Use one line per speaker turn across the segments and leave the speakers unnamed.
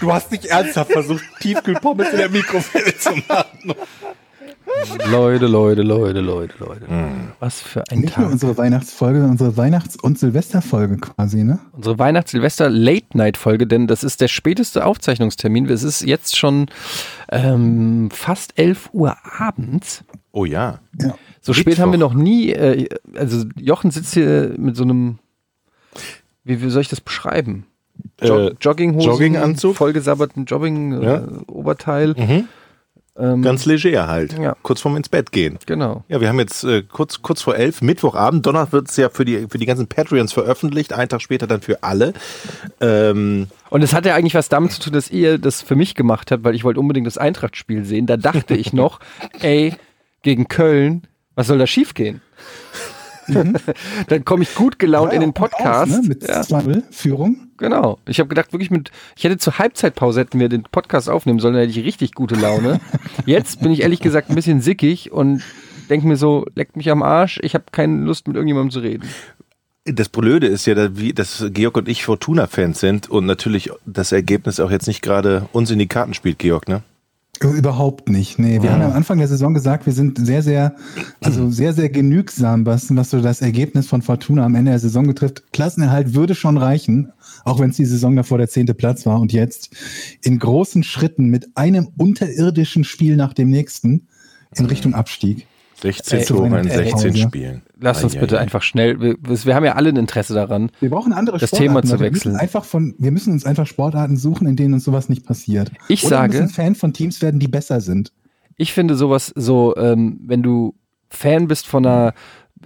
Du hast nicht ernsthaft versucht, Tiefkühlpommes in der Mikrowelle zu machen.
Leute, Leute, Leute, Leute, Leute. Mm. Was für ein
Nicht
Tag.
nur unsere Weihnachtsfolge, sondern unsere Weihnachts- und Silvesterfolge quasi, ne?
Unsere Weihnachts-Silvester-Late-Night-Folge, denn das ist der späteste Aufzeichnungstermin. Es ist jetzt schon ähm, fast 11 Uhr abends.
Oh ja.
Ja.
So spät haben wir noch nie. Äh, also, Jochen sitzt hier mit so einem. Wie, wie soll ich das beschreiben? Jo
Äh,
Jogginghose,
Jogginganzug?
vollgesabberten Jogging-Oberteil.
Mhm.
ähm,
Ganz leger halt.
Ja.
Kurz vorm ins Bett gehen.
genau.
Ja, wir haben jetzt äh, kurz, kurz vor elf, Mittwochabend, Donnerstag wird es ja für die, für die ganzen Patreons veröffentlicht, einen Tag später dann für alle. Ähm,
Und es hat ja eigentlich was damit zu tun, dass ihr das für mich gemacht habt, weil ich wollte unbedingt das Eintracht-Spiel sehen. Da dachte ich noch, ey, gegen Köln, was soll da schiefgehen? Dann komme ich gut gelaunt in den Podcast.
Aus, ne? Mit
ja,
2-0 Führung.
genau. Ich habe gedacht, wirklich mit, ich hätte zur Halbzeitpause hätten wir den Podcast aufnehmen sollen, da hätte ich richtig gute Laune. Jetzt bin ich ehrlich gesagt ein bisschen sickig und denke mir so, leckt mich am Arsch, ich habe keine Lust mit irgendjemandem zu reden.
Das Blöde ist ja, dass wir- dass Georg und ich Fortuna-Fans sind und natürlich das Ergebnis auch jetzt nicht gerade uns in die Karten spielt, Georg, ne?
Also Überhaupt nicht. Nee, wir haben am Anfang der Saison gesagt, wir sind sehr, sehr, also sehr, sehr genügsam, was, was so das Ergebnis von Fortuna am Ende der Saison betrifft. Klassenerhalt würde schon reichen, auch wenn es die Saison davor der zehnte Platz war und jetzt in großen Schritten mit einem unterirdischen Spiel nach dem nächsten in Richtung Abstieg.
16
Ey,
Tore in
ey, ey,
16
ja.
Spielen.
Lass uns
Ei, ei,
bitte
ei.
einfach schnell, wir, wir haben ja alle ein Interesse daran.
Wir brauchen andere
Das Thema zu
Leute. Wir
wechseln.
müssen Einfach von, wir müssen uns einfach Sportarten suchen, in denen uns sowas nicht passiert.
Ich
Oder
sage-
Wir müssen Fan von Teams werden, die besser sind.
Ich finde sowas so, ähm, wenn du Fan bist von einer,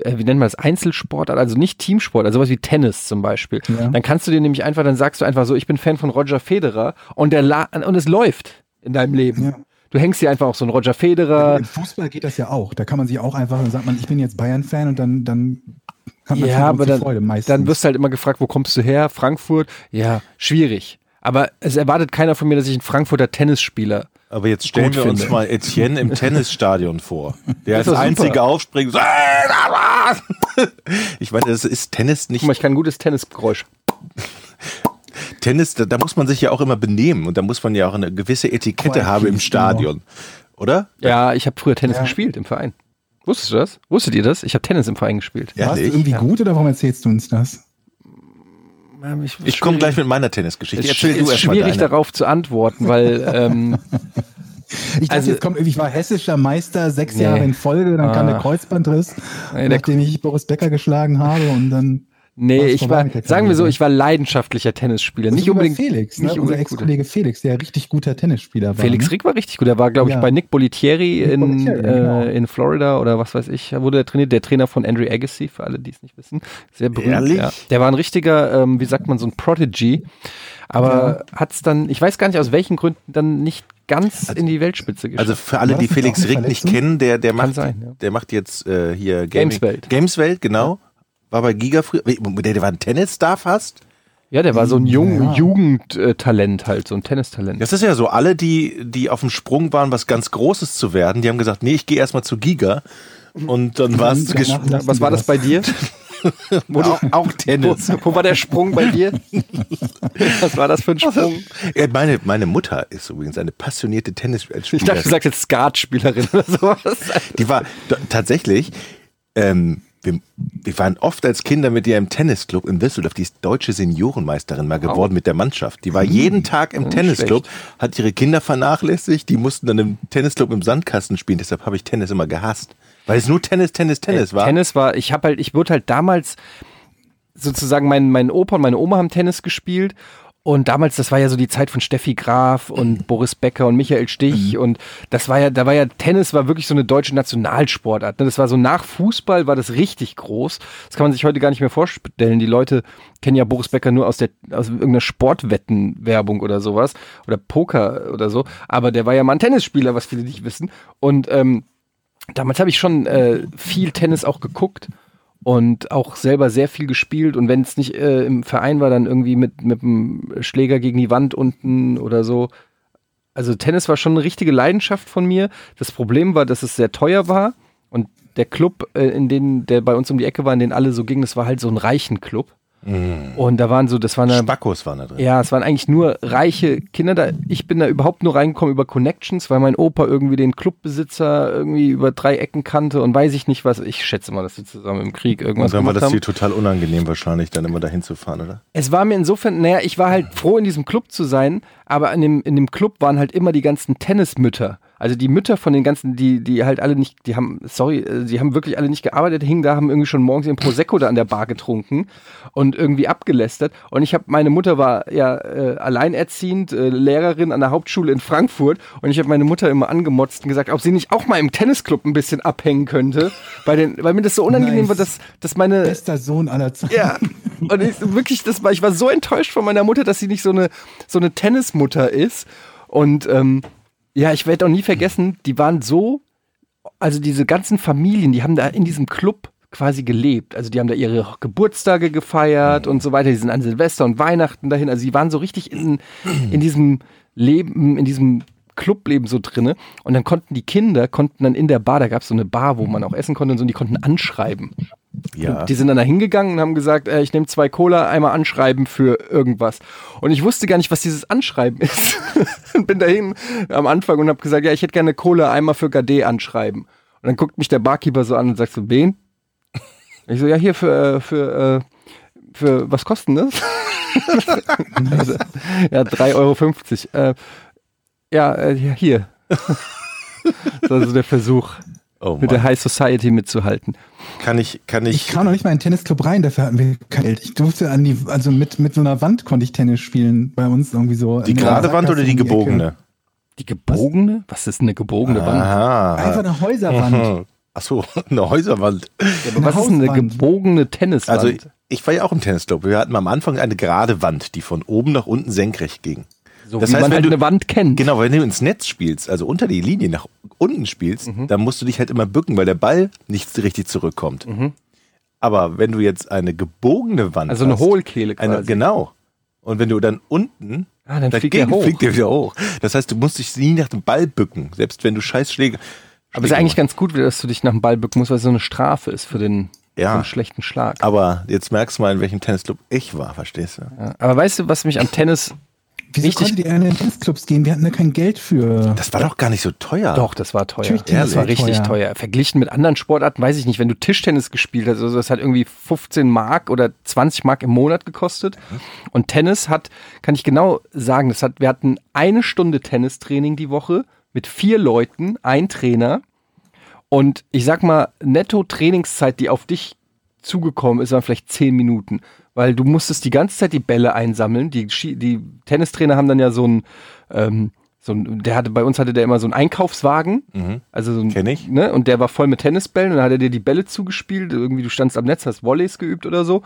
äh, wie nennt man das, Einzelsportart, also nicht Teamsport, also sowas wie Tennis zum Beispiel,
Ja.
dann kannst du dir nämlich einfach, dann sagst du einfach so, ich bin Fan von Roger Federer und, der La und es läuft in deinem Leben.
Ja.
Du hängst dir einfach auch so einen Roger Federer.
Also Im Fußball geht das ja auch. Da kann man sich auch einfach, dann sagt man, ich bin jetzt Bayern-Fan und dann, dann hat man schon
Ja, aber
große
dann,
Freude meistens.
dann wirst du halt immer gefragt, wo kommst du her? Frankfurt? Ja, schwierig. Aber es erwartet keiner von mir, dass ich ein Frankfurter Tennisspieler.
Aber jetzt stellen
Gut
wir uns
finde.
mal Etienne im Tennisstadion vor, der
Ist
als
doch super.
einziger aufspringt. so, "Äh, da war's." Ich meine, das ist Tennis nicht.
Guck mal, ich kann ein gutes Tennisgeräusch.
Tennis, da, da muss man sich ja auch immer benehmen und da muss man ja auch eine gewisse Etikette
Aber
haben im
Keith,
Stadion. Oder?
Ja, ich habe früher Tennis
Ja.
gespielt im Verein. Wusstest du das? Wusstet ihr das? Ich habe Tennis im Verein gespielt.
Warst du
Ehrlich?
irgendwie gut oder warum erzählst du uns das?
Ich komme gleich mit meiner Tennisgeschichte.
Es ist,
Erzähl du erst mal
schwierig
deine.
darauf zu antworten, weil ähm,
Ich dachte,
Also-
jetzt kommt, irgendwie, ich war hessischer Meister sechs
Nee.
Jahre in Folge, dann kam
Ah.
der Kreuzbandriss,
Nee, der-
nachdem ich Boris Becker geschlagen habe und dann.
nee,
War's
ich
vorbei
war,
mit der
sagen wir so,
Karriere.
ich war leidenschaftlicher Tennisspieler,
So
nicht
wie bei
unbedingt
Felix, ne?
nicht
unser
unbedingt guter.
Ex-Kollege Felix, der richtig guter Tennisspieler war.
Felix
ne?
Rick war richtig gut. Der war, glaube ich,
Ja.
bei Nick Bolitieri
Nick
in,
Bollettieri, genau.
äh, in Florida oder was weiß ich, wurde er trainiert. Der Trainer von Andrew Agassi, für alle, die es nicht wissen. Sehr berühmt.
Ehrlich?
Ja. Der war ein richtiger, ähm, wie sagt man, so ein Prodigy. Aber hat's dann, ich weiß gar nicht aus welchen Gründen, dann nicht ganz in die Weltspitze geschafft.
Also für alle,
War
die
das nicht auch
Felix
eine
Rick nicht
Verletzung?
kennen, der, der, macht,
sein, ja.
der macht jetzt äh, hier Gaming-
Gameswelt.
Gameswelt, genau. War bei Giga früher. Der, der war ein Tennis-Star fast.
ja, der war so ein jung,
Ja.
Jugendtalent halt, so ein Tennistalent.
Das ist ja so, alle, die, die auf dem Sprung waren, was ganz Großes zu werden, die haben gesagt, nee, ich gehe erstmal zu Giga. Und
Mhm.
dann war es
danach lassen
Was
wir
war das bei dir?
auch, auch Tennis.
Wo war der Sprung bei dir? Was war das für ein Sprung?
Ja, meine, meine Mutter ist übrigens eine passionierte Tennisspielerin.
Ich dachte, du sagst jetzt Skatspielerin oder sowas.
Die war d- tatsächlich, ähm, wir, wir waren oft als Kinder mit ihr im Tennisclub in Düsseldorf. Die ist deutsche Seniorenmeisterin mal geworden mit der Mannschaft. Die war jeden Tag im Tennisclub, hat ihre Kinder vernachlässigt. Die mussten dann im Tennisclub im Sandkasten spielen. Deshalb habe ich Tennis immer gehasst. Weil es nur Tennis, Tennis, Tennis war.
Äh, Tennis war, ich habe halt, ich wurde halt damals sozusagen, mein, mein Opa und meine Oma haben Tennis gespielt Und damals, das war ja so die Zeit von Steffi Graf und Boris Becker und Michael Stich. Und das war ja, da war ja Tennis war wirklich so eine deutsche Nationalsportart. ne? Das war so nach Fußball war das richtig groß. Das kann man sich heute gar nicht mehr vorstellen. Die Leute kennen ja Boris Becker nur aus der, aus irgendeiner Sportwettenwerbung oder sowas. Oder Poker oder so. Aber der war ja mal ein Tennisspieler, was viele nicht wissen. Und, ähm, damals habe ich schon äh, viel Tennis auch geguckt und auch selber sehr viel gespielt. Und wenn es nicht äh, im Verein war, dann irgendwie mit, mit dem Schläger gegen die Wand unten oder so. Also Tennis war schon eine richtige Leidenschaft von mir. Das Problem war, dass es sehr teuer war. Und der Club, äh, in den, der bei uns um die Ecke war, in den alle so ging, das war halt so ein reichen Club. Und da waren so, das waren dann
Spackos waren da drin.
ja, es waren eigentlich nur reiche Kinder da. Ich bin da überhaupt nur reingekommen über Connections, weil mein Opa irgendwie den Clubbesitzer irgendwie über drei Ecken kannte und weiß ich nicht was. Ich schätze mal, dass sie zusammen im Krieg
Und
irgendwas
dann war
gemacht
das
haben.
hier total unangenehm wahrscheinlich, dann immer dahin zu fahren, oder?
Es war mir insofern, naja, ich war halt froh, in diesem Club zu sein, aber in dem, in dem Club waren halt immer die ganzen Tennismütter. Also die Mütter von den ganzen, die, die halt alle nicht, die haben, sorry, äh, die haben wirklich alle nicht gearbeitet, hingen da, haben irgendwie schon morgens ihren Prosecco da an der Bar getrunken und irgendwie abgelästert. Und ich habe, meine Mutter war ja äh, alleinerziehend, äh, Lehrerin an der Hauptschule in Frankfurt und ich habe meine Mutter immer angemotzt und gesagt, ob sie nicht auch mal im Tennisclub ein bisschen abhängen könnte, bei den, weil mir das so unangenehm
Nice.
war, dass, dass meine...
Bester Sohn aller Zeiten.
Ja. Und ich, wirklich, das war, ich war so enttäuscht von meiner Mutter, dass sie nicht so eine, so eine Tennismutter ist. Und ähm, ja, ich werde auch nie vergessen, die waren so, also diese ganzen Familien, die haben da in diesem Club quasi gelebt. Also die haben da ihre Geburtstage gefeiert und so weiter. Die sind an Silvester und Weihnachten dahin. Also die waren so richtig in, in diesem Leben, in diesem Clubleben so drinne und dann konnten die Kinder konnten dann in der Bar, da gab es so eine Bar, wo man auch essen konnte und so, und die konnten anschreiben. Und die sind dann da hingegangen und haben gesagt, äh, ich nehme zwei Cola, einmal anschreiben für irgendwas. Und ich wusste gar nicht, was dieses Anschreiben ist. und bin dahin am Anfang und habe gesagt, ja, ich hätte gerne Cola, einmal für Gade anschreiben. Und dann guckt mich der Barkeeper so an und sagt so, wen? Ich so, ja, hier für, äh, für, äh, für was kostet denn das? also, ja, 3,50 Euro. Äh, ja, äh, ja, hier. das war so der Versuch,
Oh
mit der
Mann.
High Society mitzuhalten.
Kann ich, kann
Ich
ich,
kam noch nicht mal in den Tennisclub rein, dafür hatten wir kein Geld. Ich durfte an die, also mit, mit so einer Wand konnte ich Tennis spielen bei uns irgendwie so.
die
an der
gerade Wand
Sackgasse
oder die
in Ecke.
gebogene?
Die gebogene? Was ist eine gebogene
Ah.
Wand?
Einfach
Aha.
eine Häuserwand.
Ach so, eine Häuserwand.
Aber was ist eine
Hauswand.
gebogene Tenniswand?
Also ich war ja auch im Tennisclub. Wir hatten am Anfang eine gerade Wand, die von oben nach unten senkrecht ging.
so
das
wie
heißt,
man
wenn
halt
du-
eine Wand kennt.
Genau, wenn du ins Netz spielst, also unter die Linie nach unten spielst,
Mhm.
dann musst du dich halt immer bücken, weil der Ball nicht richtig zurückkommt. Aber wenn du jetzt eine gebogene Wand
Mhm. Also eine
hast,
Hohlkehle quasi.
eine, genau. Und wenn du dann unten,
Ah, dann fliegt
dagegen
der hoch.
fliegt der wieder hoch. Das heißt, du musst dich nie nach dem Ball bücken, selbst wenn du scheiß Schläge.
Aber
genau.
es ist eigentlich ganz gut, dass du dich nach dem Ball bücken musst, weil es so eine Strafe ist für den,
Ja.
für den schlechten Schlag.
Aber jetzt merkst du mal, in welchem Tennisclub ich war, verstehst du?
Ja. Aber weißt du, was mich am Tennis...
Wieso
Richtig-
konntet ihr in den Tennisclubs gehen? Wir hatten da kein Geld für.
Das war doch gar nicht so teuer.
Doch, das war teuer.
Natürlich,
das war
ehrlich?
richtig
Teuer.
teuer. Verglichen mit anderen Sportarten, weiß ich nicht, wenn du Tischtennis gespielt hast, also das hat irgendwie 15 Mark oder 20 Mark im Monat gekostet. Und Tennis hat, kann ich genau sagen, das hat, wir hatten eine Stunde Tennistraining die Woche mit vier Leuten, ein Trainer. Und ich sag mal, netto Trainingszeit, die auf dich zugekommen ist, waren vielleicht zehn Minuten. Weil du musstest die ganze Zeit die Bälle einsammeln. Die, Schi- die Tennistrainer haben dann ja so ein, ähm, so ein, der hatte, bei uns hatte der immer so einen Einkaufswagen. Also so ein,
Mhm. Kenn ich.
Ne? Und der war voll mit Tennisbällen und dann hat er dir die Bälle zugespielt. Irgendwie du standst am Netz, hast Volleys geübt oder so.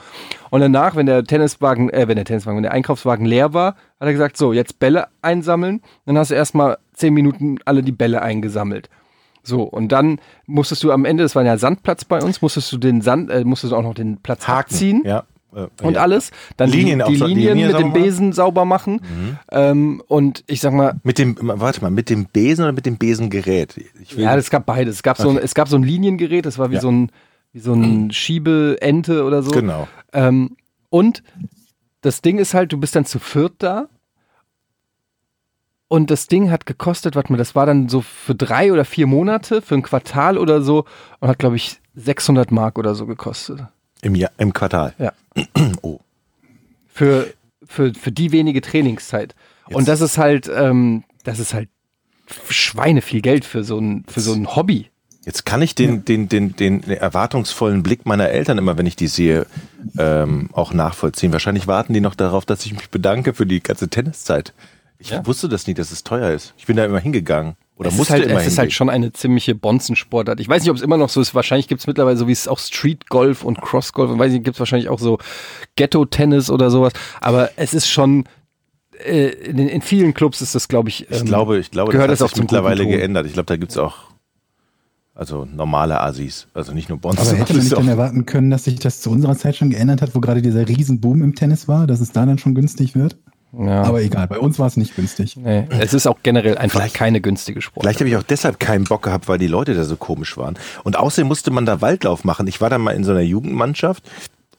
Und danach, wenn der Tenniswagen, äh, wenn der Tenniswagen, wenn der Einkaufswagen leer war, hat er gesagt, so, jetzt Bälle einsammeln. Dann hast du erstmal zehn Minuten alle die Bälle eingesammelt. So, und dann musstest du am Ende, das war ja Sandplatz bei uns, musstest du den Sand, äh, musstest du auch noch den Platz
Haken.
abziehen
Ja. äh,
und
ja.
alles. Dann
Linien
die,
auch
die
so- die
Linien
Linie
mit
sauber
dem
machen. Mhm.
Besen sauber machen. Ähm, und ich sag mal,
Mit dem, äh, warte mal, mit dem Besen oder mit dem Besengerät? Ich will-
ja, es gab beides. Es gab, so ein, es gab so ein Liniengerät, das war wie
Ja.
so ein, wie so ein Schiebeente oder so.
genau.
Ähm, und das Ding ist halt, du bist dann zu viert da. Und das Ding hat gekostet, warte mal, das war dann so für drei oder vier Monate, für ein Quartal oder so. Und hat, glaube ich, 600 Mark oder so gekostet.
Im, Jahr, Im Quartal.
Ja.
Oh.
Für, für, für die wenige Trainingszeit. Und
Jetzt-
das ist halt, ähm, das ist halt Schweine viel Geld für so ein, für so ein Hobby.
Jetzt kann ich den, den, den, den erwartungsvollen Blick meiner Eltern immer, wenn ich die sehe, ähm, auch nachvollziehen. Wahrscheinlich warten die noch darauf, dass ich mich bedanke für die ganze Tenniszeit. Ich
Ja.
wusste das nie, dass es teuer ist. Ich bin da immer hingegangen. Oder
es ist
musste
halt,
immer
es ist halt
hingehen.
schon eine ziemliche Bonzensportart. Ich weiß nicht, ob es immer noch so ist. Wahrscheinlich gibt es mittlerweile so wie es auch Street Golf und Cross Golf und weiß nicht, gibt es wahrscheinlich auch so Ghetto Tennis oder sowas. Aber es ist schon äh, in, den- in vielen Clubs ist das, glaube ich.
ich
ähm,
glaube, ich glaube,
gehört
das
das
hat
auch
sich
zum guten
mittlerweile
Ton.
geändert. Ich glaube, da gibt's auch also normale Asis, also nicht nur Bonzen.
Aber hätte man
Das ist
nicht
auch-
dann erwarten können, dass sich das zu unserer Zeit schon geändert hat, wo gerade dieser Riesenboom im Tennis war, dass es da dann schon günstig wird?
Ja.
Aber egal, bei uns war es nicht günstig.
nee, es ist auch generell einfach keine günstige Sportart.
Vielleicht habe ich auch deshalb keinen Bock gehabt, weil die Leute da so komisch waren. Und außerdem musste man da Waldlauf machen. Ich war da mal in so einer Jugendmannschaft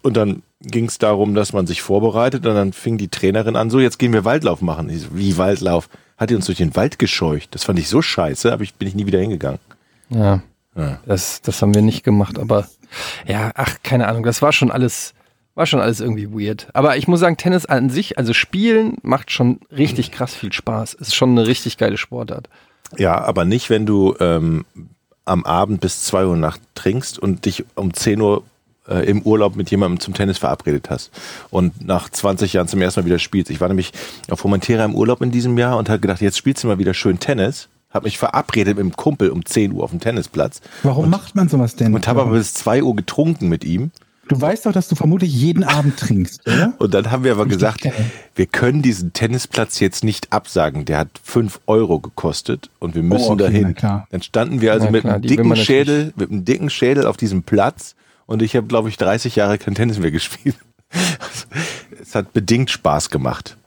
und dann ging es darum, dass man sich vorbereitet und dann fing die Trainerin an, so jetzt gehen wir Waldlauf machen. Ich so, wie Waldlauf? Hat die uns durch den Wald gescheucht. Das fand ich so scheiße, aber ich bin ich nie wieder hingegangen.
Ja.
Ja.
Das, das haben wir nicht gemacht, aber ja, ach, keine Ahnung, das war schon alles, war schon alles irgendwie weird. Aber ich muss sagen, Tennis an sich, also Spielen macht schon richtig krass viel Spaß. Ist schon eine richtig geile Sportart.
Ja, aber nicht, wenn du ähm, am Abend bis 2 Uhr Nacht trinkst und dich um 10 Uhr äh, im Urlaub mit jemandem zum Tennis verabredet hast und nach 20 Jahren zum ersten Mal wieder spielst. Ich war nämlich auf Formentera im Urlaub in diesem Jahr und habe gedacht, jetzt spielst du mal wieder schön Tennis. Habe mich verabredet mit dem Kumpel um 10 Uhr auf dem Tennisplatz
Warum macht man sowas denn?
und habe aber bis 2 Uhr getrunken mit ihm.
du weißt doch, dass du vermutlich jeden Abend trinkst, oder?
Und dann haben wir aber gesagt,
kenne.
wir können diesen Tennisplatz jetzt nicht absagen. Der hat 5 Euro gekostet und wir müssen
Oh, okay, na
dahin.
klar.
Dann standen wir also
Na
mit,
klar,
einem
die will
dicken
man natürlich
Schädel, mit einem dicken Schädel auf diesem Platz und ich habe, glaube ich, 30 Jahre kein Tennis mehr gespielt. Es hat bedingt Spaß gemacht.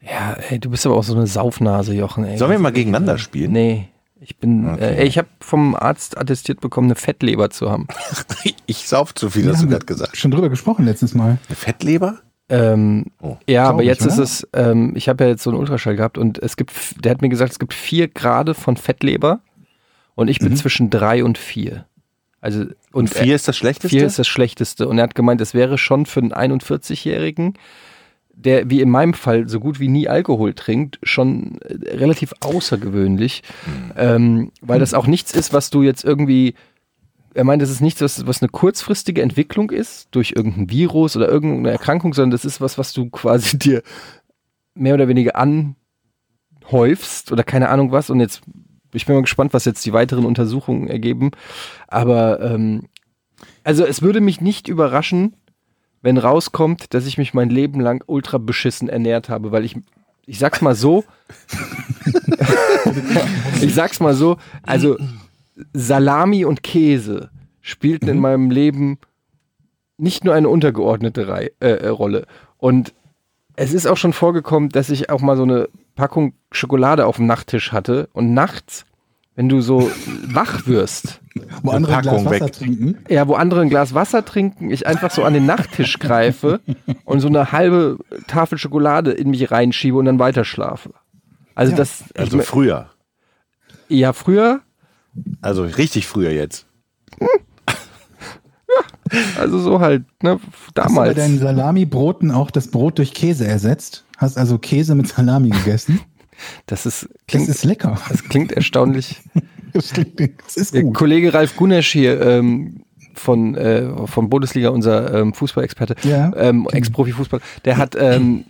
Ja, ey, du bist aber auch so eine Saufnase, Jochen, ey.
Sollen wir mal gegeneinander spielen?
Nee. Ich bin, äh, ey, ich habe vom Arzt attestiert bekommen, eine Fettleber zu haben.
Ich sauf zu viel,
Wir
hast du
haben
gerade gesagt.
Schon drüber gesprochen letztes Mal.
Eine Fettleber?
Ähm,
Oh,
ja,
glaub
aber
ich,
jetzt ist
oder?
es, ähm, ich habe ja jetzt so einen Ultraschall gehabt und es gibt, f- der hat mir gesagt, es gibt vier Grade von Fettleber und ich bin zwischen drei und vier. Also, und,
Und vier ist das
äh,
Schlechteste?
vier ist das Schlechteste. Und er hat gemeint, es wäre schon für einen 41-Jährigen, der wie in meinem Fall so gut wie nie Alkohol trinkt, schon äh, relativ außergewöhnlich, ähm, weil das auch nichts ist, was du jetzt irgendwie er meint, das ist nichts, was, was eine kurzfristige Entwicklung ist, durch irgendein Virus oder irgendeine Erkrankung, sondern das ist was, was du quasi dir mehr oder weniger anhäufst oder keine Ahnung was. Und jetzt, ich bin mal gespannt, was jetzt die weiteren Untersuchungen ergeben. Aber, ähm, also es würde mich nicht überraschen, wenn rauskommt, dass ich mich mein Leben lang ultra beschissen ernährt habe, weil ich, ich sag's mal so, ich sag's mal so, also Salami und Käse spielten in meinem Leben nicht nur eine untergeordnete Rei äh, äh, Rolle. Und es ist auch schon vorgekommen, dass ich auch mal so eine Packung Schokolade auf dem Nachttisch hatte. Und nachts, wenn du so wach wirst,
Wo
Eine
andere ein Glas
Packung
Wasser
weg.
trinken.
ja, wo andere ein Glas Wasser trinken, ich einfach so an den Nachttisch greife und so eine halbe Tafel Schokolade in mich reinschiebe und dann weiterschlafe. Also
Ja.
das,
Also früher.
ja, früher,
Also richtig früher jetzt.
also so halt, ne,
Hast du bei
damals.
deinen Salami-Broten auch das Brot durch Käse ersetzt? Hast also Käse mit Salami gegessen?
Das ist,
Das
klingt,
ist lecker.
das klingt erstaunlich.
Das ist
Der
gut.
Kollege Ralf Gunesch hier ähm, von, äh, von Bundesliga, unser ähm, Fußballexperte,
Ja.
ähm, Ex-Profi-Fußball, der hat, ähm,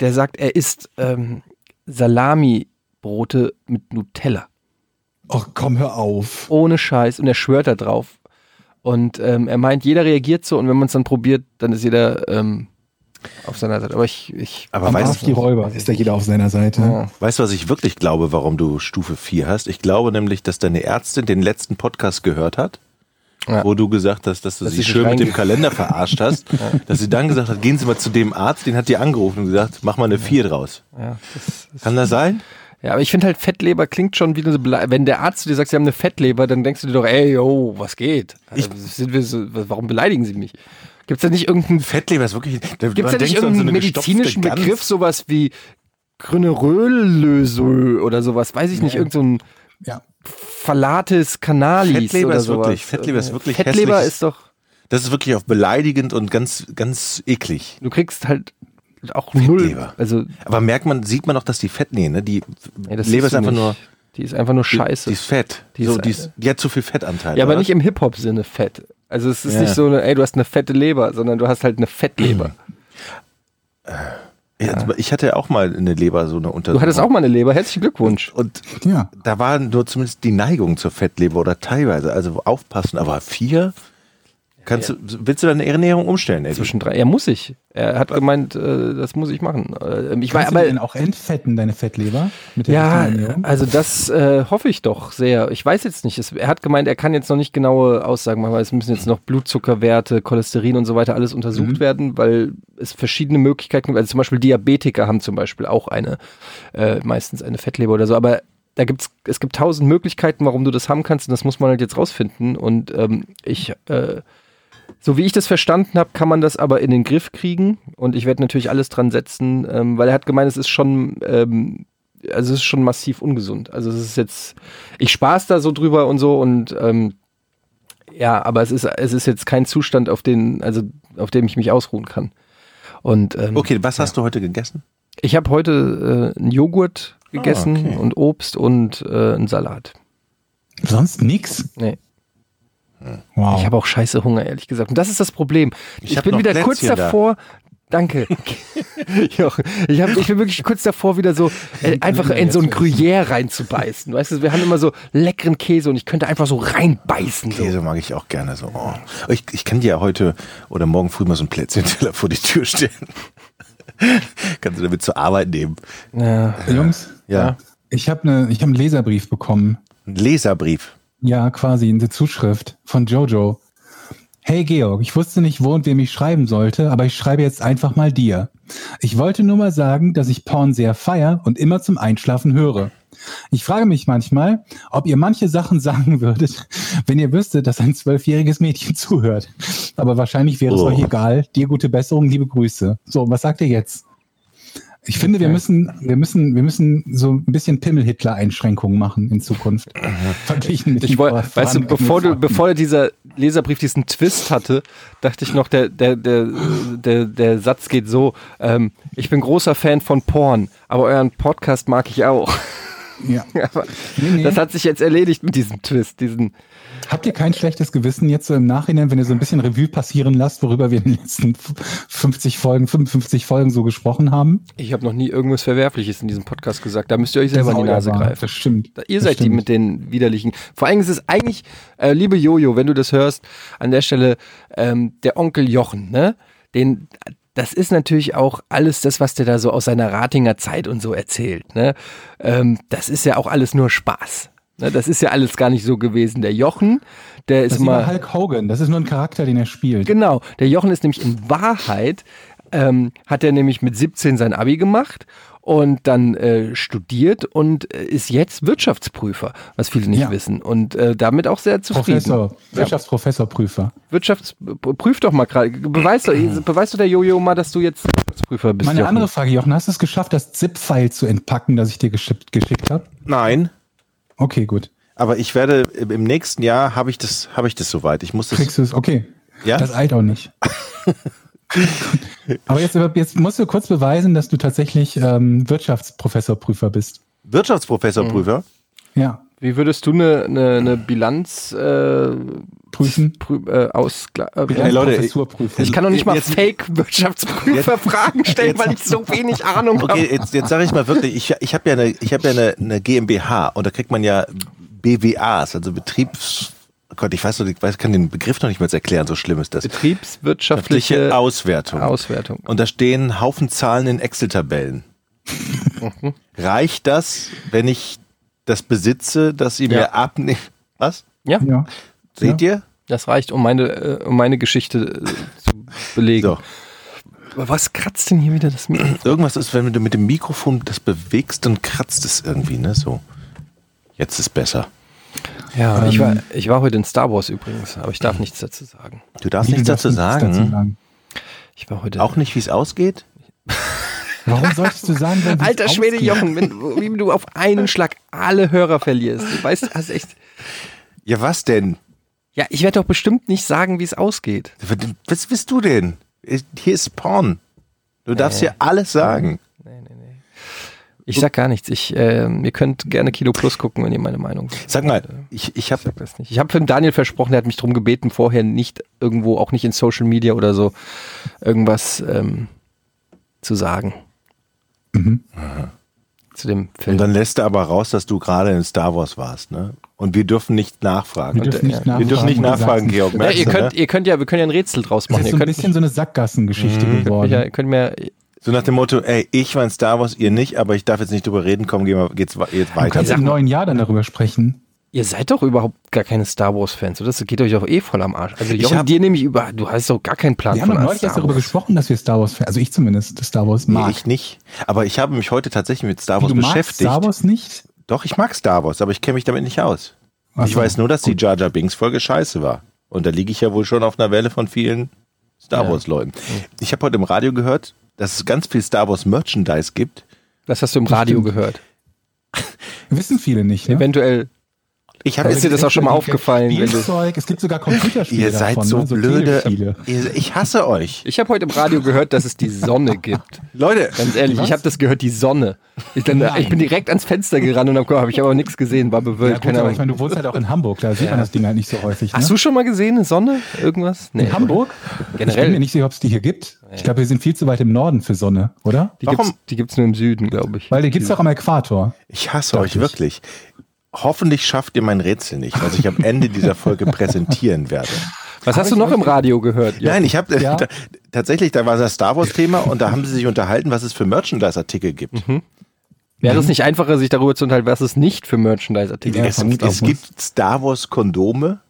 der sagt, er isst ähm, Salami-Brote mit Nutella.
Och, komm, hör auf.
Ohne Scheiß. Und er schwört da drauf. Und ähm, er meint, jeder reagiert so und wenn man es dann probiert, dann ist jeder ähm, auf seiner Seite. Aber ich, ich
Aber
Am
weißt
Arsch die Räuber ist da jeder auf seiner Seite.
ja.
Weißt du, was ich wirklich glaube, warum du Stufe 4 hast? Ich glaube nämlich, dass deine Ärztin den letzten Podcast gehört hat,
Ja.
wo du gesagt hast, dass du
Dass
sie
ich
schön
nicht
mit dem
reinge-
Kalender verarscht hast, dass sie dann gesagt hat, gehen Sie mal zu dem Arzt, den hat die angerufen und gesagt, mach mal eine 4 draus.
Ja, das, das,
Kann das sein?
ja, aber ich finde halt, Fettleber klingt schon wie eine, Bele- wenn der Arzt zu dir sagt, sie haben eine Fettleber, dann denkst du dir doch, ey, yo, was geht? Also, sind wir so, warum beleidigen sie mich? Gibt es da nicht irgendeinen
Fettleber ist wirklich...
Gibt es da nicht irgendeinen medizinischen Begriff, sowas wie Grüneröllösö oder sowas? Weiß ich nicht, irgend so ein
Ja.
Falates Canalis
Fettleber
oder
ist
sowas.
wirklich- Fettleber ist wirklich
Fettleber
hässliches-
ist doch,
Das ist wirklich auch beleidigend und ganz, ganz eklig.
du kriegst halt auch null.
Fettleber.
Also,
Aber merkt man, sieht man auch, dass die Fett... Nee, ne? Die
ey, das
Leber
siehst
ist
du
einfach
nicht.
nur...
Die ist einfach nur scheiße.
Die ist fett.
Die
Die,
ist
so, die,
eine-
ist, die hat zu viel Fettanteil.
ja, aber
oder?
nicht im Hip-Hop-Sinne fett. Also es ist
Ja.
nicht so, eine, ey, du hast eine fette Leber, sondern du hast halt eine Fettleber.
Ich hatte- Ich hatte auch mal eine Leber, so eine
Du
Untersuchung.
hattest auch mal eine Leber, herzlichen Glückwunsch.
Und
Ja.
da war nur zumindest die Neigung zur Fettleber oder teilweise. Also aufpassen. Aber vier? Kannst Du, willst du deine Ernährung umstellen, Eddie?
Zwischen drei. Ja, muss ich. Er hat gemeint, äh, das muss ich machen. Äh, ich war
Kannst du die
aber.
denn auch entfetten, deine Fettleber? Mit
Ja,
richtigen Ernährung?
also das äh, hoffe ich doch sehr. Ich weiß jetzt nicht. Es, er hat gemeint, er kann jetzt noch nicht genaue Aussagen machen, weil es müssen jetzt noch Blutzuckerwerte, Cholesterin und so weiter alles untersucht werden, weil es verschiedene Möglichkeiten gibt. Also zum Beispiel Diabetiker haben zum Beispiel auch eine, äh, meistens eine Fettleber oder so. Aber da gibt's, es gibt tausend Möglichkeiten, warum du das haben kannst und das muss man halt jetzt rausfinden. Und ähm, ich äh, so wie ich das verstanden habe, kann man das aber in den Griff kriegen. Und ich werde natürlich alles dran setzen, ähm, weil er hat gemeint, es ist schon, ähm, also es ist schon massiv ungesund. Also es ist jetzt, ich spaß da so drüber und so und ähm, ja, aber es ist, es ist jetzt kein Zustand, auf den, also auf dem ich mich ausruhen kann. Und ähm,
Okay, was hast du heute gegessen?
ich habe heute äh, einen Joghurt gegessen
Ah, okay.
und Obst und äh, einen Salat.
Sonst nix.
Nee.
Wow.
Ich habe auch scheiße Hunger, ehrlich gesagt. Und das ist das Problem. Ich,
hab
bin
noch
wieder
Plätzchen
kurz
da.
davor. Danke. Jochen, ich, hab, ich bin wirklich kurz davor, wieder so äh, einfach in so ein Gruyère reinzubeißen. Weißt du, wir haben immer so leckeren Käse und ich könnte einfach so reinbeißen. So.
Käse mag ich auch gerne so. Oh. Ich, ich kann dir ja heute oder morgen früh mal so einen Plätzchenteller vor die Tür stellen. Kannst du damit zur Arbeit nehmen.
Ja.
Jungs,
Ja.
ich habe ne, ich hab einen Leserbrief bekommen.
Ein Leserbrief.
Ja, quasi eine Zuschrift von Jojo. Hey Georg, ich wusste nicht, wo und wem ich schreiben sollte, aber ich schreibe jetzt einfach mal dir. Ich wollte nur mal sagen, dass ich Porn sehr feier und immer zum Einschlafen höre. Ich frage mich manchmal, ob ihr manche Sachen sagen würdet, wenn ihr wüsstet, dass ein zwölfjähriges Mädchen zuhört. Aber wahrscheinlich wäre es
Oh.
euch egal. Dir gute Besserung, liebe Grüße. So, was sagt ihr jetzt? Ich finde, wir müssen, wir müssen, wir müssen so ein bisschen Pimmel-Hitler-Einschränkungen machen in Zukunft. Verglichen mit
Ich
den
wollte, weißt du,
vorangegangenen
bevor, du,
Fakten.
bevor dieser Leserbrief diesen Twist hatte, dachte ich noch, der, der, der, der, der Satz geht so, ähm, ich bin großer Fan von Porn, aber euren Podcast mag ich auch.
Ja.
Aber
Nee, nee.
Das hat sich jetzt erledigt mit diesem Twist. Diesen
Habt ihr kein schlechtes Gewissen jetzt so im Nachhinein, wenn ihr so ein bisschen Revue passieren lasst, worüber wir in den letzten f- 50 Folgen, 55 Folgen so gesprochen haben?
ich habe noch nie irgendwas Verwerfliches in diesem Podcast gesagt. Da müsst ihr euch selber in die
Das
Nase
ist auch wahr.
greifen.
Das stimmt.
Da- Ihr
Das
seid die
stimmt.
mit den widerlichen. Vor allem ist es eigentlich, äh, liebe Jojo, wenn du das hörst, an der Stelle ähm, der Onkel Jochen, ne? Den, das ist natürlich auch alles das, was der da so aus seiner Ratinger Zeit und so erzählt. Ne? Ähm, das ist ja auch alles nur Spaß. Ne? Das ist ja alles gar nicht so gewesen. Der Jochen, der ist
Das ist
mal.
immer Hulk Hogan. Das ist nur ein Charakter, den er spielt.
Genau, der Jochen ist nämlich in Wahrheit, ähm, hat er nämlich mit 17 sein Abi gemacht und dann äh, studiert und äh, ist jetzt Wirtschaftsprüfer, was viele nicht
Ja.
wissen und äh, damit auch sehr zufrieden.
Professor, Wirtschaftsprofessor, Prüfer.
Wirtschafts prüf doch mal gerade, beweis doch, beweis doch der Jojo mal, dass du jetzt Wirtschaftsprüfer bist.
Meine
Jochen.
andere Frage, Jochen, hast du es geschafft, das ZIP-File zu entpacken, das ich dir geschickt, geschickt habe?
Nein.
Okay, gut.
Aber ich werde im nächsten Jahr habe ich das habe ich das soweit. Ich muss das
Kriegst du es? Okay.
Ja?
Das eilt auch nicht. Aber jetzt, jetzt musst du kurz beweisen, dass du tatsächlich ähm, Wirtschaftsprofessor-Prüfer bist.
Mhm.
Wirtschaftsprofessorprüfer.
Ja.
Wie würdest du eine, eine, eine Bilanz äh,
Prüfen.
prü- äh, aus?
Hey, Leute,
Professurprüfen.
ich kann doch nicht mal
Jetzt-
Fake-Wirtschaftsprüfer Fragen stellen, weil ich so wenig Ahnung habe.
Okay, jetzt, jetzt sage ich mal wirklich, ich, ich habe ja eine ich habe ja eine, eine GmbH und da kriegt man ja BWAs, also Betriebs Gott, ich weiß, noch nicht- ich weiß, kann den Begriff noch nicht mal erklären, so schlimm ist das.
betriebswirtschaftliche
Wirtschaftliche Auswertung.
Auswertung.
Und da stehen Haufen Zahlen in Excel-Tabellen. Reicht das, wenn ich das besitze, dass sie
Ja.
mir abnehmen? Was?
Ja,
ja.
Seht ihr?
das reicht, um meine, äh, um meine Geschichte äh, zu belegen.
So.
Aber was kratzt denn hier wieder das Mikro?
Irgendwas ist, wenn du mit dem Mikrofon das bewegst, dann kratzt es irgendwie, ne? So. Jetzt ist besser.
Ja, ich,
ähm,
war, ich war heute in Star Wars übrigens, aber ich darf nichts dazu sagen.
Du darfst
Wie, du
nichts
darfst
dazu sagen.
Ich war heute.
Auch nicht, wie es ausgeht?
Warum solltest du sagen, wenn wie's
Alter Schwede
ausgeht?
Jochen, wenn, du- wie du auf einen Schlag alle Hörer verlierst. Du weißt, hast echt.
Ja, was denn?
Ja, ich werde doch bestimmt nicht sagen, wie es ausgeht.
Was bist du denn? Hier ist Porn. Du darfst hier alles sagen.
Ich sag gar nichts. Ich, äh, ihr könnt gerne Kilo Plus gucken, wenn ihr meine Meinung seht.
Sag mal, ich, ich habe
Ich sag das nicht. Ich habe für den Daniel versprochen, er hat mich darum gebeten, vorher nicht irgendwo, auch nicht in Social Media oder so, irgendwas ähm, zu sagen.
Mhm.
Zu dem Film.
Und dann lässt er aber raus, dass du gerade in Star Wars warst, ne? Und wir dürfen nicht nachfragen.
Wir dürfen nicht nachfragen.
Wir dürfen nicht
oder
nachfragen,
sagst-
Georg.
ja,
Merkst
ihr,
du,
könnt,
ne?
ihr könnt ja, wir können ja ein Rätsel draus
Das
machen.
ist
Ihr
so ein
könnt,
bisschen so eine Sackgassengeschichte
Mhm.
mich
geworden.
ja, könnt mir,
So nach dem Motto, ey, ich war in Star Wars, ihr nicht, aber ich darf jetzt nicht drüber reden, komm, gehen wir, geht's wa- jetzt weiter.
Kannst du im neuen Jahr dann darüber sprechen?
ihr seid doch überhaupt gar keine Star Wars-Fans, oder? Das geht euch doch eh voll am Arsch. Also Jochen,
hab-
dir nehme ich über, du hast doch gar keinen Plan
Wir haben doch
von
neulich
Star
erst darüber
Wars.
gesprochen, dass wir Star Wars, also ich zumindest, das Star Wars
Nee,
mag.
ich nicht. Aber ich habe mich heute tatsächlich mit Star Wars
du magst
beschäftigt.
Star Wars nicht?
Doch, ich mag Star Wars, aber ich kenne mich damit nicht aus.
Ach
ich
so,
weiß nur, dass die Jar Jar Binks Folge scheiße war. Und da liege ich ja wohl schon auf einer Welle von vielen Star
Ja.
Wars Leuten. Ich habe heute im Radio gehört, dass es ganz viel Star Wars Merchandise gibt.
Das hast du im Radio
stimmt.
gehört.
Wissen viele nicht, ne?
Eventuell
Ich habe
ist dir das auch schon mal aufgefallen. Wenn du,
Spielzeug, es gibt sogar Computerspiele
Ihr seid
davon,
so
ne?
blöde.
Telespiele.
Ihr- Ich hasse euch.
ich habe heute im Radio gehört, dass es die Sonne gibt.
Leute,
Ganz ehrlich, ich habe das gehört, die Sonne. Ich, dann,
Nein.
ich bin direkt ans Fenster gerannt und habe hab ich aber nichts gesehen, war
Ja,
bewölkt.
gut,
keine
aber ich
Ahnung.
meine, du wohnst halt auch in Hamburg, da sieht man das Ding halt nicht so häufig. Ne?
Hast du schon mal gesehen, eine Sonne? Irgendwas? Nee.
in Hamburg? Ich bin mir
Generell.
nicht sicher, ob es die hier gibt. Ich glaube, wir sind viel zu weit im Norden für Sonne, oder?
Die
Warum?
gibt's, die gibt's nur im Süden, glaube ich.
Weil die gibt es doch am Äquator.
ich hasse euch wirklich. Hoffentlich schafft ihr mein Rätsel nicht, was ich am Ende dieser Folge präsentieren werde.
Was hast du noch im Radio gehört? Jörg?
Nein, ich habe
Ja.
da, tatsächlich, da war das Star Wars Thema und da haben sie sich unterhalten, was es für Merchandise-Artikel gibt.
Wäre es nicht einfacher, sich darüber zu unterhalten, was es nicht für Merchandise-Artikel
Ja,
gibt?
es
vermutlich
es
muss.
gibt Star Wars Kondome,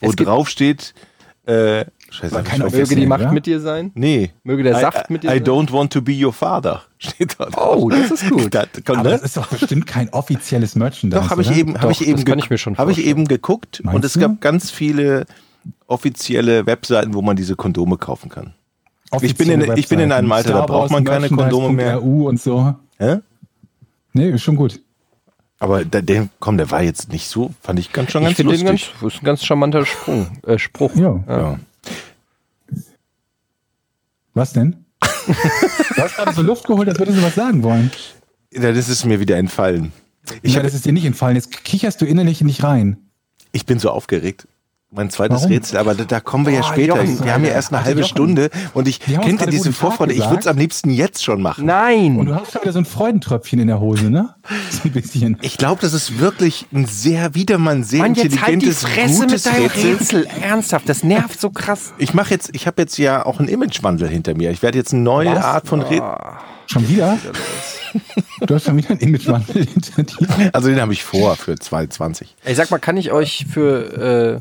wo
Es gibt-
drauf steht, äh, scheiße, hab ich
kann auch
vergessen.
Möge die
Ja.
Macht mit dir sein?
Nee.
Möge der
I-
Saft mit dir
I, I
sein?
don't want to be your father. Steht da. drauf.
Oh, das ist gut.
Da, komm,
Aber
ne?
das ist doch bestimmt kein offizielles Merchandise.
Doch, habe ich
oder?
eben, habe
ne? Doch,
ich eben,
das kann
ge-
ich mir schon
habe ich
vorstellen.
eben geguckt und
Meinst
es
du?
gab ganz viele offizielle Webseiten, wo man diese Kondome kaufen kann. Ich bin in- ich bin in einem Alter, da braucht man keine Kondome mehr.
RU und so.
Hä?
Nee, ist schon gut.
Aber der, der, komm, der war jetzt nicht so, fand ich ganz schon
Ich
ganz
finde den
lustig.
ganz, das ist ein ganz charmanter Sprung, äh, Spruch.
Ja.
ja.
Was denn? du hast gerade so Luft geholt, als würdest du was sagen wollen.
Ja, Das ist mir wieder entfallen. Ich,
ja,
hab,
das ist dir nicht entfallen. Jetzt kicherst du innerlich nicht rein.
ich bin so aufgeregt. Mein zweites
Warum?
Rätsel, aber da, da kommen wir ja
Oh,
später.
Jochen,
wir haben ja erst eine halbe
Jochen.
Stunde und ich
Wir haben uns
kennt ihr
gerade
diese
guten Tag
Vorfreude. Ich würde es
gesagt.
am liebsten jetzt schon machen.
Und
Nein!
du hast schon wieder so ein Freudentröpfchen in der Hose, ne? So ein bisschen.
Ich glaube, das ist wirklich ein sehr, wieder mal ein sehr
Mann, jetzt halt die
intelligentes,
Fresse mit
gutes
deinem
Rätsel.
Rätsel. Ernsthaft, das nervt so krass.
Ich mache jetzt, ich habe jetzt ja auch einen Imagewandel hinter mir. Ich werde jetzt eine neue
Was?
Art von Rätsel.
Ah.
Schon wieder? Du hast schon wieder einen Imagewandel hinter dir.
Also den habe ich vor für 2020.
Ey, sag mal, kann ich euch für, äh,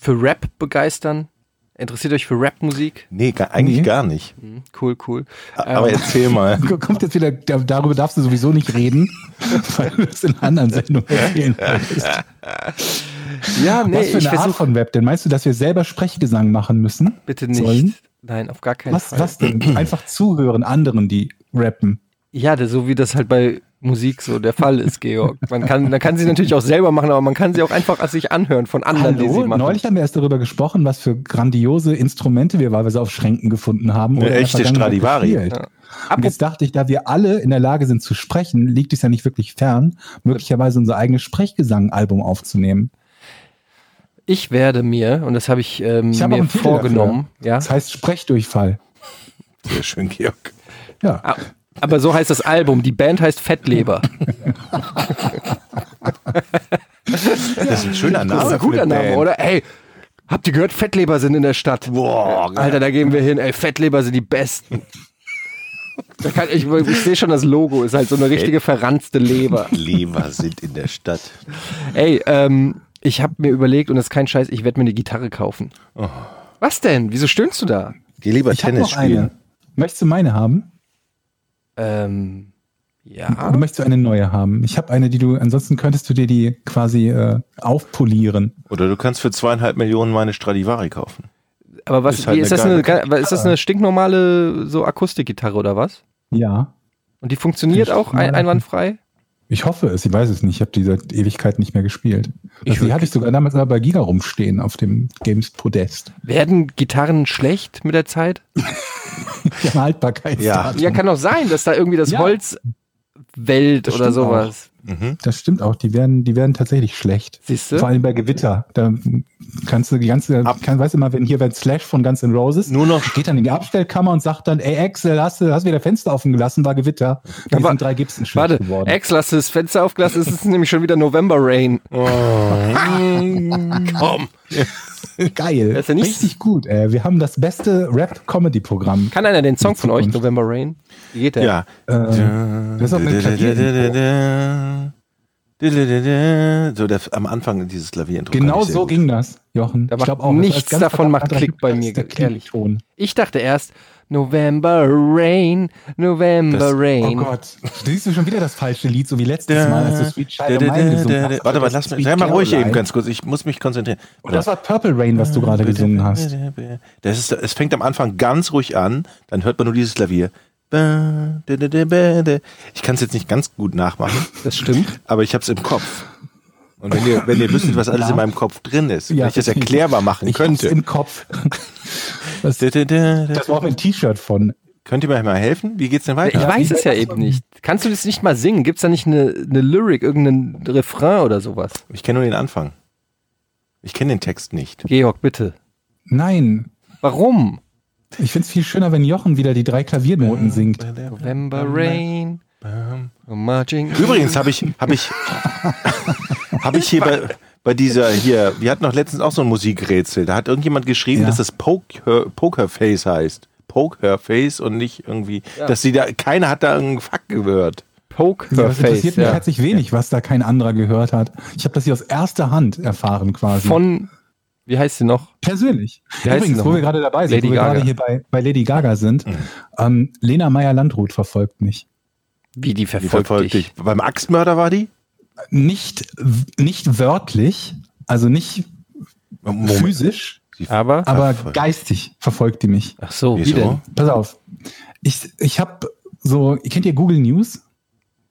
für Rap begeistern? Interessiert euch für Rap-Musik?
Nee, gar, eigentlich
Nee.
gar nicht.
Hm, Cool, cool. Ähm.
Aber erzähl mal.
Kommt jetzt wieder, da- darüber darfst du sowieso nicht reden, weil du das in einer anderen Sendung erzählen wolltest.
ja, nee,
Was für
ich
eine Art
versuche
von Web denn? Meinst du, dass wir selber Sprechgesang machen müssen?
bitte nicht.
Sollen?
Nein, auf gar keinen
Was,
Fall.
was denn? Einfach zuhören anderen, die rappen.
Ja, das- so wie das halt bei Musik so der Fall ist, Georg. Man kann, man kann sie natürlich auch selber machen, aber man kann sie auch einfach sich anhören von anderen, die sie
Hallo,
machen.
neulich haben wir erst darüber gesprochen, was für grandiose Instrumente wir wahlweise auf Schränken gefunden haben. oder in der
echte
Vergangenheit
Stradivari.
gespielt.
Ja.
Und jetzt dachte ich, da wir alle in der Lage sind zu sprechen, liegt es ja nicht wirklich fern, möglicherweise unser eigenes Sprechgesang-Album aufzunehmen.
Ich werde mir, und das habe ich, ähm,
Ich habe auch
mir
einen Titel
vorgenommen, ja.
Das heißt Sprechdurchfall.
Sehr schön, Georg.
Ja.
Ah, Aber so heißt das Album. Die Band heißt Fettleber.
Das ist ein schöner Name.
Das ist ein
für
guter
eine
Name,
Band.
oder? Ey, habt ihr gehört? Fettleber sind in der Stadt.
Boah,
Alter, da gehen wir hin. Ey, Fettleber sind die Besten. Da kann, ich ich sehe schon das Logo, ist halt so eine richtige verranzte Leber.
Lever sind in der Stadt.
Ey, ähm, ich habe mir überlegt, und das ist kein Scheiß, ich werde mir eine Gitarre kaufen.
Oh.
Was denn? Wieso stöhnst du da?
Die lieber
hab
Tennis spielen.
Möchtest du meine haben?
Ähm, ja.
Oder möchtest du eine neue haben? Ich habe eine, die du, ansonsten könntest du dir die quasi äh, aufpolieren.
Oder du kannst für zweieinhalb Millionen meine Stradivari kaufen.
Aber was,
Ist halt
wie, ist,
eine
das eine,
geile
ge- ist das eine stinknormale so Akustikgitarre oder was?
Ja.
Und die funktioniert auch ein, einwandfrei?
Ich hoffe es, ich weiß es nicht. Ich habe die seit Ewigkeit nicht mehr gespielt. Also, die hatte ich sogar damals aber bei Giga rumstehen auf dem Games Podest.
Werden Gitarren schlecht mit der Zeit?
Die haben Haltbarkeitsdatum.
Ja, kann doch sein, dass da irgendwie das
Ja.
Holz Welt
Das
oder
stimmt auch.
sowas.
Das stimmt auch, die werden, die werden tatsächlich schlecht.
Siehst du?
Vor allem bei Gewitter. Da kannst du die ganze,
Ab-
kann, weißt du immer, wenn hier wird Slash von Guns N' Roses,
Nur noch-
geht dann in die Abstellkammer und sagt dann, ey Axel, hast du hast wieder Fenster offen gelassen, war Gewitter. Wir
Aber-
sind drei Gibson schlecht
Warte,
geworden.
Ex, lass das Fenster aufgelassen, es ist nämlich schon wieder November Rain. Komm.
Geil.
Das ist ja nicht-
Richtig gut, ey. Wir haben das beste Rap-Comedy-Programm.
Kann einer den Song von euch,
Zukunft.
November Rain? Wie geht der?
Ja.
Ähm, das ist auch mit
So, der, am Anfang dieses Klavierintro.
Genau
fand ich sehr
so
gut.
ging das, Jochen.
Da macht
glaub das
nichts
ist ganz
davon
verdammt
macht Klick bei mir,
der
ehrlich.
Klickton.
Ich dachte erst, November Rain, November
Das-
Oh
Rain.
Gott, siehst du schon wieder das falsche Lied, so wie letztes
Da,
Mal, als du Sweet
da,
Child
da,
O' Mine
da,
gesungen
da,
hast.
da. Warte mal, lass mich, sei mal ruhig eben ganz kurz. Ich muss mich konzentrieren.
Und das war Purple Rain, was du gerade gesungen hast.
Das ist, es fängt am Anfang ganz ruhig an, dann hört man nur dieses Klavier. Ich kann es jetzt nicht ganz gut nachmachen,
Das stimmt.
aber ich habe es im Kopf. Und wenn ihr, wenn ihr wüsstet, was alles in meinem Kopf drin ist, wenn ich das erklärbar machen
ich hab's
könnte.
im Kopf. Das, das
Könnt
war auch ein T-Shirt von.
ihr mir mal helfen? Wie geht's denn
Ich
weiter?
weiß
wie
es ja
das
eben nicht. Kannst du das nicht mal singen? Gibt es da nicht eine, eine Lyric, irgendeinen Refrain oder sowas?
Ich kenne nur den Anfang. Ich kenne den Text nicht.
Georg, bitte.
Nein,
Warum?
ich find's viel schöner, wenn Jochen wieder die drei Klaviernoten singt.
November Rain. Marching.
Übrigens habe ich, habe ich, habe ich hier bei, bei dieser hier, wir hatten noch letztens auch so ein Musikrätsel. Da hat irgendjemand geschrieben,
Ja.
dass das Poker, Pokerface heißt. Pokerface und nicht irgendwie, dass sie da, keiner hat da irgendeinen Fakt gehört.
Poke
Ja,
Her
das
Face.
interessiert mich
Ja.
herzlich wenig, was da kein anderer gehört hat. Ich habe das hier aus erster Hand erfahren quasi.
Von, Also wie heißt sie noch?
Persönlich.
Wie heißt
Übrigens,
sie
wo
noch?
wir gerade dabei sind,
Lady
wo wir gerade
Gaga. Mhm.
hier bei, bei Lady Gaga sind, ähm, Lena Meyer-Landrut verfolgt mich.
Wie die
Die
verfolgt,
verfolgt dich. Beim Axtmörder war die?
Nicht, nicht wörtlich, also nicht physisch,
Aber,
aber
Verfolgt.
geistig verfolgt die mich.
ach so, wie
Wieso?
denn?
Pass auf. Ich, ich habe so, kennt ihr Google News?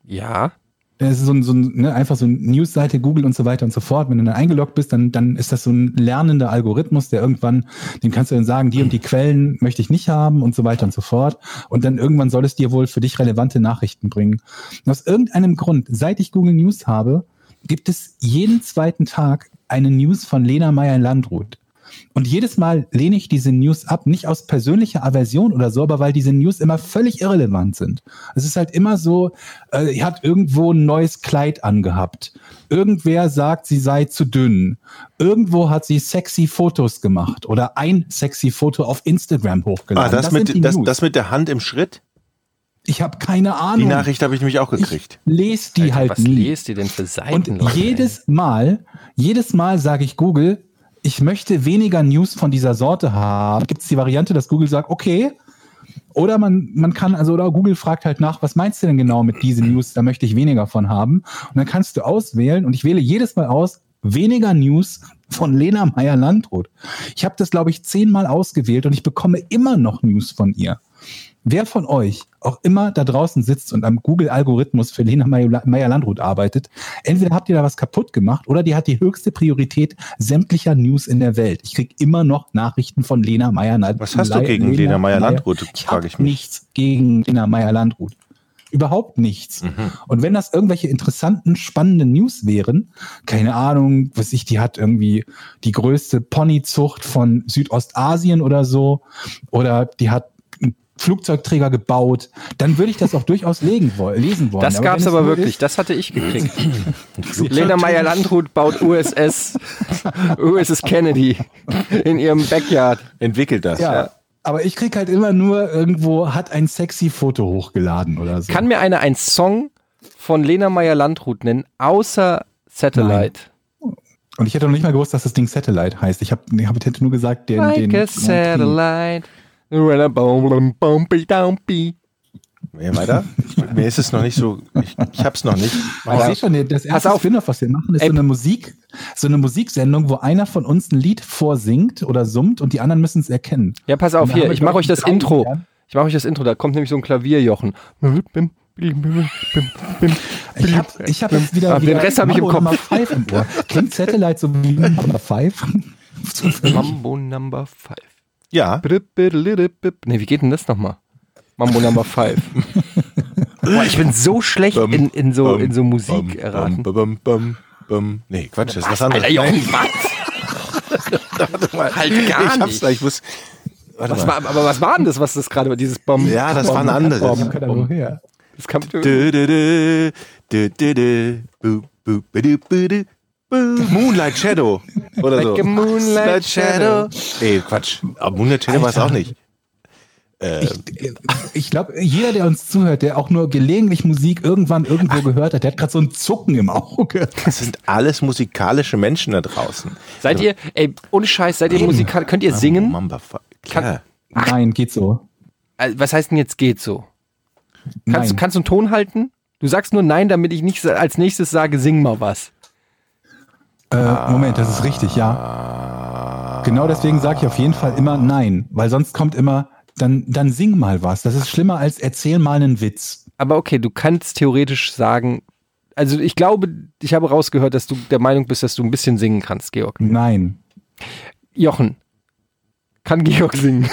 Ja.
Das ist so ein, so ein ne, einfach so eine Newsseite, Google und so weiter und so fort. Wenn du dann eingeloggt bist, dann, dann ist das so ein lernender Algorithmus, der irgendwann, dem kannst du dann sagen, die und die Quellen möchte ich nicht haben und so weiter und so fort. Und dann irgendwann soll es dir wohl für dich relevante Nachrichten bringen. Und aus irgendeinem Grund, seit ich Google News habe, gibt es jeden zweiten Tag eine News von Lena Meyer-Landrut. Und jedes Mal lehne ich diese News ab, nicht aus persönlicher Aversion oder so, aber weil diese News immer völlig irrelevant sind. Es ist halt immer so, äh, ihr hat irgendwo ein neues Kleid angehabt. Irgendwer sagt, sie sei zu dünn. Irgendwo hat sie sexy Fotos gemacht oder ein sexy Foto auf Instagram hochgeladen.
Ah, das,
sind die
mit, das,
News.
das mit der Hand im Schritt?
ich habe keine
Die
Ahnung.
Nachricht habe ich nämlich auch gekriegt.
Lese die
Alter,
halt
was
nie.
lest ihr denn für Seiten?
Und
Leute,
jedes Mal, jedes Mal sage ich Google, ich möchte weniger News von dieser Sorte haben. Gibt es die Variante, dass Google sagt, okay, oder man, man kann, also oder Google fragt halt nach, was meinst du denn genau mit diesen News, da möchte ich weniger von haben. Und dann kannst du auswählen und ich wähle jedes Mal aus, weniger News von Lena Meyer-Landrut. Ich habe das, glaube ich, zehnmal ausgewählt und ich bekomme immer noch News von ihr. Wer von euch auch immer da draußen sitzt und am Google-Algorithmus für Lena Meyer- Meyer-Landrut arbeitet, entweder habt ihr da was kaputt gemacht oder die hat die höchste Priorität sämtlicher News in der Welt. Ich kriege immer noch Nachrichten von Lena Meyer-Landrut.
Was hast du gegen Lena Meyer-Landrut,
Ich
frage
habe
ich mich.
nichts gegen Lena Meyer-Landrut. Überhaupt nichts.
Mhm.
Und wenn das irgendwelche interessanten, spannenden News wären, keine Ahnung, was ich, die hat irgendwie die größte Ponyzucht von Südostasien oder so, oder die hat einen Flugzeugträger gebaut, dann würde ich das auch durchaus legen, woll- lesen wollen.
Das gab's
wenn es
aber
nur
wirklich,
ist-
das hatte ich gekriegt. Lena Meyer-Landrut baut USS, USS Kennedy in ihrem Backyard.
Entwickelt das.
Ja, aber ich krieg halt immer nur irgendwo, hat ein sexy Foto hochgeladen oder so.
Kann mir einer einen Song von Lena Meyer-Landrut nennen, außer Satellite?
Und ich hätte noch nicht mal gewusst, dass das Ding Satellite heißt. Ich habe hab, hätte nur gesagt, den.
Like
den
a satellite. Pass
Ja, weiter? Mir ist es noch nicht so, ich, ich hab's noch nicht.
Ich sehe schon, das erste
auf.
Spin-off, was wir machen, ist so
Ey.
eine Musik, so eine Musiksendung, wo einer von uns ein Lied vorsingt oder summt und die anderen müssen es erkennen.
Ja, pass auf
Da
hier,
haben wir,
ich mache
glaub
euch
ich,
das
drei
Intro.
Milliarden.
Ich mache euch das Intro, da kommt nämlich so ein Klavierjochen.
Ich habe ich hab jetzt wieder,
Ah, den
wieder
Rest hab ich im
Mambo
Kopf.
Number Five im Ohr. Klingt Satellite so wie Number Five? So für mich.
Mambo Number 5.
Ja,
Ne, wie geht denn das nochmal? Mambo Number 5. Boah, ich bin so schlecht
Bum,
in, in, so,
bum,
in so Musik
bum,
erraten.
Bum, bum, bum, bum. Nee, Quatsch, das ist was anderes.
Alter,
Nein,
Jochen, was?
warte mal.
halt gar
Ich hab's
nicht.
da, ich muss. Warte
was
mal.
war, aber was war denn das, was das gerade war? Dieses Bomben?
Ja, das war ein anderes.
Warum kann er nur her?
Das kam
Dö, dö, dö, dö, dö, dö, bu, bu, bu, du, bu, du, bu. Moonlight Shadow. Oder so.
Like a moonlight shadow.
Ey, Quatsch. Aber Moonlight Shadow war es auch nicht.
Ich, ich glaube, jeder, der uns zuhört, der auch nur gelegentlich Musik irgendwann irgendwo gehört hat, der hat gerade so einen Zucken im Auge.
Das sind alles musikalische Menschen da draußen.
Seid ihr, ey, ohne Scheiß, seid ihr Musikal, könnt ihr singen?
Mamba, fuck. Klar.
Nein, geht so.
Also, was heißt denn jetzt geht so? Kannst,
Nein.
kannst du einen Ton halten? Du sagst nur nein, damit ich nicht sa- als nächstes sage, sing mal was.
äh, Moment, das ist richtig, ja. Genau deswegen sage ich auf jeden Fall immer nein, weil sonst kommt immer, dann, dann sing mal was. Das ist schlimmer als erzähl mal einen Witz.
Aber okay, du kannst theoretisch sagen, also ich glaube, ich habe rausgehört, dass du der Meinung bist, dass du ein bisschen singen kannst, Georg.
Nein.
Jochen, kann Georg singen?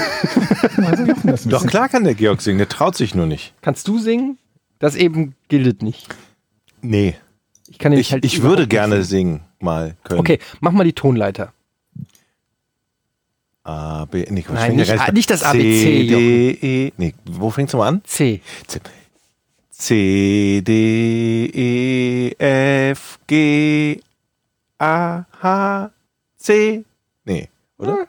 Also,
Doch klar kann der Georg singen, der traut sich nur nicht.
Kannst du singen? Das eben gilt nicht.
Nee.
Ich kann nämlich
Ich,
halt
ich würde
überhaupt nicht
gerne
singen.
singen mal können.
Okay, mach mal die Tonleiter.
A, B, nee,
Nein, nicht A- nicht das ABC,
C, D, E. Nee, wo fängt's nochmal an?
C.
C, C, D, E, F, G, A, H, C. Nee, oder?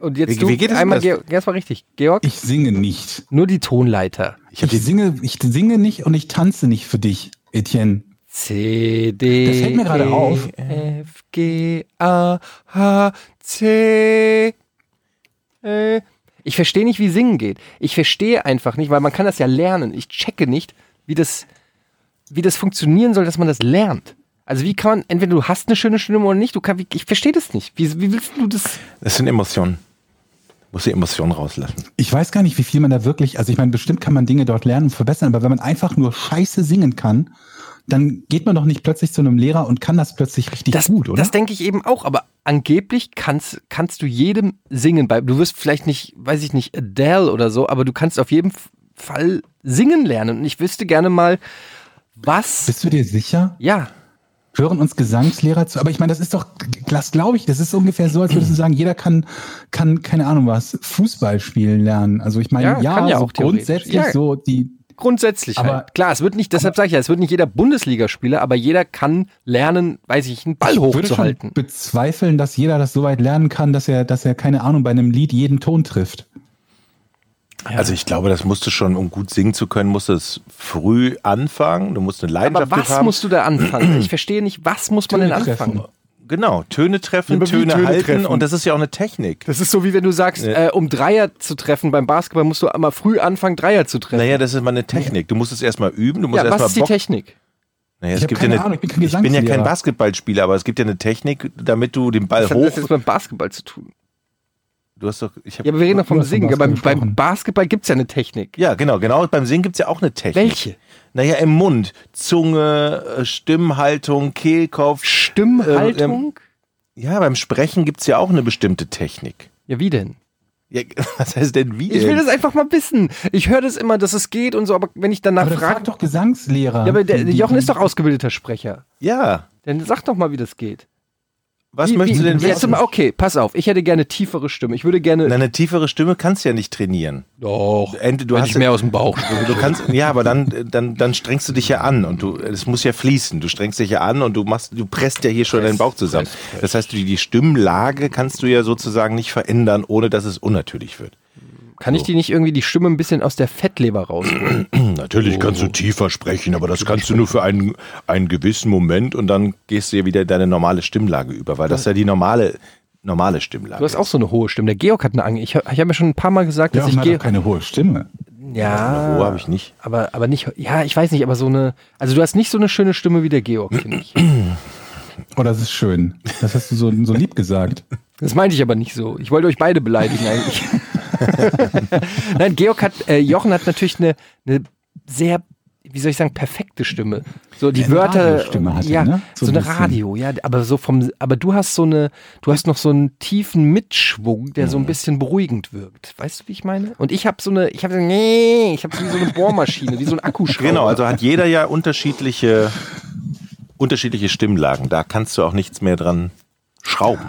Und jetzt
Wie-
du
wie geht es
einmal
denn das?
Georg, erstmal richtig. Georg,
Ich singe nicht.
nur die Tonleiter.
Ich hab
Ich,
die
singe, ich singe nicht und ich tanze nicht für dich, Etienne.
C, D,
Das fällt mir gerade
E,
auf.
F, G, A, H, C. Äh. Ich verstehe nicht, wie singen geht. Ich verstehe einfach nicht, weil man kann das ja lernen. Ich checke nicht, wie das, wie das funktionieren soll, dass man das lernt. Also wie kann man, entweder du hast eine schöne Stimme oder nicht, du kann, wie- ich verstehe das nicht. Wie, wie willst du das?
Das sind Emotionen. Muss die Emotionen rauslassen.
Ich weiß gar nicht, wie viel man da wirklich, also ich meine, bestimmt kann man Dinge dort lernen und verbessern, aber wenn man einfach nur scheiße singen kann, dann geht man doch nicht plötzlich zu einem Lehrer und kann das plötzlich richtig
Das,
gut, oder?
das denke ich eben auch, aber angeblich kannst, kannst du jedem singen. Bei, du wirst vielleicht nicht, weiß ich nicht, Adele oder so, aber du kannst auf jeden F- Fall singen lernen. Und ich wüsste gerne mal, was.
Bist du dir sicher?
Ja,
Hören uns Gesangslehrer zu? Aber ich meine, das ist doch, das glaube ich, das ist ungefähr so, als würdest du sagen, jeder kann, kann, keine Ahnung was, Fußball spielen lernen. Also ich meine,
Ja,
ja,
kann ja
so
auch theoretisch.
grundsätzlich
Ja.
so die,
grundsätzlich.
Aber-
halt. Klar, es wird nicht, deshalb sage ich ja, es wird nicht jeder Bundesligaspieler, aber jeder kann lernen, weiß ich, einen Ball
Ich würde schon
hochzuhalten.
bezweifeln, dass jeder das so weit lernen kann, dass er, dass er, keine Ahnung, bei einem Lied jeden Ton trifft.
Also ich glaube, das musst du schon, um gut singen zu können, musst du es früh anfangen. Du musst eine
Aber
Leidenschaft dafür
was
haben.
musst du da anfangen? Ich verstehe nicht, was muss man denn
Töne treffen.
anfangen?
Genau, Töne treffen,
Aber wie
Töne,
Töne
halten
treffen?
und das ist ja auch eine Technik.
Das ist so, wie wenn du sagst,
Ja.
äh, um Dreier zu treffen beim Basketball, musst du mal früh anfangen, Dreier zu treffen.
Naja, das ist mal eine Technik. Du musst es erstmal üben, du musst
ja, was
erstmal
ist die
Bock.
Technik?
Naja,
Ich hab keine Ahnung, ich bin kein
ich bin ja kein
Gesangslehrer.
Basketballspieler, aber es gibt ja eine Technik, damit du den Ball
Was hat das
Also hoch.
jetzt mit Basketball zu tun?
Du hast doch, ich hab,
Ja, aber wir reden doch vom
hast von
Singen. Ja, beim,
Basketball
beim
gesprochen.
Basketball gibt es ja eine Technik.
ja, genau, genau. Beim Singen gibt es ja auch eine Technik.
Welche?
Naja, im Mund. Zunge, äh, Stimmhaltung, Kehlkopf. Ähm,
Stimmhaltung?
ähm, ja, beim Sprechen gibt es ja auch eine bestimmte Technik.
ja, wie denn?
Ja, was heißt denn wie?
Ich will
denn?
das einfach mal wissen. Ich höre das immer, dass es geht und so, aber wenn ich danach
Aber das fragt
frage.
doch Gesangslehrer.
Ja, aber der,
Die- die-
Jochen ist doch ausgebildeter Sprecher.
ja,
Dann sag doch mal, wie das geht.
was
wie,
möchtest
wie,
du denn
jetzt
wissen?
mal, Okay, pass auf. Ich hätte gerne tiefere Stimme. Ich würde gerne.
Na, Eine tiefere Stimme kannst du ja nicht trainieren.
doch.
Ent- Du
wenn
hast
ich mehr aus dem Bauch.
Du kannst, ja, aber dann, dann, dann strengst du dich ja an und du, es muss ja fließen. Du strengst dich ja an und du machst, du presst ja hier schon deinen Bauch zusammen. Das heißt, du, die Stimmlage kannst du ja sozusagen nicht verändern, ohne dass es unnatürlich wird.
Kann ich die nicht irgendwie die Stimme ein bisschen aus der Fettleber rausholen?
Hm, Natürlich kannst du tiefer sprechen, aber das kannst du nur für einen, einen gewissen Moment und dann gehst du ja wieder in deine normale Stimmlage über, weil das ja die normale, normale Stimmlage.
Du hast auch so eine hohe Stimme. Der Georg hat eine Angst. Ich, hab- ich habe mir schon ein paar Mal gesagt, dass
Jochen
ich
hat doch
Georg.
keine hohe Stimme.
Ja,
Wo habe ich nicht?
aber, aber nicht, ja, ich weiß nicht, aber so eine, also du hast nicht so eine schöne Stimme wie der Georg, finde ich.
Oh, das ist schön. Das hast du so, so lieb gesagt.
Das meinte ich aber nicht so. Ich wollte euch beide beleidigen eigentlich. Nein, Georg hat, äh, Jochen hat natürlich eine, eine sehr, wie soll ich sagen, perfekte Stimme. So die
Ja, eine
Wörter.
Radiostimme hat er,
ja,
ne?
so,
So
eine
ein bisschen.
Radio, ja, aber so vom, aber du hast so eine, du hast noch so einen tiefen Mitschwung, der so ein bisschen beruhigend wirkt. Weißt du, wie ich meine? Und ich habe so eine, ich habe so, nee, ich habe wie so eine Bohrmaschine, wie so ein Akkuschrauber.
Genau, also hat jeder ja unterschiedliche, unterschiedliche Stimmlagen. Da kannst du auch nichts mehr dran schrauben.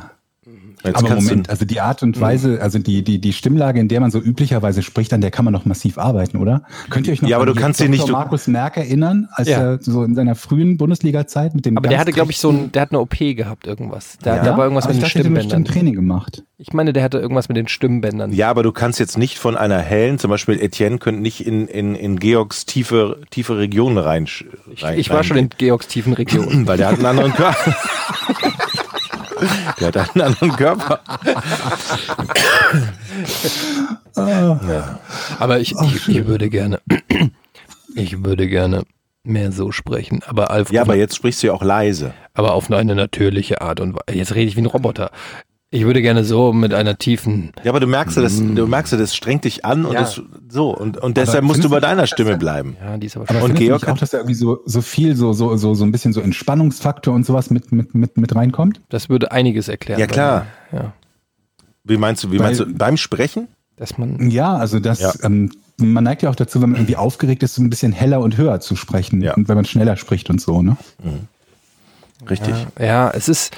Jetzt
Aber
kannst
Moment, also die Art und Weise, also die, die, die Stimmlage, in der man so üblicherweise spricht, an der kann man noch massiv arbeiten, oder? Könnt ihr euch noch
Ja, aber
an
du kannst sie
Dr.
nicht-
Markus Merck erinnern, als
Ja.
er so in seiner frühen Bundesliga-Zeit mit dem
aber der hatte, glaube ich, so
ein
ein, der hat eine OP gehabt, irgendwas. Da,
Ja?
da war irgendwas
aber
mit
ich
den
dachte, der hat bestimmt
Stimmbändern.
Training gemacht.
Ich meine, der hatte irgendwas mit den Stimmbändern.
du, ja, aber du kannst jetzt nicht von einer hellen, zum Beispiel Etienne, könnte nicht in, in, in Georgs tiefe, tiefe Region rein.
ich, ich war schon in Georgs tiefen Region.
Weil der hat einen anderen Körper. der hat einen anderen Körper.
Aber ich, ich, ich würde gerne, ich würde gerne mehr so sprechen. Aber Alf,
Ja,
auf
aber
eine-
jetzt sprichst du ja auch leise.
aber auf eine natürliche Art und Weise. Jetzt rede ich wie ein Roboter. Ich würde gerne so mit einer tiefen.
Ja, aber du merkst ja, das, du merkst ja, das strengt dich an und
Ja.
das, so. Und, und deshalb
Aber
musst du bei
findest du
deiner Stimme bleiben.
Ja, die ist aber,
Aber
Und
und
Georg
Georg auch, dass da irgendwie so, so viel, so, so, so, so ein bisschen so Entspannungsfaktor und sowas mit, mit, mit, mit reinkommt?
Das würde einiges erklären.
Ja, klar.
Ja,
Wie meinst du, wie
Weil-
meinst du, beim Sprechen?
dass man.
Ja, also das,
Ja.
Ähm, man neigt ja auch dazu, wenn man irgendwie aufgeregt ist, so ein bisschen heller und höher zu sprechen.
Ja.
Und wenn man schneller spricht und so, ne?
Richtig.
Ja, es ist.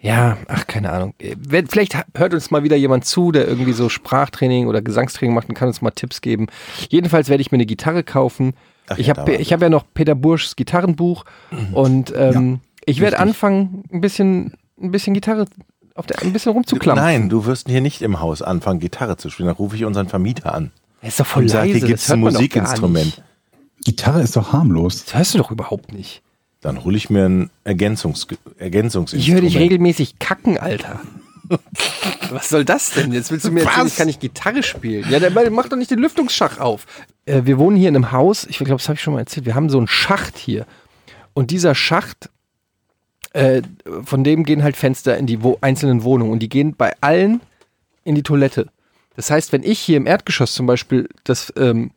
Ja, ach, keine Ahnung. Wenn- Vielleicht hört uns mal wieder jemand zu, der irgendwie so Sprachtraining oder Gesangstraining macht und kann uns mal Tipps geben. Jedenfalls werde ich mir eine Gitarre kaufen.
Ach ja,
ich
da Mhm.
habe
war
ich hab ja noch Peter Burschs Gitarrenbuch und ähm, ich werde anfangen, ein bisschen, ein bisschen Gitarre, auf der, ein bisschen rumzuklammern.
Nein, du wirst hier nicht im Haus anfangen, Gitarre zu spielen. Dann rufe ich unseren Vermieter an.
Das ist doch voll
Und sagt,
leise.
hier gibt's
das hört
ein
man doch
Musikinstrument.
Gar nicht.
Gitarre ist doch harmlos.
Das hörst du doch überhaupt nicht.
Dann hole ich mir ein Ergänzungs Ergänzungsinstrument.
Ich höre dich regelmäßig kacken, Alter. Was soll das denn? Jetzt willst du mir erzählen,
Was?
ich kann nicht Gitarre spielen. Ja, dann mach doch nicht den Lüftungsschacht auf. Äh, wir wohnen hier in einem Haus, ich glaube, das habe ich schon mal erzählt, wir haben so einen Schacht hier. Und dieser Schacht, äh, von dem gehen halt Fenster in die wo einzelnen Wohnungen und die gehen bei allen in die Toilette. Das heißt, wenn ich hier im Erdgeschoss zum Beispiel das, ähm,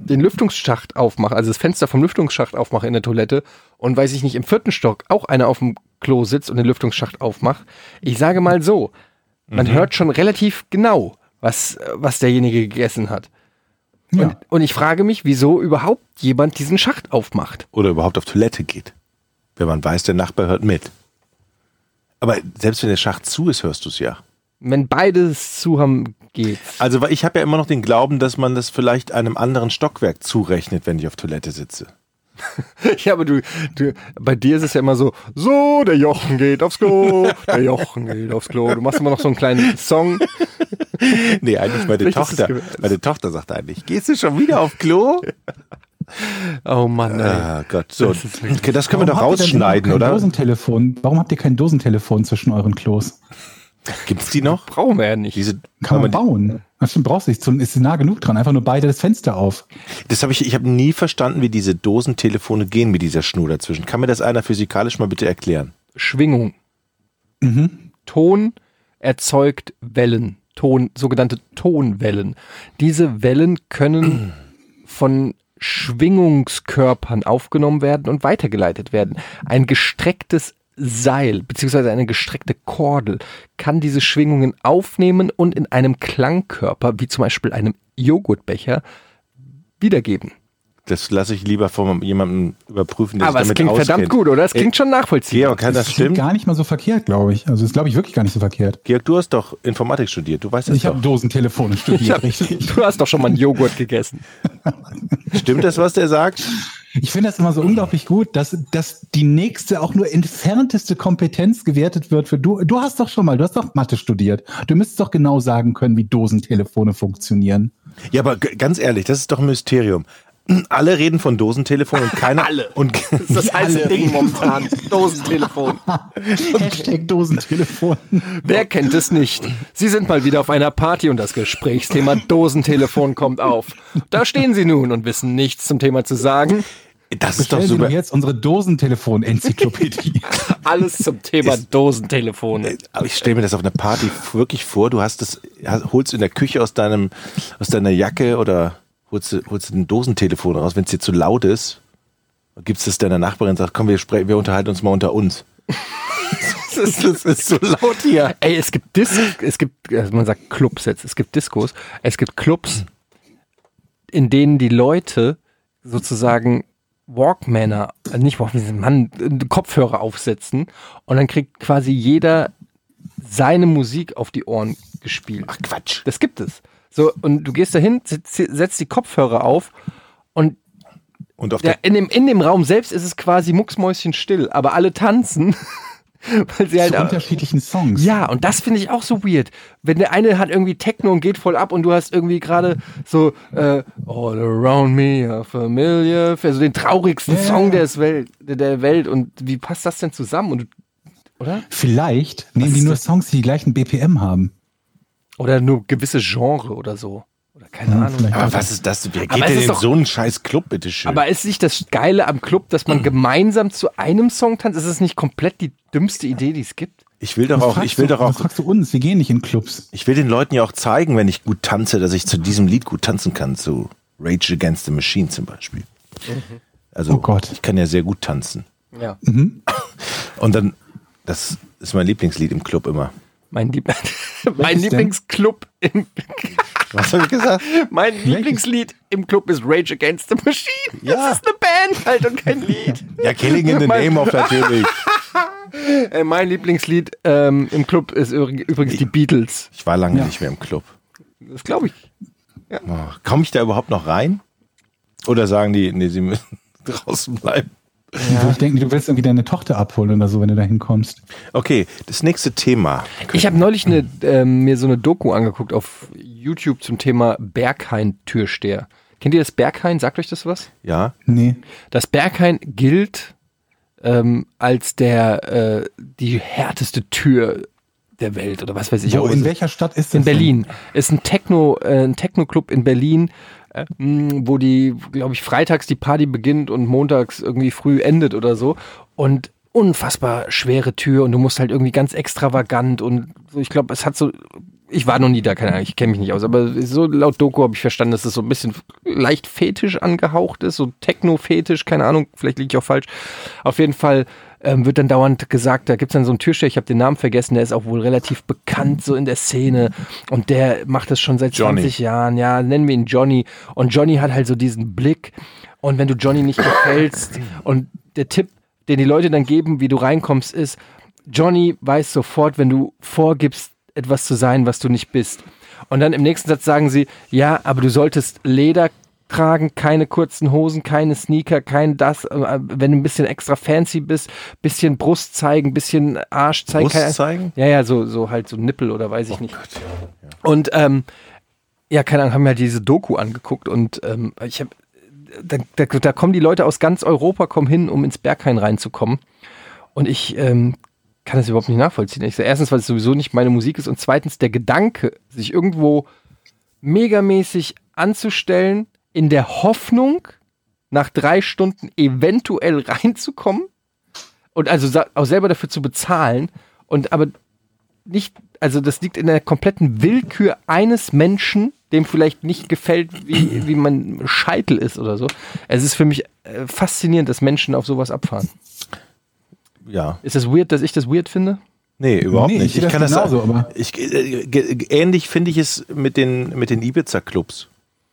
den Lüftungsschacht aufmache, also das Fenster vom Lüftungsschacht aufmache in der Toilette und weiß ich nicht, im vierten Stock auch einer auf dem Klo sitzt und den Lüftungsschacht aufmacht, ich sage mal so, man hört schon relativ genau, was, äh, was derjenige gegessen hat.
Ja.
Und, und ich frage mich, wieso überhaupt jemand diesen Schacht aufmacht.
Oder überhaupt auf Toilette geht. Wenn man weiß, der Nachbar hört mit. Aber selbst wenn der Schacht zu ist, hörst du es ja.
Wenn beides zu haben geht.
Also weil ich habe ja immer noch den Glauben, dass man das vielleicht einem anderen Stockwerk zurechnet, wenn ich auf Toilette sitze.
Ja, aber du, du, bei dir ist es ja immer so, so, der Jochen geht aufs Klo, der Jochen geht aufs Klo. Du machst immer noch so einen kleinen Song.
Nee, eigentlich meine
Vielleicht ist es
Tochter.
gewesen.
Meine Tochter sagt eigentlich, gehst du schon wieder auf Klo?
Oh Mann, ey.
Ah Gott, so.
Das ist wirklich-
Okay, das können wir doch
Warum habt ihr denn immer noch
rausschneiden,
kein
oder?
Dosentelefon? Warum habt ihr kein Dosentelefon zwischen euren Klos?
Gibt's die noch?
brauchen wir ja nicht.
Diese,
Kann man
die-
bauen. Ach, stimmt, brauchst du nicht. Ist nah genug dran. Einfach nur beide das Fenster auf.
Das habe ich, ich habe nie verstanden, wie diese Dosentelefone gehen mit dieser Schnur dazwischen. Kann mir das einer physikalisch mal bitte erklären?
Schwingung.
Mhm.
Ton erzeugt Wellen. Ton, sogenannte Tonwellen. Diese Wellen können von Schwingungskörpern aufgenommen werden und weitergeleitet werden. Ein gestrecktes Seil beziehungsweise eine gestreckte Kordel kann diese Schwingungen aufnehmen und in einem Klangkörper, wie zum Beispiel einem Joghurtbecher, wiedergeben.
Das lasse ich lieber von jemandem überprüfen, der
Ah, Aber
sich
es
damit
klingt verdammt
auskennt. Äh,
gut, oder? Es klingt schon nachvollziehbar.
Georg, kann das
klingt
stimmen?
gar nicht mal so verkehrt, glaube ich. Also, das glaube ich wirklich gar nicht so verkehrt.
Georg, du hast doch Informatik studiert. Du weißt das
Ich habe
doch.
Dosentelefone
Ich hab,
studiert, richtig.
du hast doch schon mal einen Joghurt gegessen.
Stimmt das, was der sagt?
Ich finde das immer so unglaublich gut, dass, dass die nächste, auch nur entfernteste Kompetenz gewertet wird für du. Du hast doch schon mal, du hast doch Mathe studiert. Du müsstest doch genau sagen können, wie Dosentelefone funktionieren.
Ja, aber g- ganz ehrlich, das ist doch ein Mysterium. Alle reden von Dosentelefon und keiner. Alle. Und
Das heiße Ding momentan. Dosentelefon.
Hashtag Dosentelefon.
Wer kennt es nicht? Sie sind mal wieder auf einer Party und das Gesprächsthema Dosentelefon kommt auf. Da stehen Sie nun und wissen nichts zum Thema zu sagen.
das ist doch
Stellen Sie
super.
doch jetzt unsere Dosentelefon-Enzyklopädie.
Alles zum Thema Dosentelefon.
Aber ich stelle mir das auf einer Party wirklich vor. Du hast das, hast- holst in der Küche aus deinem, aus deiner Jacke oder holst du, holst du ein Dosentelefon raus, wenn es dir zu laut ist, gibst es deiner Nachbarin und sagst, komm, wir, spre- wir unterhalten uns mal unter uns. das, ist, das ist so laut hier.
Ey, es gibt Dis es gibt, also man sagt Clubs jetzt, es gibt Diskos, es gibt Clubs, in denen die Leute sozusagen Walkmaner, also nicht Walkmaner, Mann, äh, Kopfhörer aufsetzen und dann kriegt quasi jeder seine Musik auf die Ohren gespielt.
Ach Quatsch.
Das gibt es. So, und du gehst dahin, setzt setzt die Kopfhörer auf und
Und auf
ja,
der,
in, dem, in dem Raum selbst ist es quasi mucksmäuschenstill, aber alle tanzen, weil sie halt.
Zu unterschiedlichen Songs.
Ja, und das finde ich auch so weird. Wenn der eine hat irgendwie Techno und geht voll ab und du hast irgendwie gerade so äh, All Around Me are Familiar, also den traurigsten
Ja, ja,
Song
ja.
des Welt, der Welt. Und wie passt das denn zusammen? Und, oder?
Vielleicht nehmen
Was
die
ist
nur
das?
Songs, die die gleichen BPM haben.
Oder nur gewisse Genre oder so. Oder keine
Ja,
Ahnung.
Hm, vielleicht.
aber was ist das? Wer
es
geht denn
ist
in
doch-
so einen scheiß Club, bitteschön?
Aber ist nicht das Geile am Club, dass
Hm.
man gemeinsam zu einem Song tanzt? Ist es nicht komplett die dümmste Idee, die es gibt?
ich will doch
Das
auch,
fragst
ich will
du,
doch auch
Das fragst du uns, wir gehen nicht in Clubs.
Ich will den Leuten ja auch zeigen, wenn ich gut tanze, dass ich zu diesem Lied gut tanzen kann, zu Rage Against the Machine zum Beispiel.
Mhm.
Also
Oh Gott.
ich kann ja sehr gut tanzen.
Ja.
Und dann, das ist mein Lieblingslied im Club immer.
Mein, Lieb mein
denn?
Lieblingsclub im
Was habe ich gesagt?
Mein Lieblingslied im Club ist Rage Against the Machine.
Ja.
Das ist eine Band halt und kein Lied.
Ja, Killing in the
Mein-
Name of natürlich.
Äh, mein Lieblingslied ähm, im Club ist übrig- übrigens die Beatles.
Ich war lange
Ja.
nicht mehr im Club.
Das glaube ich.
Oh, Komme ich da überhaupt noch rein? Oder sagen die, nee, sie müssen draußen bleiben?
Wo ich denke, du willst irgendwie deine Tochter abholen oder so, wenn du da hinkommst.
Okay, das nächste Thema.
Ich habe neulich eine, ähm, mir so eine Doku angeguckt auf YouTube zum Thema Berghain-Türsteher. Kennt ihr das Berghain? Sagt euch das was?
Ja,
Nee.
Das Berghain gilt ähm, als der äh, die härteste Tür der Welt oder was weiß ich.
Wo,
auch.
in welcher Stadt ist das?
in
denn?
Berlin. Ist ein Techno, äh, ein Techno-Club in Berlin, äh, mh, wo die, glaube ich, freitags die Party beginnt und montags irgendwie früh endet oder so. Und unfassbar schwere Tür und du musst halt irgendwie ganz extravagant und so, ich glaube, es hat so. Ich war noch nie da, keine Ahnung, ich kenne mich nicht aus, aber so laut Doku habe ich verstanden, dass es so ein bisschen leicht fetisch angehaucht ist, so Techno-fetisch, keine Ahnung, vielleicht liege ich auch falsch. Auf jeden Fall ähm, wird dann dauernd gesagt, da gibt es dann so einen Türsteher, ich habe den Namen vergessen, der ist auch wohl relativ bekannt so in der Szene und der macht das schon seit
Johnny.
20 Jahren, ja, nennen wir ihn Johnny. Und Johnny hat halt so diesen Blick und wenn du Johnny nicht gefällst und der Tipp, den die Leute dann geben, wie du reinkommst, ist, Johnny weiß sofort, wenn du vorgibst, etwas zu sein, was du nicht bist. Und dann im nächsten Satz sagen sie, ja, aber du solltest Leder tragen, keine kurzen Hosen, keine Sneaker, kein das, äh, wenn du ein bisschen extra fancy bist, bisschen Brust zeigen, bisschen Arsch zeigen.
Brust
keine-
zeigen? Oh
Ja, ja, so, so halt so Nippel oder weiß ich nicht. Und ähm, ja, keine Ahnung, haben wir halt diese Doku angeguckt und ähm, ich habe da, da, da kommen die Leute aus ganz Europa kommen hin, um ins Berghain reinzukommen. Und ich ähm, kann das überhaupt nicht nachvollziehen. Ich sag, erstens, weil es sowieso nicht meine Musik ist und zweitens der Gedanke, sich irgendwo megamäßig anzustellen, in der Hoffnung, nach drei Stunden eventuell reinzukommen und also sa- auch selber dafür zu bezahlen und aber nicht, also das liegt in der kompletten Willkür eines Menschen, dem vielleicht nicht gefällt, wie, wie man Scheitel ist oder so. Es ist für mich äh, faszinierend, dass Menschen auf sowas abfahren.
ja.
Ist es das weird, dass ich das weird finde?
Nee, überhaupt
Nee, ich
nicht.
sehe das genauso, aber-
ich, äh, ge- ge- ähnlich finde ich es mit den, mit den Ibiza-Clubs,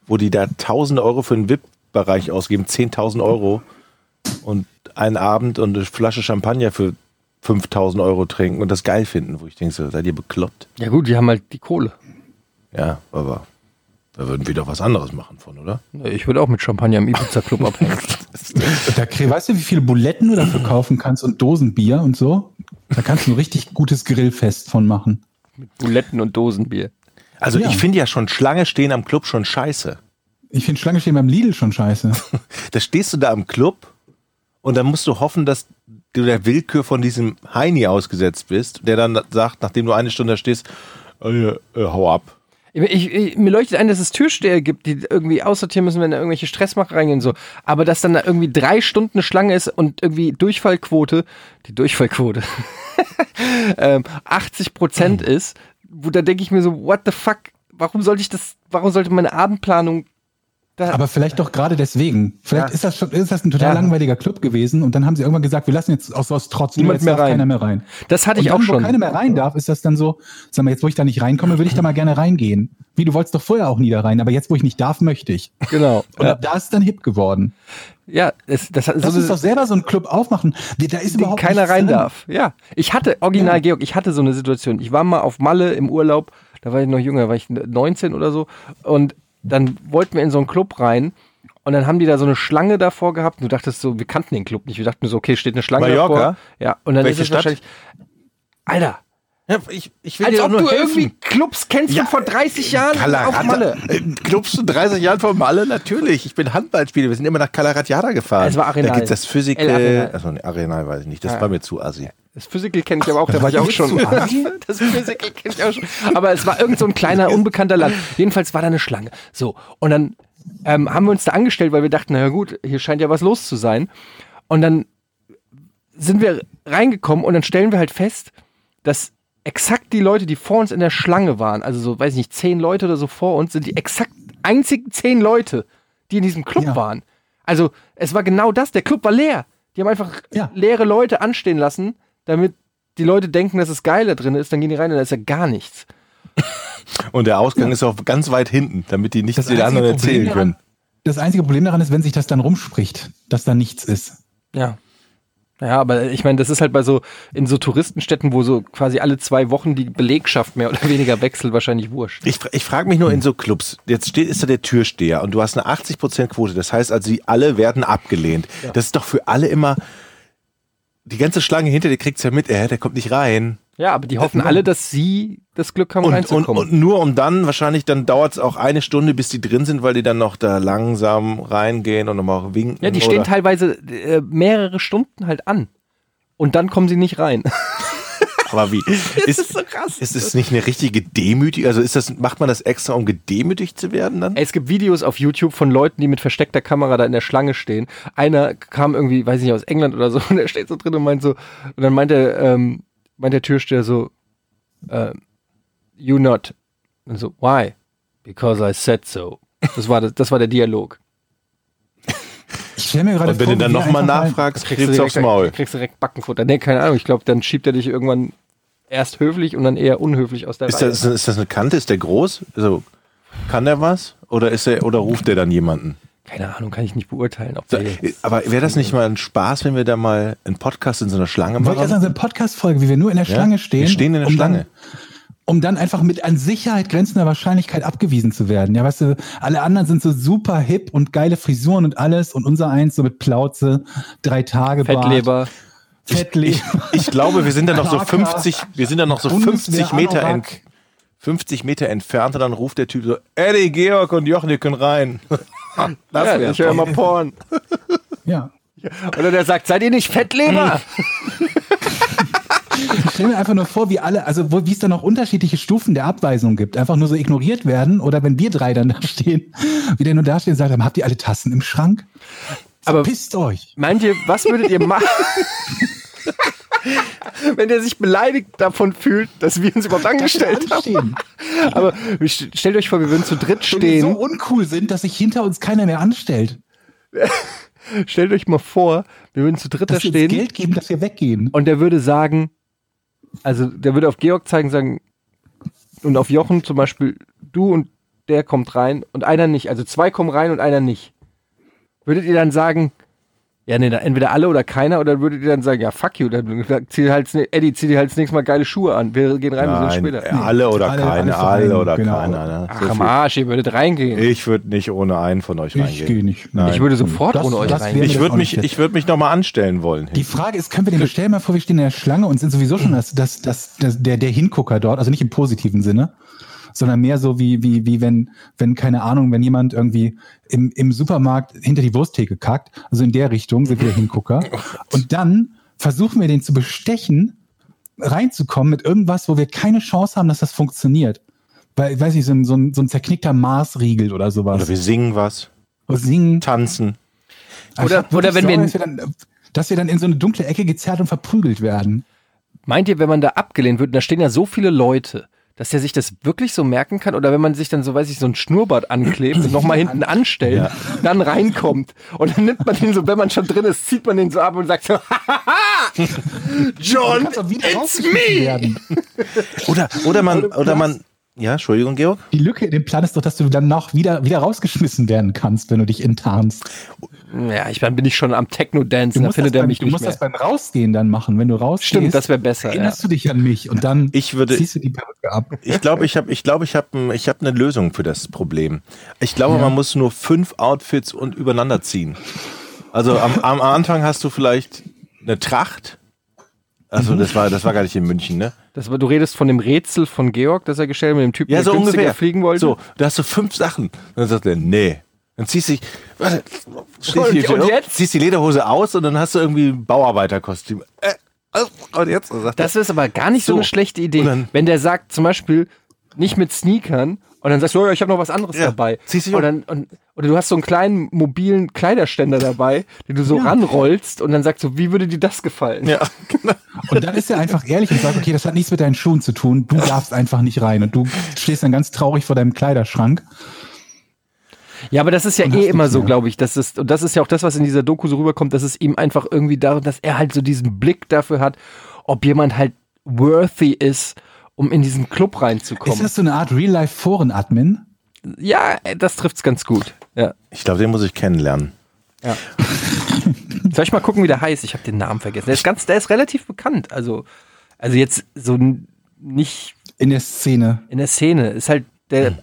wo die da tausende Euro für einen VIP-Bereich ausgeben, 10.000 Euro und einen Abend und eine Flasche Champagner für 5.000 Euro trinken und das geil finden, wo ich denke, so, seid ihr bekloppt?
Ja gut, die haben halt die Kohle.
Ja, aber da würden wir doch was anderes machen von, oder?
Ich würde auch mit Champagner im Ibiza-Club abhängen.
Da, krieg- weißt du, wie viele Buletten du dafür kaufen kannst und Dosenbier und so? Da kannst du ein richtig gutes Grillfest von machen.
Buletten und Dosenbier.
Also
Ja.
ich finde ja schon Schlange stehen am Club schon scheiße.
Ich finde Schlange stehen beim Lidl schon scheiße.
Da stehst du da am Club und dann musst du hoffen, dass du der Willkür von diesem Heini ausgesetzt bist, der dann sagt, nachdem du eine Stunde da stehst, äh, äh, hau ab.
Ich, ich, mir leuchtet ein, dass es Türsteher gibt, die irgendwie aussortieren müssen, wenn da irgendwelche Stressmacher reingehen und so. Aber dass dann da irgendwie drei Stunden eine Schlange ist und irgendwie Durchfallquote, die Durchfallquote, ähm, 80 Prozent ist, wo da denke ich mir so, what the fuck, warum sollte ich das, warum sollte meine Abendplanung Da-
Aber vielleicht doch gerade deswegen. Vielleicht
Ja.
ist, das schon, ist das ein total
Ja.
langweiliger Club gewesen und dann haben sie irgendwann gesagt, wir lassen jetzt aus, aus Trotz,
Niemand
jetzt
mehr
darf
rein.
keiner mehr rein.
Das hatte
und
ich auch
dann, Wo
schon.
keiner mehr rein darf, ist das dann so, sag mal, jetzt wo ich da nicht reinkomme, würde ich da mal gerne reingehen. Wie, du wolltest doch vorher auch nie da rein, aber jetzt wo ich nicht darf, möchte ich.
Genau.
Und ab da ist es dann hip geworden.
Ja, es, das, hat-
Lass
so
Also
uns doch selber so einen Club aufmachen. Der- Da ist
den
überhaupt
keiner
nichts
rein
drin.
darf. Ja, ich hatte, original Georg, ich hatte so eine Situation. Ich war mal auf Malle im Urlaub, da war ich noch jünger, war ich 19 oder so. Und dann wollten wir in so einen Club rein. Und dann haben die da so eine Schlange davor gehabt. Und du dachtest so, wir kannten den Club nicht. Wir dachten so, okay, steht eine Schlange
Mallorca?
davor. Ja, und dann
Welche
ist es
Stadt?
wahrscheinlich. Alter,
Ja, ich, ich
als
doch
ob du irgendwie Clubs kennst von vor 30 Jahren auf
Kalarata.
Malle.
Clubs zu 30 Jahren von Malle, natürlich. Ich bin Handballspieler. Wir sind immer nach Kalaratjada gefahren.
Es war Arenal.
Da gibt's das Physical.
El Arenal.
Also, nee, Arenal weiß ich nicht. Das
Ja.
war mir zu assi.
Das Physical kenne ich aber auch, da war ich auch schon. Das Physical kenne ich auch schon. Aber es war irgend so ein kleiner, unbekannter Land. Jedenfalls war da eine Schlange. So, und dann ähm, haben wir uns da angestellt, weil wir dachten, na ja gut, hier scheint ja was los zu sein. Und dann sind wir reingekommen und dann stellen wir halt fest, dass exakt die Leute, die vor uns in der Schlange waren, also so, weiß ich nicht, zehn Leute oder so vor uns, sind die exakt einzigen zehn Leute, die in diesem Club
Ja.
waren. Also es war genau das, der Club war leer. Die haben einfach
Ja.
leere Leute anstehen lassen, damit die Leute denken, dass es geil da drin ist, dann gehen die rein und da ist ja gar nichts.
Und der Ausgang ist auch ganz weit hinten, damit die nichts
Das
den
einzige
anderen erzählen
Problem
können.
Das einzige Problem daran ist, wenn sich das dann rumspricht, dass da nichts ist.
Ja. Ja, aber ich meine, das ist halt bei so, in so Touristenstädten, wo so quasi alle zwei Wochen die Belegschaft mehr oder weniger wechselt, wahrscheinlich wurscht.
Ich, fra- ich frage mich nur in so Clubs. Jetzt steht, ist da der Türsteher und du hast eine 80% Quote. Das heißt also, die alle werden abgelehnt. Das ist doch für alle immer. Die ganze Schlange hinter dir kriegt's ja mit, äh, der kommt nicht rein.
Ja, aber die hoffen alle, dass sie das Glück haben,
Und, und,
reinzukommen.
und nur um dann, wahrscheinlich dann dauert's auch eine Stunde, bis die drin sind, weil die dann noch da langsam reingehen und nochmal winken.
ja, die stehen
oder-
teilweise äh, mehrere Stunden halt an. Und dann kommen sie nicht rein.
Aber wie? ist,
so krass.
ist es nicht eine richtige Demütigung? Also ist das, macht man das extra, um gedemütigt zu werden dann?
Es gibt Videos auf YouTube von Leuten, die mit versteckter Kamera da in der Schlange stehen. Einer kam irgendwie, weiß ich nicht, aus England oder so, und er steht so drin und meint so, und dann meint der, ähm, meint der Türsteher so, äh, you not. Und so, why? Because I said so. Das war, das, das war der Dialog.
Ich stelle mir gerade
Und wenn du
vor,
dann
wie wir
nochmal
einfach mal-
nachfragst, kriegst du aufs
direkt,
Maul.
kriegst du direkt Backenfutter. Nee, keine Ahnung, ich glaube, dann schiebt er dich irgendwann erst höflich und dann eher unhöflich aus der
Ist
Reihe.
das, ist das eine Kante? Ist der groß? Also, kann der was? Oder, ist er, oder ruft der dann jemanden?
keine Ahnung, kann ich nicht beurteilen. Ob
So,
der
äh, Aber wäre das nicht mal ein Spaß, wenn wir da mal einen Podcast in so einer Schlange
Wollte ich erst sagen,
machen?
so eine Podcast-Folge, wie wir nur in der
Ja,
Schlange stehen.
wir stehen in der
um
Schlange.
Dann, um dann einfach mit an Sicherheit grenzender Wahrscheinlichkeit abgewiesen zu werden. Ja, weißt du, alle anderen sind so super hip und geile Frisuren und alles und unser eins so mit Plauze, drei Tage Bart,
Fettleber.
Ich,
Fettleber.
ich glaube, wir sind da noch so
Barker.
50, wir sind da noch so
Bundeswehr
50 Meter,
Anorak.
ent, 50 Meter entfernt und dann ruft der Typ so, Eddie, Georg und Jochen, ihr könnt rein.
Ja,
Lass
ich höre mal Porn.
Ja.
Oder der sagt, seid ihr nicht Fettleber?
Ich stelle mir einfach nur vor, wie alle, also wo, wie es da noch unterschiedliche Stufen der Abweisung gibt. Einfach nur so ignoriert werden oder wenn wir drei dann da stehen, wie der nur da steht und sagt, habt ihr alle Tassen im Schrank?
Aber-
Verpisst euch.
Meint ihr, was würdet ihr machen? Wenn der sich beleidigt davon fühlt, dass wir uns überhaupt angestellt haben.
Anstehen.
Aber st- stellt euch vor, wir würden zu dritt
Wenn die so
stehen.
uncool sind, dass sich hinter uns keiner mehr anstellt.
Stellt euch mal vor, wir würden zu dritt da
dass sie uns
stehen.
Geld geben, dass wir weggehen.
Und der würde sagen, also der würde auf Georg zeigen, sagen, und auf Jochen zum Beispiel, du und der kommt rein und einer nicht. Also zwei kommen rein und einer nicht. Würdet ihr dann sagen, ja, nee, da- entweder alle oder keiner, oder würdet ihr dann sagen, ja, fuck you, dann zieh halt, Eddie, zieh dir halt das nächste Mal geile Schuhe an. Wir gehen rein, wir sind
Nein,
später.
alle oder
Alle-
keine,
alle
alle
vereinen,
oder
genau.
keiner. Ne?
Ach,
So
am
viel-
Arsch, ihr würdet reingehen.
ich würde nicht ohne einen von euch
Ich gehe
reingehen.
nicht.
Nein.
Ich würde sofort
Das-
ohne euch
das
reingehen.
wäre-
Ich würde
auch
mich,
nicht.
ich würd mich nochmal anstellen wollen.
Die Frage ist, können wir denn, stell mal vor, wir stehen in der Schlange und sind sowieso schon das, das, das, das, der, der Hingucker dort, also nicht im positiven Sinne, sondern mehr so wie, wie, wie wenn, wenn, keine Ahnung, wenn jemand irgendwie im, im Supermarkt hinter die Wursttheke kackt, also in der Richtung sind wir Hingucker.
Oh
Und dann versuchen wir den zu bestechen, reinzukommen mit irgendwas, wo wir keine Chance haben, dass das funktioniert. Weil, ich weiß nicht, so ein, so ein, so ein zerknickter Maßriegel oder
Oder
sowas.
wir singen was,
Oder singen.
tanzen.
Oder-
Aber ich hab wirklich
oder wenn wir-
Sorge, dass wir, dann, äh, dass wir dann in so eine dunkle Ecke gezerrt und verprügelt werden.
Meint ihr, wenn man da abgelehnt wird, und da stehen ja so viele Leute, dass der sich das wirklich so merken kann oder wenn man sich dann so, weiß ich, so ein Schnurrbart anklebt und nochmal hinten anstellt, dann reinkommt und dann nimmt man den so, wenn man schon drin ist, zieht man den so ab und sagt so, John,
Kannst auch wieder
it's
rausgeschmissen
me!
werden.
Oder, oder man, oder man, ja, Entschuldigung, Georg.
Die Lücke in dem Plan ist doch, dass du dann noch wieder, wieder rausgeschmissen werden kannst, wenn du dich enttarnst.
Ja, ich meine, bin ich schon am Techno-Dance,
Du
dann
musst, das
findet er
beim,
mich
du
nicht
musst
mehr.
das beim Rausgehen dann machen. Wenn du rausgehst,
Stimmt, das wäre besser. Ja.
erinnerst du dich an mich und dann
Ich würde-
ziehst du die Perücke ab.
Ich glaube, ich habe ich glaub, ich hab, ein- ich hab eine Lösung für das Problem. Ich glaube, man muss nur fünf Outfits und übereinander ziehen. Also am, am Anfang hast du vielleicht eine Tracht. Also das war, das war gar nicht in München, ne?
Das, war- du redest von dem Rätsel von Georg, das er gestellt hat mit dem Typen,
Ja, so
günstiger
ungefähr.
fliegen wollte.
So, da hast du fünf Sachen. Dann sagt er, nee. Dann ziehst du dich, warte, stehst
Und-
hier-
und jetzt?
ziehst die Lederhose aus und dann hast du irgendwie ein Bauarbeiterkostüm. Äh, äh, und jetzt? Und sagt
Das ist aber gar nicht so,
So.
eine schlechte Idee,
Und dann-
wenn der sagt zum Beispiel nicht mit Sneakern und dann sagst du, oh ja, ich habe noch was anderes
Ja,
dabei.
ziehst dich
und
um.
dann, und, oder du hast so einen kleinen mobilen Kleiderständer dabei, den du so ranrollst und dann sagst du, wie würde dir das gefallen?
er, ja, genau.
Und dann ist er einfach ehrlich und sagt, okay, das hat nichts mit deinen Schuhen zu tun. Du darfst einfach nicht rein. Und du stehst dann ganz traurig vor deinem Kleiderschrank.
Ja, aber das ist ja
Und
eh
hast
immer
nichts
so,
mehr.
glaube ich. Das ist, und das ist ja auch das, was in dieser Doku so rüberkommt, dass es ihm einfach irgendwie darum, dass er halt so diesen Blick dafür hat, ob jemand halt worthy ist, um in diesen Club
Ist
reinzukommen.
das so eine Art Real-Life-Foren-Admin?
Ja, das trifft's ganz gut. Ja.
Ich glaube, den muss ich kennenlernen.
Soll ich mal gucken, wie der heißt? Ich habe den Namen vergessen. Der ist, ganz, der ist relativ bekannt. Also, also jetzt so n- nicht
In der Szene.
in der Szene. Ist halt der.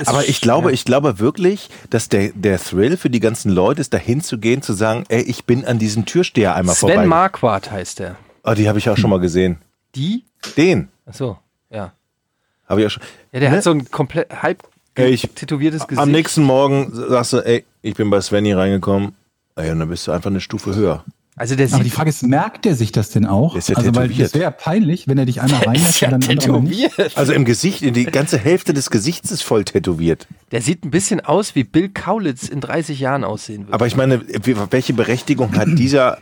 Ist
Aber ich glaube, ich glaube wirklich, dass der, der Thrill für die ganzen Leute ist, dahin zu gehen, zu sagen, ey, ich bin an diesem Türsteher einmal vorbei.
Sven Marquardt heißt der.
oh, die habe ich auch schon mal gesehen.
Die?
Den
Achso, ja.
habe ich auch schon.
Ja, der
Ne?
hat so ein komplett halb
Ey, ich-
tätowiertes Gesicht.
Am nächsten Morgen sagst du, ey, ich bin bei Svenny reingekommen. Ey, und dann bist du einfach eine Stufe höher.
also der
Aber die
sieht
Frage ist, merkt er sich das denn auch?
Der ist ja
also, weil
tätowiert.
das wäre ja peinlich, wenn er dich einmal
ist
reinlässt
ja
und dann andere nicht.
tätowiert.
Also im Gesicht, die ganze Hälfte des Gesichts ist voll tätowiert.
Der sieht ein bisschen aus, wie Bill Kaulitz in 30 Jahren aussehen würde.
Aber ich meine, welche Berechtigung hat dieser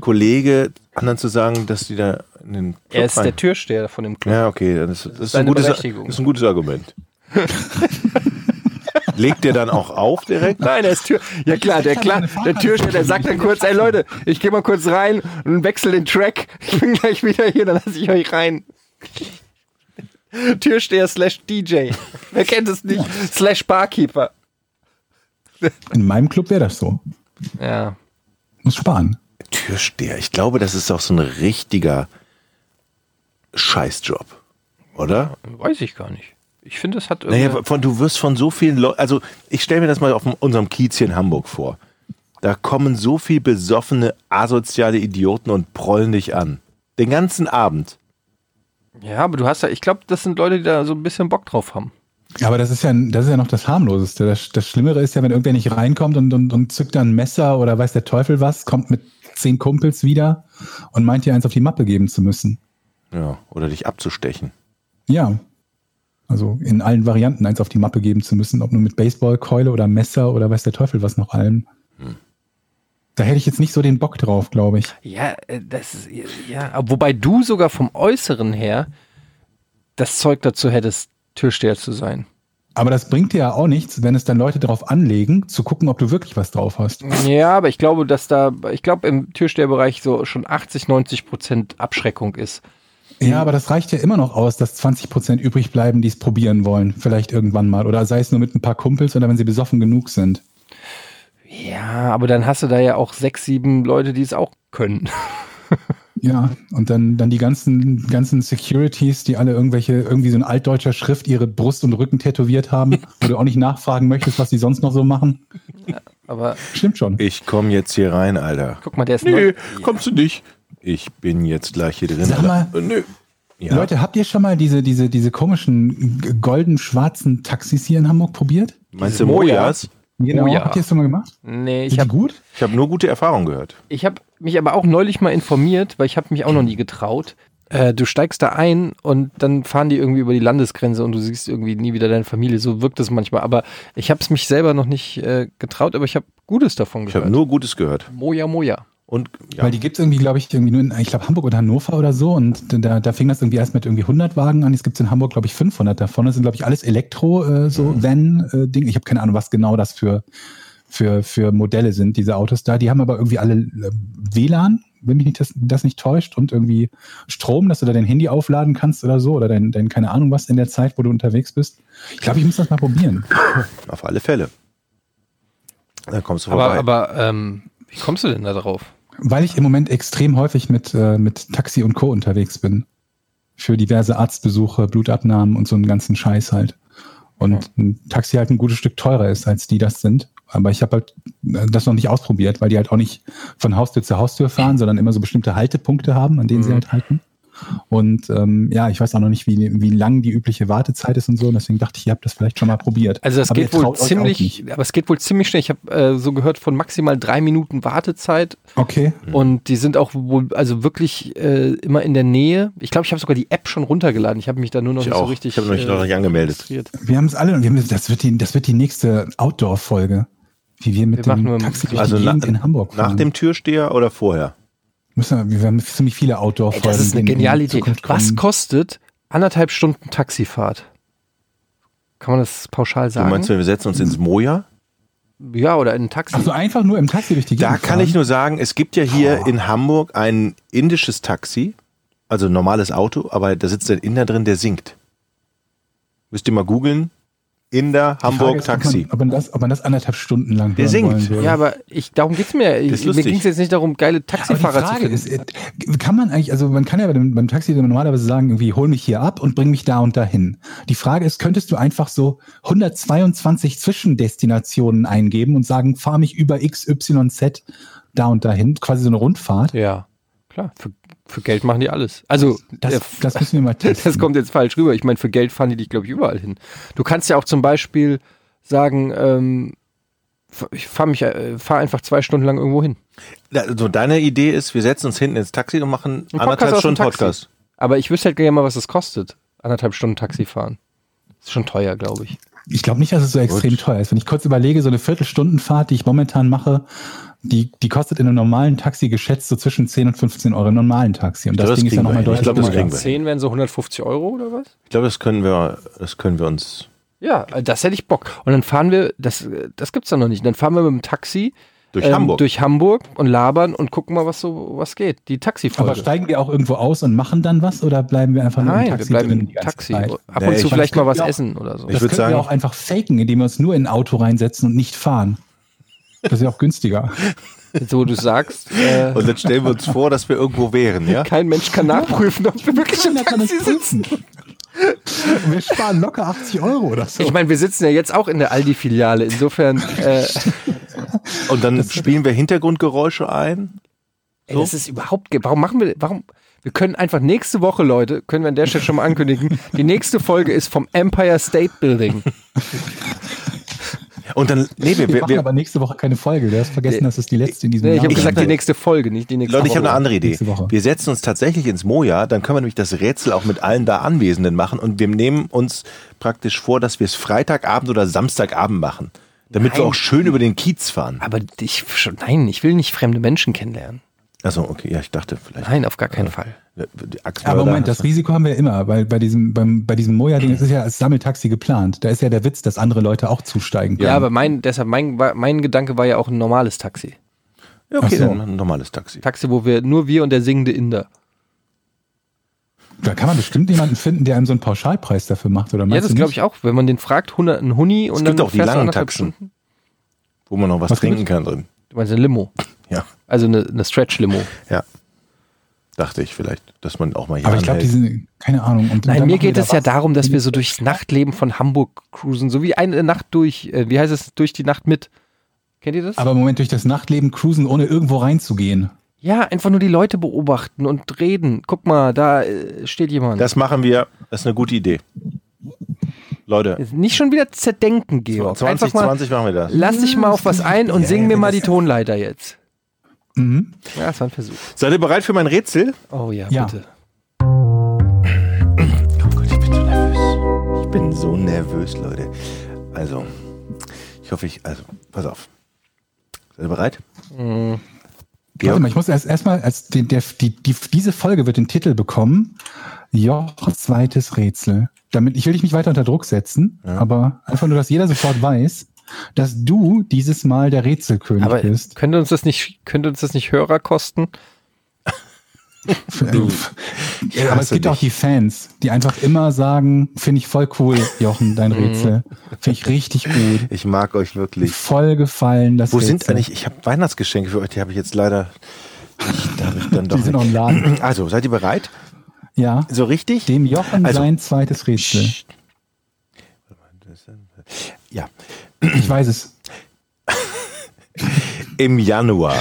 Kollege, anderen zu sagen, dass die da in den Club
Er ist
rein-
der Türsteher von dem Club.
Ja, okay, dann ist, das ist, ein,
seine
gutes, das
Berechtigung.
ist ein gutes Argument. Legt der dann auch auf direkt?
Nein, der ist Tür. Ja klar, der, klar, der Türsteher, der sagt dann kurz, ey Leute, ich gehe mal kurz rein und wechsle den Track. Ich bin gleich wieder hier, dann lasse ich euch rein. Türsteher slash DJ. Wer kennt es nicht? Slash Barkeeper.
In meinem Club wäre das so.
Ja.
Muss sparen.
Türsteher, ich glaube, das ist auch so ein richtiger Scheißjob, oder?
Weiß ich gar nicht. Ich finde, es hat
Naja, von, du wirst von so vielen Leuten, also ich stelle mir das mal auf dem- unserem Kiez hier in Hamburg vor. Da kommen so viel besoffene, asoziale Idioten und prollen dich an. Den ganzen Abend.
ja, aber du hast ja, ich glaube, das sind Leute, die da so ein bisschen Bock drauf haben.
Aber das ist ja, das ist ja noch das harmloseste. Das, das Schlimmere ist ja, wenn irgendwer nicht reinkommt und, und, und zückt dann ein Messer oder weiß der Teufel was, kommt mit zehn Kumpels wieder und meint dir eins auf die Mappe geben zu müssen.
Ja, oder dich abzustechen.
Ja. Also in allen Varianten eins auf die Mappe geben zu müssen, ob nur mit Baseballkeule oder Messer oder weiß der Teufel was noch allem. Da hätte ich jetzt nicht so den Bock drauf, glaube ich.
Ja, äh, das ist, ja, aber wobei du sogar vom Äußeren her das Zeug dazu hättest, Türsteher zu sein.
Aber das bringt dir ja auch nichts, wenn es dann Leute darauf anlegen, zu gucken, ob du wirklich was drauf hast.
Ja, aber ich glaube, dass da, ich glaube, im Türsteherbereich so schon 80, 90 Prozent Abschreckung ist. Mhm.
Ja, aber das reicht ja immer noch aus, dass 20 Prozent übrig bleiben, die es probieren wollen. Vielleicht irgendwann mal. Oder sei es nur mit ein paar Kumpels oder wenn sie besoffen genug sind.
Ja, aber dann hast du da ja auch sechs, sieben Leute, die es auch können.
Ja, und dann, dann die ganzen, ganzen Securities, die alle irgendwelche, irgendwie so in altdeutscher Schrift ihre Brust und Rücken tätowiert haben, wo du auch nicht nachfragen möchtest, was die sonst noch so machen.
Aber
Stimmt schon.
Ich komm jetzt hier rein, Alter.
guck mal, der ist
Nee,
neu.
kommst du nicht. Ich bin jetzt gleich hier drin.
Sag mal.
Äh, Nö. Ja.
Leute, habt ihr schon mal diese, diese, diese komischen g- golden-schwarzen Taxis hier in Hamburg probiert?
meinst
diese
du Mojas?
Oh
Genau.
ja.
Habt ihr das schon mal gemacht?
Nee,
Sind
ich habe
die gut?
Ich habe nur gute Erfahrungen gehört.
Ich habe mich aber auch neulich mal informiert, weil ich habe mich auch noch nie getraut. Äh, du steigst da ein und dann fahren die irgendwie über die Landesgrenze und du siehst irgendwie nie wieder deine Familie. So wirkt es manchmal. Aber ich habe es mich selber noch nicht äh, getraut, aber ich habe Gutes davon
Ich habe
gehört.
nur Gutes gehört.
Moja Moja.
Und ja,
Weil die gibt es irgendwie, glaube ich, irgendwie nur in, ich glaube, Hamburg oder Hannover oder so. Und da, da fing das irgendwie erst mit irgendwie 100 Wagen an. Jetzt gibt es in Hamburg, glaube ich, 500 davon. Das sind, glaube ich, alles Elektro, äh, so Van-Ding. ich habe keine Ahnung, was genau das für, für, für Modelle sind, diese Autos da. Die haben aber irgendwie alle äh, WLAN, wenn mich nicht das, das nicht täuscht. Und irgendwie Strom, dass du da dein Handy aufladen kannst oder so. Oder dein, dein keine Ahnung was in der Zeit, wo du unterwegs bist. Ich glaube, ich muss das mal probieren.
auf alle Fälle. Dann kommst du
Aber,
vorbei.
aber ähm, wie kommst du denn da drauf?
Weil ich im Moment extrem häufig mit, äh, mit Taxi und Co. unterwegs bin. Für diverse Arztbesuche, Blutabnahmen und so einen ganzen Scheiß halt. Und ein Taxi halt ein gutes Stück teurer ist, als die das sind. Aber ich habe halt äh, das noch nicht ausprobiert, weil die halt auch nicht von Haustür zu Haustür fahren, sondern immer so bestimmte Haltepunkte haben, an denen sie
Mhm.
halt halten. Und ähm, ja, ich weiß auch noch nicht, wie, wie lang die übliche Wartezeit ist und so. Und deswegen dachte ich, ihr habt das vielleicht schon mal probiert.
Also das
Aber
geht
ihr
wohl
traut euch auch
ziemlich,
nicht.
aber es geht wohl ziemlich schnell. Ich habe äh, so gehört von maximal drei Minuten Wartezeit
Okay.
Mhm.
und die sind auch wohl, also wirklich äh, immer in der Nähe. Ich glaube, ich habe sogar die App schon runtergeladen. Ich habe mich da nur noch
ich
nicht so
auch.
richtig äh,
ich habe mich noch nicht angemeldet.
registriert.
Wir haben es alle und wir haben, das, wird die, das wird die nächste Outdoor-Folge. Wie wir mit
Wir machen nur
dem
im-
Taxi durch
Also
die
na-
Gegend in Hamburg
Nach
fahren.
dem Türsteher oder vorher?
Müssen wir, wir haben ziemlich viele
Ey,
Outdoor-Folgen.
das ist eine
die in
geniale Idee.
Zukunft kommen.
Was kostet anderthalb Stunden Taxifahrt? Kann man das pauschal
Du
sagen?
meinst, wir setzen uns ins Moja?
ja, oder in ein Taxi.
Ach so, einfach nur im Taxi durch die Gegend
Da kann
fahren?
ich nur sagen, es gibt ja hier in Hamburg ein indisches Taxi, also ein normales Auto, aber da sitzt ein Inder drin, der singt. Müsst ihr mal googeln. Inder,
Die Frage
Hamburg,
ist, ob man-
Taxi.
Ob man, das, ob man das anderthalb Stunden lang
Der
hören
singt.
wollen würde.
ja, aber ich, darum geht's mir.
Das ist
Ich, mir
lustig.
ging's jetzt nicht darum, geile
Aber die
Taxifahrer zu
Frage
finden.
ist, äh, kann man eigentlich, also man kann ja beim, beim Taxi dann normalerweise sagen, irgendwie hol mich hier ab und bring mich da und dahin. Die Frage ist, könntest du einfach so 122 Zwischendestinationen eingeben und sagen, fahr mich über XYZ da und dahin, quasi so eine Rundfahrt?
Ja, klar. Für, für Geld machen die alles. Also,
Das,
äh,
das müssen wir mal testen.
das kommt jetzt falsch rüber. Ich meine, für Geld fahren die dich, glaube ich, überall hin. Du kannst ja auch zum Beispiel sagen, ähm, f- ich fahre mich, äh, fahr einfach zwei Stunden lang irgendwo hin.
Da- Also deine Idee ist, wir setzen uns hinten ins Taxi und machen
Ein Podcast
anderthalb
aus dem
Stunden
Taxi.
Podcast.
Aber ich wüsste halt gerne mal, was das kostet. Anderthalb Stunden Taxi fahren. Ist schon teuer, glaube ich.
Ich glaube nicht, dass es so extrem teuer ist. Wenn ich kurz überlege, so eine Viertelstundenfahrt, die ich momentan mache, die, die kostet in einem normalen Taxi geschätzt so zwischen 10 und 15 Euro im normalen Taxi. Und das,
glaub, das
Ding ist ja
kriegen wir
nochmal
hin. Ich
deutlich.
glaub, das
teurer.
kriegen wir.
Also Zehn wären so 150 Euro oder was?
Ich glaube, das können wir, das können wir uns
Ja, äh, das hätte ich Bock. Und dann fahren wir, das, äh, das gibt's dann noch nicht. Dann fahren wir mit dem Taxi
durch
ähm,
Hamburg.
durch Hamburg und labern und gucken mal, was so was geht. Die
Aber
Taxifolge.
steigen wir auch irgendwo aus und machen dann was oder bleiben wir einfach nur im
Nein, wir
Taxi?
bleiben
drin
im
die ganze
Taxi.
Zeit?
Ab
Nee,
und zu
ich-
vielleicht mal was
Ja.
essen oder so.
Ich
Das
würd
können
sagen-
wir auch einfach faken, indem wir uns nur in ein Auto reinsetzen und nicht fahren. Das ist ja auch günstiger.
Jetzt, wo du sagst, äh,
Und dann stellen wir uns vor, dass wir irgendwo wären, ja?
kein Mensch kann nachprüfen, ob wir wirklich im
Keiner kann es
Taxi sitzen.
prüfen. Wir sparen locker 80 Euro oder so.
Ich meine, wir sitzen ja jetzt auch in der Aldi-Filiale. Insofern, äh,
Und dann spielen wir Hintergrundgeräusche ein.
ey, das ist überhaupt, ge- warum machen wir, warum, wir können einfach nächste Woche, Leute, können wir an der Stelle schon mal ankündigen, die nächste Folge ist vom Empire State Building.
Und dann, nee,
wir,
wir, wir,
machen
wir
aber nächste Woche keine Folge. Du hast vergessen, dass es die letzte in diesem
Nee, Ne, ich
Jahr
habe
war.
gesagt, die nächste Folge, nicht die nächste
Leute, ich habe eine andere Idee.
Nächste Woche.
Wir setzen uns tatsächlich ins Moja, dann können wir nämlich das Rätsel auch mit allen da Anwesenden machen und wir nehmen uns praktisch vor, dass wir es Freitagabend oder Samstagabend machen, damit wir
Nein.
auch schön über den Kiez fahren.
Aber ich, schon, nein, ich will nicht fremde Menschen kennenlernen.
Also okay, ja, ich dachte vielleicht.
Nein, auf gar keinen Fall.
äh, Die Axtmörder-
Aber Moment, das Risiko haben wir immer, weil bei diesem, beim, bei diesem Moja-Ding, es ist ja als Sammeltaxi geplant. Da ist ja der Witz, dass andere Leute auch zusteigen können.
Ja, aber mein, deshalb, mein, mein Gedanke war ja auch ein normales Taxi.
Ja, okay,
Ach so.
dann ein normales Taxi.
Taxi, wo wir nur wir und der singende Inder.
da kann man bestimmt jemanden finden, der einem so einen Pauschalpreis dafür macht, oder
Ja,
meinst
das
du
glaube
nicht?
ich auch. Wenn man den fragt, 100, ein Huni und
Es
dann
gibt auch die
fährst du
langen
anderthalb
Taxen.
Stunden.
Wo man noch was,
Was
trinken
gibt's?
kann drin.
Du meinst eine Limo.
Ja,
Also eine, eine Stretch-Limo.
ja. Dachte ich vielleicht, dass man auch mal hier
Aber ich glaube, die
anhält.
sind, keine Ahnung.
Nein,
Und dann
mir
machen wir
geht
da
es ja
was.
darum, dass wir so durchs Nachtleben von Hamburg cruisen. So wie eine Nacht durch, äh, wie heißt es, durch die Nacht mit. Kennt ihr das?
Aber im Moment durch das Nachtleben cruisen, ohne irgendwo reinzugehen.
ja, einfach nur die Leute beobachten und reden. Guck mal, da äh, steht jemand.
Das machen wir. Das ist eine gute Idee. Leute,
Nicht schon wieder zerdenken, Georg. einfach mal,
2020 machen wir das.
lass dich mal auf was ein und
Ja,
sing
ja,
mir
wenn
mal
das-
die Tonleiter jetzt.
Mhm.
Ja, das war ein Versuch.
Seid ihr bereit für mein Rätsel?
Oh ja,
Ja.
bitte.
Oh Gott, ich bin so nervös. Ich bin so nervös, Leute. Also, ich hoffe, ich. Also, pass auf. Seid ihr bereit?
Warte mal, ich muss erst erstmal, als die, der, die, die, diese Folge wird den Titel bekommen, Joch zweites Rätsel. Damit, ich will dich nicht weiter unter Druck setzen, aber einfach nur, dass jeder sofort weiß, dass du dieses Mal der Rätselkönig
Aber
bist.
könnte uns das nicht, könnte uns das nicht Hörer kosten?
Du. Ja, aber es
hasse
gibt
dich.
auch die Fans, die einfach immer sagen, finde ich voll cool, Jochen, dein Rätsel. Finde ich richtig gut.
Ich mag euch wirklich.
Voll gefallen, das
Wo
Rätsel.
sind eigentlich? Ich habe Weihnachtsgeschenke für euch, die habe ich jetzt leider. Da habe ich dann doch
Die sind noch
nicht.
im Laden.
Also, seid ihr bereit?
Ja.
So richtig?
Dem Jochen
Also-
sein zweites Rätsel.
Psst. Ja.
Ich weiß es.
Im Januar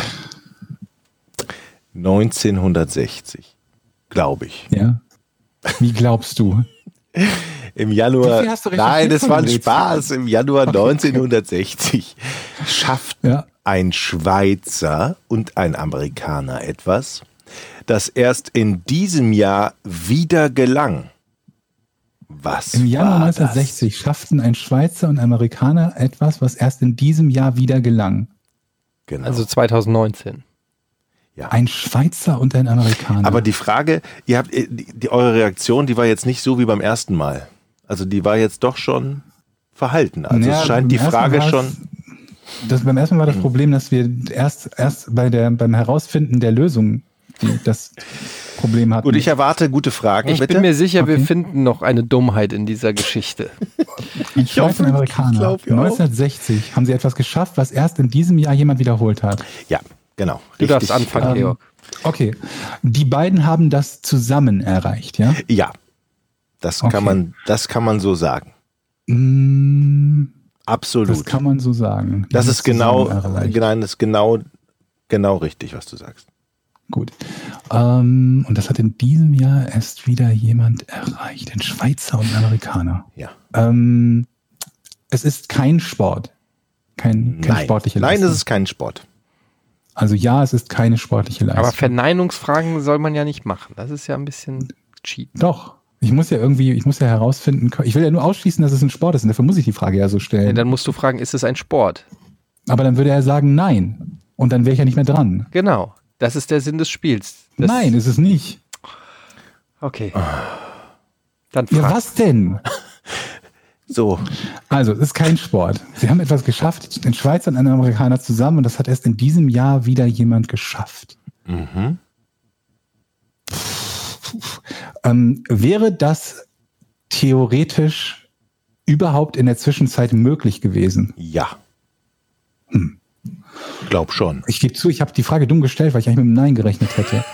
1960, glaube ich.
Ja. Wie glaubst du?
Im
Wie
Januar.
viel hast du recherchiert
Nein, das
von
war ein
dem Rätsel?
Spaß. Im Januar 1960 schafft
Ja.
ein Schweizer und ein Amerikaner etwas, das erst in diesem Jahr wieder gelang. Was?
Im Januar
war
1960 schafften ein Schweizer und Amerikaner etwas, was erst in diesem Jahr wieder gelang.
Das? Genau.
Also 2019.
ja.
Ein Schweizer und ein Amerikaner.
Aber die Frage, ihr habt äh, die, die, eure Reaktion, die war jetzt nicht so wie beim ersten Mal. Also die war jetzt doch schon verhalten. Also
Naja,
es scheint die
beim ersten
Frage
Mal-
schon. Hm.
das, beim ersten Mal war das Problem, dass wir erst, erst bei der, beim Herausfinden der Lösung die, das Problem hatten.
Gut, ich erwarte gute Fragen.
Ich
bitte.
bin mir sicher, wir
Okay.
finden noch eine Dummheit in dieser Geschichte.
ein Schweizer
hoffe,
und
ich
Amerikaner.
glaub, ja.
1960 haben sie etwas geschafft, was erst in diesem Jahr jemand wiederholt hat.
ja, genau.
Du darfst
richtig.
anfangen,
Ähm,
Georg.
Okay. Die beiden haben das zusammen erreicht, ja?
Ja, das
Okay.
kann man, das kann man so sagen.
Mm,
Absolut.
Das kann man so sagen. Die
Das
haben
ist
zusammen
genau,
erreicht.
nein, das ist genau, genau richtig, was du sagst.
Gut. Ähm, und das hat in diesem Jahr erst wieder jemand erreicht. Ein Schweizer und ein Amerikaner.
Ja.
Ähm, es ist kein Sport. Kein, keine
Nein.
sportliche
Nein,
Leistung.
das ist kein Sport.
also ja, es ist keine sportliche Leistung.
Aber Verneinungsfragen soll man ja nicht machen. Das ist ja ein bisschen cheat.
Doch. Ich muss ja irgendwie, ich muss ja herausfinden, können- ich will ja nur ausschließen, dass es ein Sport ist und dafür muss ich die Frage ja so
Ja,
stellen.
dann musst du fragen, ist es ein Sport?
Aber dann würde er sagen, nein. Und dann wäre ich ja nicht mehr dran.
Genau. Das ist der Sinn des Spiels. Das,
nein, ist es nicht.
Okay. Dann
Ja,
frag.
was denn?
So,
Also, es ist kein Sport. Sie haben etwas geschafft, den Schweizer und einen Amerikaner zusammen, und das hat erst in diesem Jahr wieder jemand geschafft. Ähm, wäre das theoretisch überhaupt in der Zwischenzeit möglich gewesen?
ja.
Hm.
Glaub schon.
Ich gebe zu, ich habe die Frage dumm gestellt, weil ich eigentlich mit einem Nein gerechnet hätte.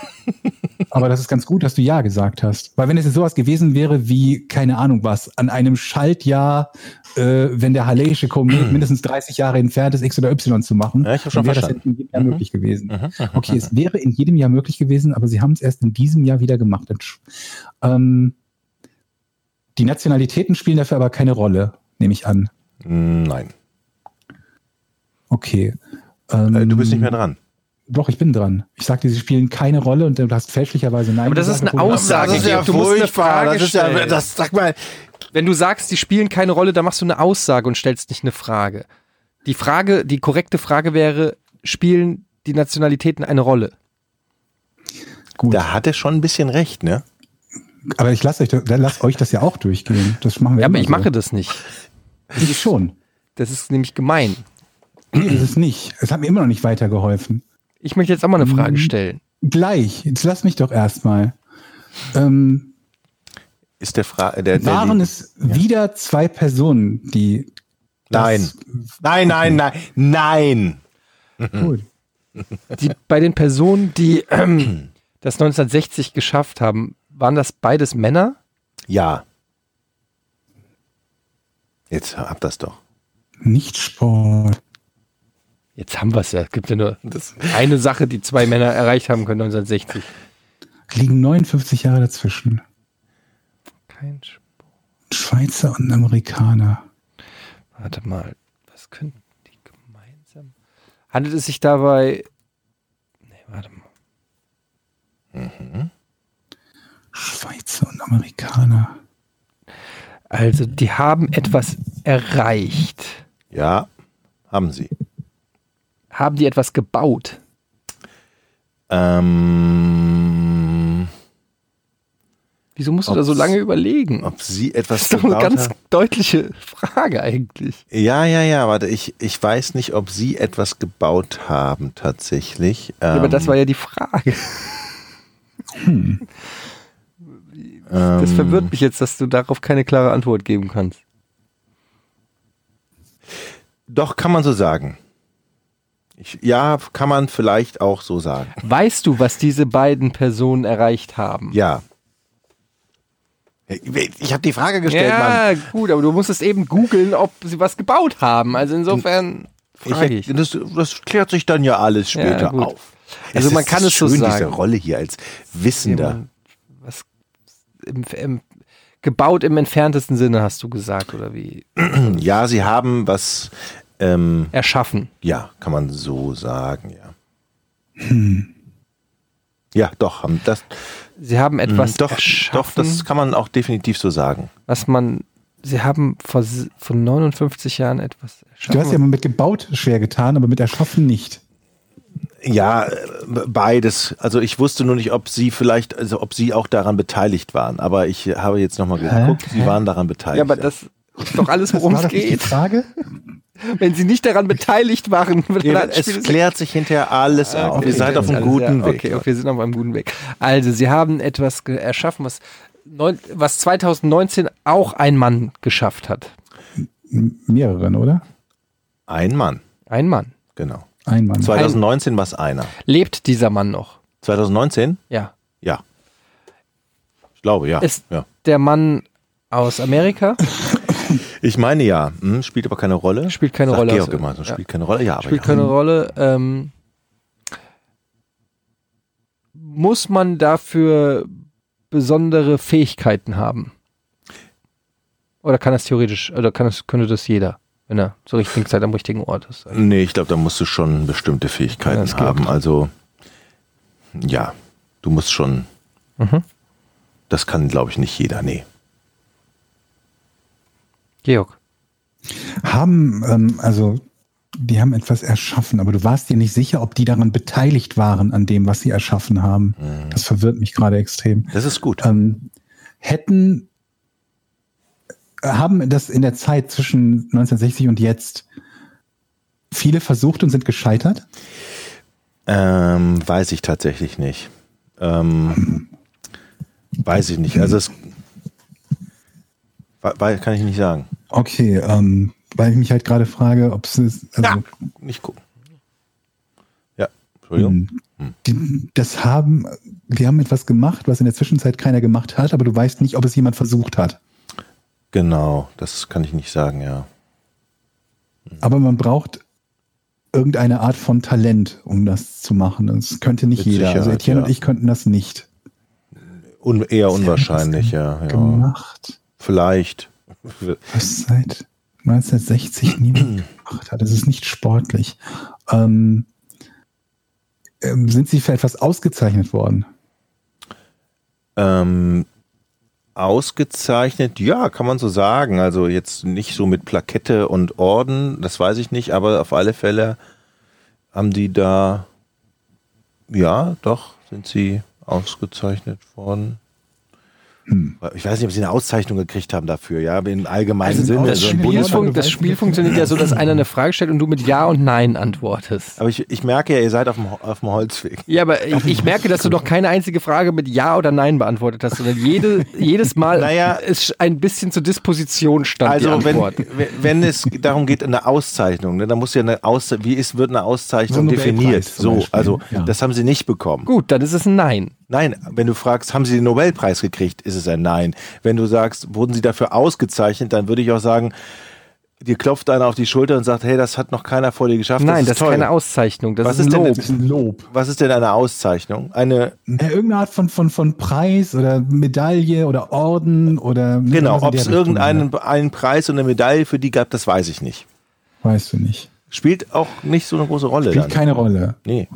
Aber das ist ganz gut, dass du Ja gesagt hast. Weil wenn es jetzt sowas gewesen wäre wie, keine Ahnung was, an einem Schaltjahr, äh, wenn der Halley'sche Komet mindestens 30 Jahre entfernt ist, X oder Y zu machen,
Ja, ich hab schon
dann wäre das
verstanden. Mhm.
in jedem Jahr möglich gewesen. Okay, es wäre in jedem Jahr möglich gewesen, aber sie haben es erst in diesem Jahr wieder gemacht. Entsch- Ähm, die Nationalitäten spielen dafür aber keine Rolle, nehme ich an.
Nein,
Okay. Ähm,
Äh, du bist nicht mehr dran.
Doch, ich bin dran. Ich sagte, sie spielen keine Rolle und du hast fälschlicherweise nein.
Aber das
gesagt,
ist eine
obwohl du-
Aussage.
Das ist ja
Georg, du musst eine
furchtbar.
Frage
Das ist ja,
stellen.
das sag mal.
Wenn du sagst, die spielen keine Rolle, dann machst du eine Aussage und stellst nicht eine Frage. Die Frage, die korrekte Frage wäre, spielen die Nationalitäten eine Rolle?
Gut.
Da hat er schon ein bisschen recht, ne?
Aber ich lasse euch, dann lasst euch das ja auch durchgehen. Das machen wir
Ja, aber
immer
ich
so.
mache das nicht.
Ich schon.
Das ist nämlich gemein.
Nee, das ist nicht. Es hat mir immer noch nicht weitergeholfen.
Ich möchte jetzt auch mal eine
Mhm.
Frage stellen.
Gleich. Jetzt lass mich doch erstmal. Ähm,
Ist der Frage. Der, der
waren es wieder zwei Personen, die.
nein. nein, nein, nein, nein.
Gut.
Die, bei den Personen, die ähm, das 1960 geschafft haben, waren das beides Männer?
Ja. Jetzt hab das doch.
Nicht Sport.
Jetzt haben wir es ja. Es gibt ja nur eine Sache, die zwei Männer erreicht haben können 1960.
Liegen 59 Jahre dazwischen.
Kein Sch
Schweizer und ein Amerikaner.
Warte mal. Was könnten die gemeinsam. Handelt es sich dabei. Nee, warte mal.
Schweizer und Amerikaner.
Also, die haben etwas erreicht.
Ja, haben sie.
Haben die etwas gebaut?
Ähm,
Wieso musst du da
Ob's-
so lange überlegen?
ob sie
Das
etwas
ist doch eine
gebaut
ganz
hat?
deutliche Frage eigentlich.
Ja, ja, ja, warte, ich, ich weiß nicht, ob sie etwas gebaut haben tatsächlich.
Ja, aber das
Ähm, Hm.
war ja die Frage. Das
ähm,
verwirrt mich jetzt, dass du darauf keine klare Antwort geben kannst.
Doch, kann man so sagen. Ich, ja, kann man vielleicht auch so sagen.
Weißt du, was diese beiden Personen erreicht haben?
Ja. Ich habe die Frage gestellt,
ja
Mann.
gut, aber du musstest eben googeln, ob sie was gebaut haben. Also insofern frage ich.
Ich, das, das klärt sich dann ja alles
Ja,
später
gut.
auf.
Also man kann es so
schön, diese
sagen.
Rolle hier als Wissender.
Jemand, Was im, im, gebaut im entferntesten Sinne hast du gesagt oder wie?
Ja, sie haben was, ähm,
Erschaffen.
ja, kann man so sagen, ja. Hm. Ja, doch, haben das, hm,
Sie haben etwas
doch,
erschaffen,
doch, das kann man auch definitiv so sagen.
was man. Sie haben vor, s- vor 59 Jahren etwas erschaffen.
Du hast ja mal mit gebaut schwer getan, aber mit erschaffen nicht.
Ja, äh, beides. Also ich wusste nur nicht, ob sie vielleicht, also ob sie auch daran beteiligt waren. Aber ich habe jetzt nochmal geguckt, sie waren daran beteiligt.
ja, aber das ist doch alles, worum
War
es
das nicht die
geht.
Frage?
Wenn sie nicht daran beteiligt waren, dann
Ja,
hat-
es
spielt es-
klärt sich hinterher alles ab.
Okay,
Ihr seid auf einem
alles,
guten
ja,
Weg.
Okay, okay, wir sind auf einem guten Weg. Also, sie haben etwas ge- erschaffen, was, neun, was 2019 auch ein Mann geschafft hat.
Mehreren, oder?
Ein Mann,
Ein Mann.
genau.
Ein Mann.
2019 war es einer.
Lebt dieser Mann noch?
2019?
Ja.
Ja. Ich glaube, ja.
Ist
ja.
der Mann aus Amerika?
Ich meine ja. Hm, spielt aber keine Rolle.
Spielt keine
Sagt
Rolle.
Georg
aus-
immer, so,
ja.
spielt keine Rolle. Ja, aber
Spielt
ja. hm.
keine Rolle. Ähm, muss man dafür besondere Fähigkeiten haben? Oder kann das theoretisch, oder kann das, könnte das jeder, wenn er zur richtigen Zeit am richtigen Ort ist?
Nee, ich glaube, da musst du schon bestimmte Fähigkeiten
das geht.
haben. Also, ja, du musst schon.
Mhm.
Das kann, glaube ich, nicht jeder. Nee.
Georg.
haben, ähm, also die haben etwas erschaffen, aber du warst dir nicht sicher, ob die daran beteiligt waren, an dem, was sie erschaffen haben. Das verwirrt mich gerade extrem.
Das ist gut.
Ähm, hätten, äh, haben das in der Zeit zwischen 1960 und jetzt viele versucht und sind gescheitert?
Ähm, weiß ich tatsächlich nicht. Ähm, weiß ich nicht. Also, es. Wa- wa- Kann ich nicht sagen.
Okay, ähm, weil ich mich halt gerade frage, ob es, also,
Nicht gucken. Ja,
Mhm.
Hm. Entschuldigung.
die, das haben, wir haben etwas gemacht, was in der Zwischenzeit keiner gemacht hat, aber du weißt nicht, ob es jemand versucht hat.
Genau, das kann ich nicht sagen, ja. Hm.
Aber man braucht irgendeine Art von Talent, um das zu machen. Das könnte nicht
Mit
jeder. Also
Sicherheit,
Etienne
ja.
und ich könnten das nicht
Un eher unwahrscheinlich, ja.
Genau.
ja.
gemacht.
Vielleicht.
Was seit 1960 niemand gemacht hat. Das ist nicht sportlich. Ähm, ähm, sind sie für etwas ausgezeichnet worden?
Ähm, ausgezeichnet, ja, kann man so sagen. Also jetzt nicht so mit Plakette und Orden, das weiß ich nicht, aber auf alle Fälle haben die da, ja, doch, sind sie ausgezeichnet worden.
Hm.
Ich weiß nicht, ob sie eine Auszeichnung gekriegt haben dafür, ja, im allgemeinen
Also
Sinne.
das
so ein
Spiel-
Bund-
Bundes-
fun- das Spiel funktioniert ja so, dass einer eine Frage stellt und du mit Ja und Nein antwortest.
aber ich, ich merke ja, ihr seid auf dem, Ho- auf dem Holzweg.
Ja, aber ich, ich merke, dass du noch keine einzige Frage mit Ja oder Nein beantwortet hast, sondern jede, jedes Mal
Naja.
ist ein bisschen zur Disposition stand
Also
die
wenn,
Antwort.
wenn- wenn es darum geht, eine Auszeichnung, ne, dann muss ja eine Auszeichnung, wie ist, wird eine Auszeichnung
So ein Nobelpreis
definiert?
zum
So,
Beispiel,
also
ja.
das haben sie nicht bekommen.
Gut, dann ist es ein Nein.
Nein, wenn du fragst, haben sie den Nobelpreis gekriegt, ist es ein Nein. Wenn du sagst, wurden sie dafür ausgezeichnet, dann würde ich auch sagen, dir klopft einer auf die Schulter und sagt, hey, das hat noch keiner vor dir geschafft.
Nein, das ist,
toll.
keine Auszeichnung, das
Was
ist
ist
ein
denn
Lob.
jetzt-
ein Lob.
Was ist denn eine Auszeichnung? Eine,
Äh, irgendeine Art von, von, von Preis oder Medaille oder Orden oder. ne,
genau,
irgendwas in
ob es
der Richtung,
irgendeinen einen Preis und eine Medaille für die gab, das weiß ich nicht.
ne? Weißt du nicht.
Spielt auch nicht so eine große Rolle
Spielt
dann.
keine Rolle.
nee.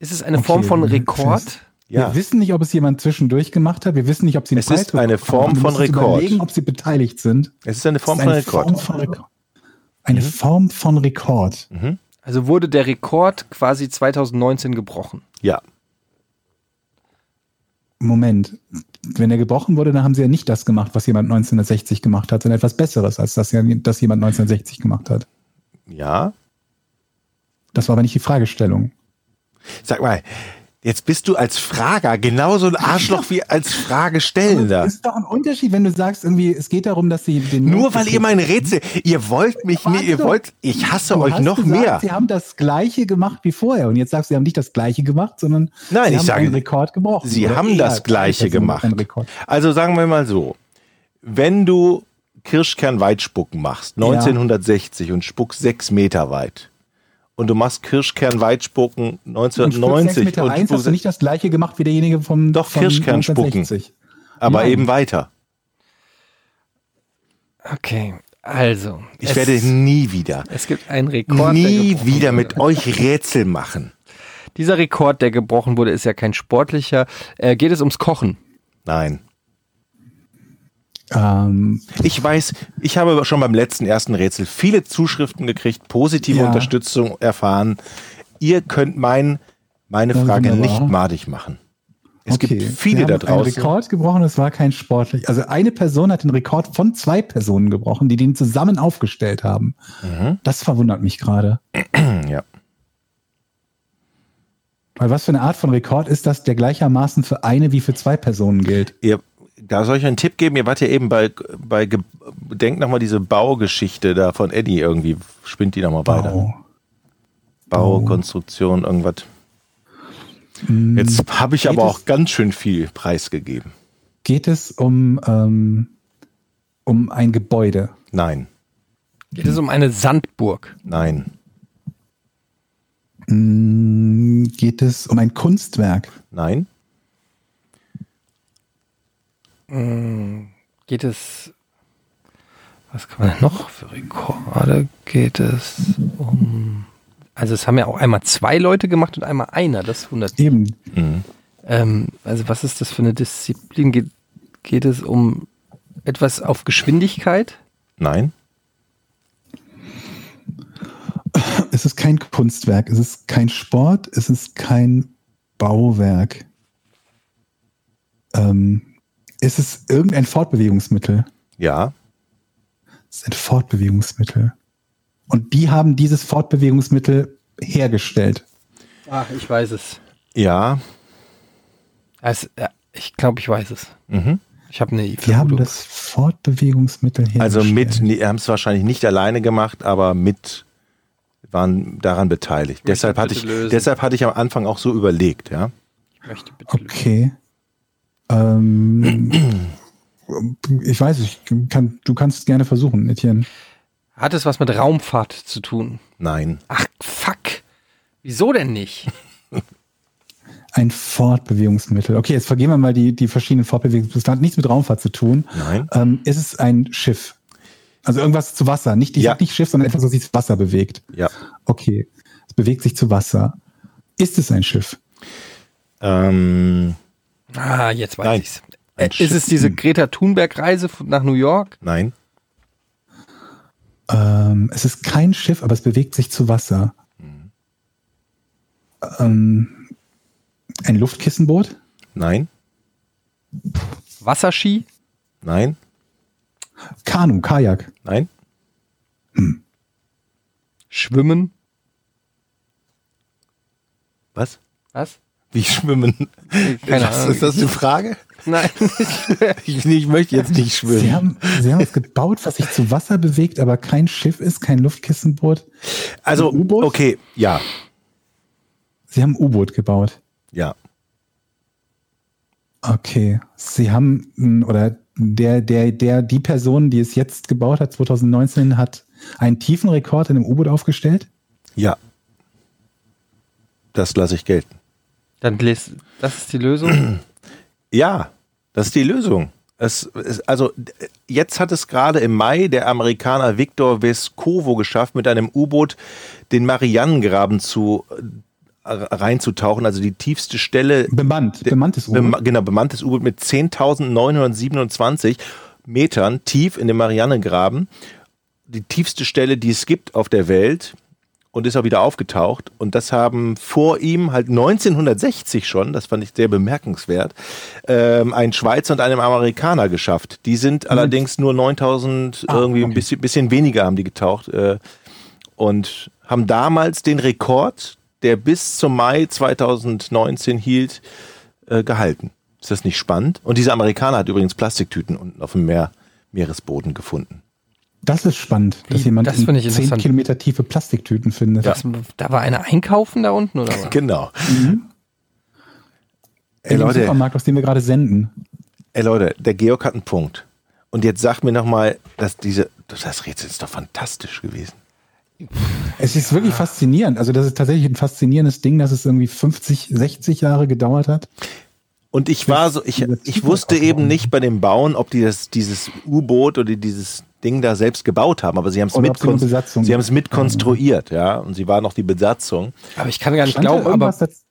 Ist es eine Form von Rekord?
Ja.
Wir wissen nicht, ob es jemand zwischendurch gemacht hat. Wir wissen nicht, ob sie einen
Es ist
bekommen haben.
eine Form
Wir
von
müssen uns
Rekord.
überlegen, ob sie beteiligt sind.
Es ist eine Form Mhm.
Es ist
von Rekord. Mhm.
Form von Rekord. Eine Form von Rekord.
Also wurde der Rekord quasi 2019 gebrochen.
Ja.
Moment, wenn er gebrochen wurde, dann haben sie ja nicht das gemacht, was jemand 1960 gemacht hat, sondern etwas Besseres, als das, ja- das jemand 1960 gemacht hat.
Ja.
Das war aber nicht die Fragestellung.
Sag mal, jetzt bist du als Frager genauso ein Arschloch wie als Fragestellender.
Das ist doch ein Unterschied, wenn du sagst, irgendwie, es geht darum, dass sie den.
Nur weil ihr mein Rätsel, ihr wollt mich nie, ihr wollt, ich hasse
Du
euch
hast
noch
gesagt,
mehr.
Sie haben das Gleiche gemacht wie vorher. Und jetzt sagst du, sie haben nicht das Gleiche gemacht, sondern
Nein,
sie
ich
haben
sage,
einen Rekord gebrochen.
Sie
Oder
haben
eher
das Gleiche
einen
gemacht.
Rekord.
Also sagen wir mal so, wenn du Kirschkern-Weitspucken machst, 1960 und spuckst sechs Meter weit und du machst Kirschkern-Weitspucken
Und Spitz 6
1990
Meter
und
eins hast
spuckst,
du nicht das Gleiche gemacht wie derjenige vom
Doch,
vom
Kirschkern
1960.
aber
Nein.
eben weiter.
Okay, also.
Ich
es-
werde nie wieder,
Es gibt einen Rekord.
nie
gebrochen
wieder
wurde.
mit euch Rätsel machen.
Dieser Rekord, der gebrochen wurde, ist ja kein sportlicher. Äh, geht es ums Kochen?
Nein.
Ähm,
Ich weiß, ich habe schon beim letzten ersten Rätsel viele Zuschriften gekriegt, positive
Ja.
Unterstützung erfahren. Ihr könnt mein, meine
Ja,
Frage
wunderbar.
nicht madig machen. Es
okay.
gibt
Sie
viele da
haben einen
draußen.
Rekord gebrochen, es war kein sportlich. Also eine Person hat den Rekord von zwei Personen gebrochen, die den zusammen aufgestellt haben.
Mhm.
Das verwundert mich gerade.
Ja.
Weil was für eine Art von Rekord ist das, der gleichermaßen für eine wie für zwei Personen gilt?
Ihr, da soll ich einen Tipp geben. Ihr wart ja eben bei, bei Ge- denkt nochmal diese Baugeschichte da von Eddie irgendwie. Spinnt die nochmal weiter.
Oh.
Baukonstruktion, irgendwas. Jetzt habe ich
Mm. Geht
aber
es-
auch ganz schön viel preisgegeben.
Geht es um, ähm, um ein Gebäude?
Nein,
Geht es um eine Sandburg?
nein,
Mm, Geht es um ein Kunstwerk?
nein.
Geht es. Was kann man denn noch für Rekorde? Geht es um. Also, es haben ja auch einmal zwei Leute gemacht und einmal einer. Das wundert mich.
Eben.
Ähm, also, was ist das für eine Disziplin? Geht, geht es um etwas auf Geschwindigkeit?
Nein,
Es ist kein Kunstwerk, es ist kein Sport, es ist kein Bauwerk. Ähm, es ist irgendein Fortbewegungsmittel.
ja,
Es sind Fortbewegungsmittel. Und die haben dieses Fortbewegungsmittel hergestellt.
Ah, ich weiß es.
ja.
Also, ja, ich glaube, ich weiß es.
Mhm.
Ich habe eine
Die haben
Vermutung.
das Fortbewegungsmittel hergestellt.
Also
Hm,
mit, nee, haben es wahrscheinlich nicht alleine gemacht, aber mit waren daran beteiligt. deshalb hatte ich,
bitte lösen.
deshalb hatte ich am Anfang auch so überlegt, ja.
Ich möchte bitte
Okay. Ähm, ich weiß, ich kann, du kannst gerne versuchen, Etienne.
Hat es was mit Raumfahrt zu tun?
Nein,
Ach, fuck. Wieso denn nicht?
Ein Fortbewegungsmittel. Okay, jetzt vergehen wir mal die, die verschiedenen Fortbewegungsmittel. Das hat nichts mit Raumfahrt zu tun.
nein,
Ähm, ist es ein Schiff? Also irgendwas zu Wasser. Nicht, ich
Ja.
sag nicht Schiff, sondern etwas, was sich zu Wasser bewegt.
ja.
Okay, es bewegt sich zu Wasser. Ist es ein Schiff?
Ähm,
Ah, jetzt weiß
Nein.
ich's.
Ein
Äh, ist es diese Greta Thunberg-Reise von- nach New York?
nein,
Ähm, es ist kein Schiff, aber es bewegt sich zu Wasser.
Mhm.
Ähm, ein Luftkissenboot?
nein,
Wasserski?
nein,
Kanu, Kajak.
nein,
Schwimmen?
was?
Was?
Wie schwimmen?
Keine
was,
Ahnung.
Ist das eine Frage?
Nein.
Ich, ich möchte jetzt nicht
Sie
schwimmen.
haben, Sie haben es gebaut, was sich zu Wasser bewegt, aber kein Schiff ist, kein Luftkissenboot.
Also,
ein U-Boot?
okay, ja,
Sie haben ein U-Boot gebaut.
ja,
Okay. Sie haben, mh, oder der, der, der, die Person, die es jetzt gebaut hat, 2019, hat einen tiefen Rekord in einem U-Boot aufgestellt.
ja. Das lasse ich gelten.
Dann les, das ist die Lösung.
Ja, das ist die Lösung. Es, es, also d- jetzt hat es gerade im Mai der Amerikaner Victor Vescovo geschafft, mit einem U-Boot den Marianengraben zu äh, reinzutauchen, also die tiefste Stelle
Bemannt,
der-
bemanntes U-Boot.
Bema genau, bemanntes U-Boot mit 10.927 Metern tief in den Marianengraben. Die tiefste Stelle, die es gibt auf der Welt. und ist auch wieder aufgetaucht. Und das haben vor ihm halt 1960 schon, das fand ich sehr bemerkenswert, ähm, ein Schweizer und einem Amerikaner geschafft. Die sind allerdings nur 9000,
Ah,
irgendwie ein bisschen, bisschen weniger haben die getaucht. Äh, und haben damals den Rekord, der bis zum Mai 2019 hielt, äh, gehalten. Ist das nicht spannend? Und dieser Amerikaner hat übrigens Plastiktüten unten auf dem Meer, Meeresboden gefunden.
Das ist spannend, dass
Wie,
jemand
das
in
finde ich
10
interessant.
Kilometer tiefe Plastiktüten findet.
Was, da war einer einkaufen da unten oder was?
Genau. Ey,
In dem
Leute,
Supermarkt, aus dem wir gerade senden.
ey Leute, der Georg hat einen Punkt. Und jetzt sag mir nochmal, dass diese, das Rätsel ist doch fantastisch gewesen.
Es ist
Ah.
wirklich faszinierend. Also das ist tatsächlich ein faszinierendes Ding, dass es irgendwie 50, 60 Jahre gedauert hat.
Und ich war so, ich, ich wusste eben nicht bei dem Bauen, ob die das, dieses U-Boot oder dieses Ding da selbst gebaut haben, aber sie haben es
Oder ob sie eine
mitkon-
Besatzung-
sie haben es mitkonstruiert, ja. Und sie waren noch die Besatzung.
Aber ich kann gar nicht
Stand da
glauben, aber
irgendwas daz-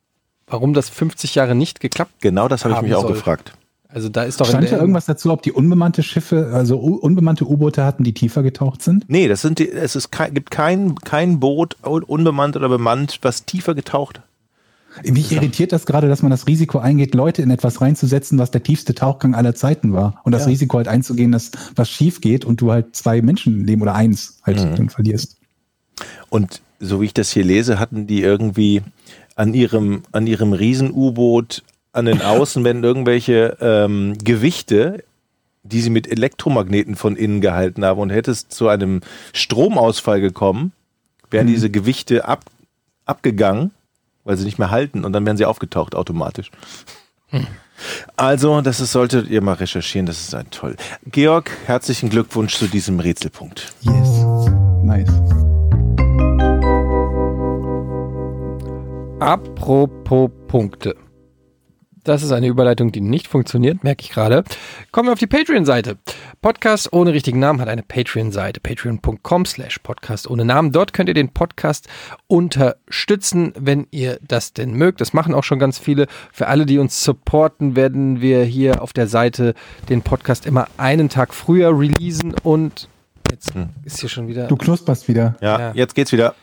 warum das 50 Jahre nicht geklappt?
Genau das habe ich
Haben
mich auch
soll.
gefragt.
Also da ist doch in
Stand da
der-
irgendwas dazu, ob die unbemannte Schiffe, also u- unbemannte U-Boote hatten, die tiefer getaucht sind?
Nee, das sind die, es ist kein, gibt kein, kein Boot, un- unbemannt oder bemannt, was tiefer getaucht.
Mich irritiert das gerade, dass man das Risiko eingeht, Leute in etwas reinzusetzen, was der tiefste Tauchgang aller Zeiten war. Und das Risiko halt einzugehen, dass was schief geht und du halt zwei Menschenleben oder eins halt
Mhm.
dann verlierst.
Und so wie ich das hier lese, hatten die irgendwie an ihrem, an ihrem Riesen-U-Boot an den Außenwänden irgendwelche ähm, Gewichte, die sie mit Elektromagneten von innen gehalten haben. Und hätte es zu einem Stromausfall gekommen, wären diese Gewichte ab, abgegangen, weil sie nicht mehr halten. Und dann wären sie aufgetaucht automatisch. Also, das ist, solltet ihr mal recherchieren, das ist ein toll. Georg, herzlichen Glückwunsch zu diesem Rätselpunkt.
Yes. Nice.
Apropos Punkte. Das ist eine Überleitung, die nicht funktioniert, merke ich gerade. Kommen wir auf die Patreon-Seite. Podcast ohne richtigen Namen hat eine Patreon-Seite. Patreon.com slash Podcast ohne Namen. Dort könnt ihr den Podcast unterstützen, wenn ihr das denn mögt. Das machen auch schon ganz viele. Für alle, die uns supporten, werden wir hier auf der Seite den Podcast immer einen Tag früher releasen. Und jetzt ist hier schon wieder...
Du knusperst wieder.
Ja,
Ja.
jetzt geht's wieder.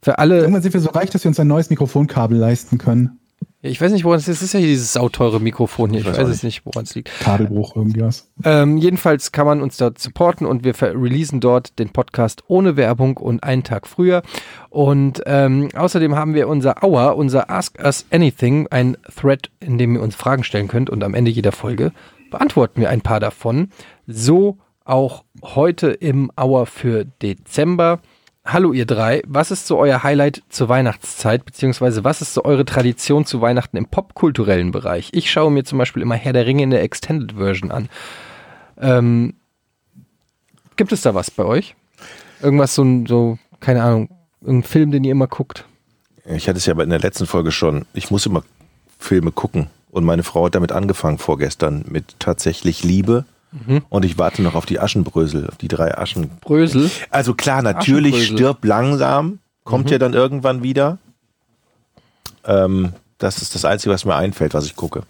Für alle...
Irgendwann sind wir so reich, dass wir uns ein neues Mikrofonkabel leisten können.
Ich weiß nicht, woran es ist. Es ist ja hier dieses sauteure Mikrofon hier. Ich, weiß, es nicht, woran es liegt.
Kabelbruch, irgendwas.
Ähm, jedenfalls kann man uns dort supporten und wir ver- releasen dort den Podcast ohne Werbung und einen Tag früher. Und ähm, außerdem haben wir unser Hour, unser Ask Us Anything, ein Thread, in dem ihr uns Fragen stellen könnt und am Ende jeder Folge beantworten wir ein paar davon. So auch heute im Hour für Dezember. Hallo ihr drei, was ist so euer Highlight zur Weihnachtszeit, beziehungsweise was ist so eure Tradition zu Weihnachten im popkulturellen Bereich? Ich schaue mir zum Beispiel immer Herr der Ringe in der Extended Version an. Ähm, gibt es da was bei euch? Irgendwas so, ein- so keine Ahnung, irgendein Film, den ihr immer guckt?
Ich hatte es ja aber in der letzten Folge schon. Ich muss immer Filme gucken. Und meine Frau hat damit angefangen vorgestern mit tatsächlich Liebe. Und ich warte noch auf die Aschenbrösel, auf die drei Aschen.
Brösel.
Also klar, natürlich
Aschenbrösel.
stirb langsam, kommt ja dann irgendwann wieder. Ähm, das ist das Einzige, was mir einfällt, was ich gucke.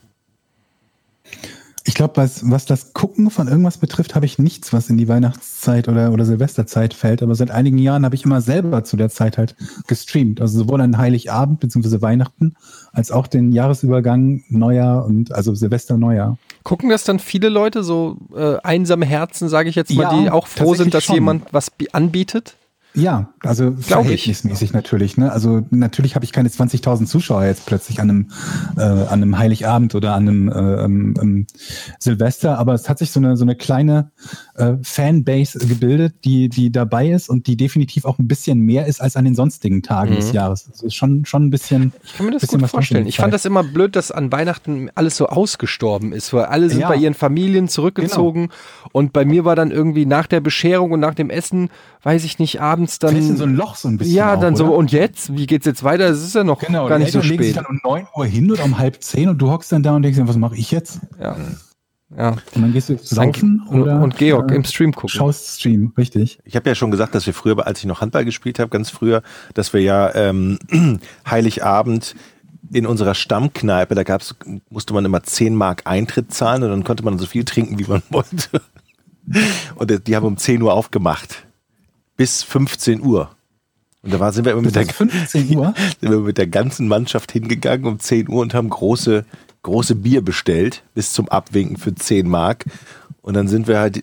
Ich glaube, was, was das Gucken von irgendwas betrifft, habe ich nichts, was in die Weihnachtszeit oder, oder Silvesterzeit fällt. Aber seit einigen Jahren habe ich immer selber zu der Zeit halt gestreamt. Also sowohl an Heiligabend bzw. Weihnachten als auch den Jahresübergang Neujahr und also Silvester Neujahr.
Gucken das dann viele Leute, so äh, einsame Herzen, sage ich jetzt mal,
Ja,
die auch froh sind,
tatsächlich
dass
schon.
jemand was bi- anbietet?
Ja, also
ich.
verhältnismäßig natürlich. Ne? Also natürlich habe ich keine 20.000 Zuschauer jetzt plötzlich an einem, äh, an einem Heiligabend oder an einem äh, ähm, ähm, Silvester, aber es hat sich so eine, so eine kleine äh, Fanbase gebildet, die, die dabei ist und die definitiv auch ein bisschen mehr ist als an den sonstigen Tagen
Mhm.
des Jahres. Also ist schon, schon ein bisschen.
Ich kann mir das
bisschen
gut
was dran
vorstellen. Ich fand
gezeigt.
das immer blöd, dass an Weihnachten alles so ausgestorben ist, weil alle sind
Ja. Genau.
bei ihren Familien zurückgezogen und bei mir war dann irgendwie nach der Bescherung und nach dem Essen, weiß ich nicht, abends dann.
Fällst in so ein Loch so ein bisschen.
ja,
auch,
dann so,
oder?
und jetzt? Wie geht's jetzt weiter? Es ist ja noch
Genau,
gar
die
nicht so
Eltern legen sich
spät.
dann um 9 Uhr hin oder um halb 10 und du hockst dann da und denkst, dir, was mache ich jetzt?
Ja. ja.
Und dann gehst du saufen
und,
oder
und Georg
äh,
im Stream gucken.
schaust Stream, richtig.
Ich habe ja schon gesagt, dass wir früher, als ich noch Handball gespielt habe, ganz früher, dass wir ja ähm, Heiligabend in unserer Stammkneipe, da gab's, musste man immer 10 Mark Eintritt zahlen und dann konnte man so viel trinken, wie man wollte. Und die haben um 10 Uhr aufgemacht. Bis 15 Uhr. Und da war, sind wir immer mit der,
Bis 15 Uhr.
sind wir mit der ganzen Mannschaft hingegangen um 10 Uhr und haben große, große Bier bestellt, bis zum Abwinken für 10 Mark. Und dann sind wir halt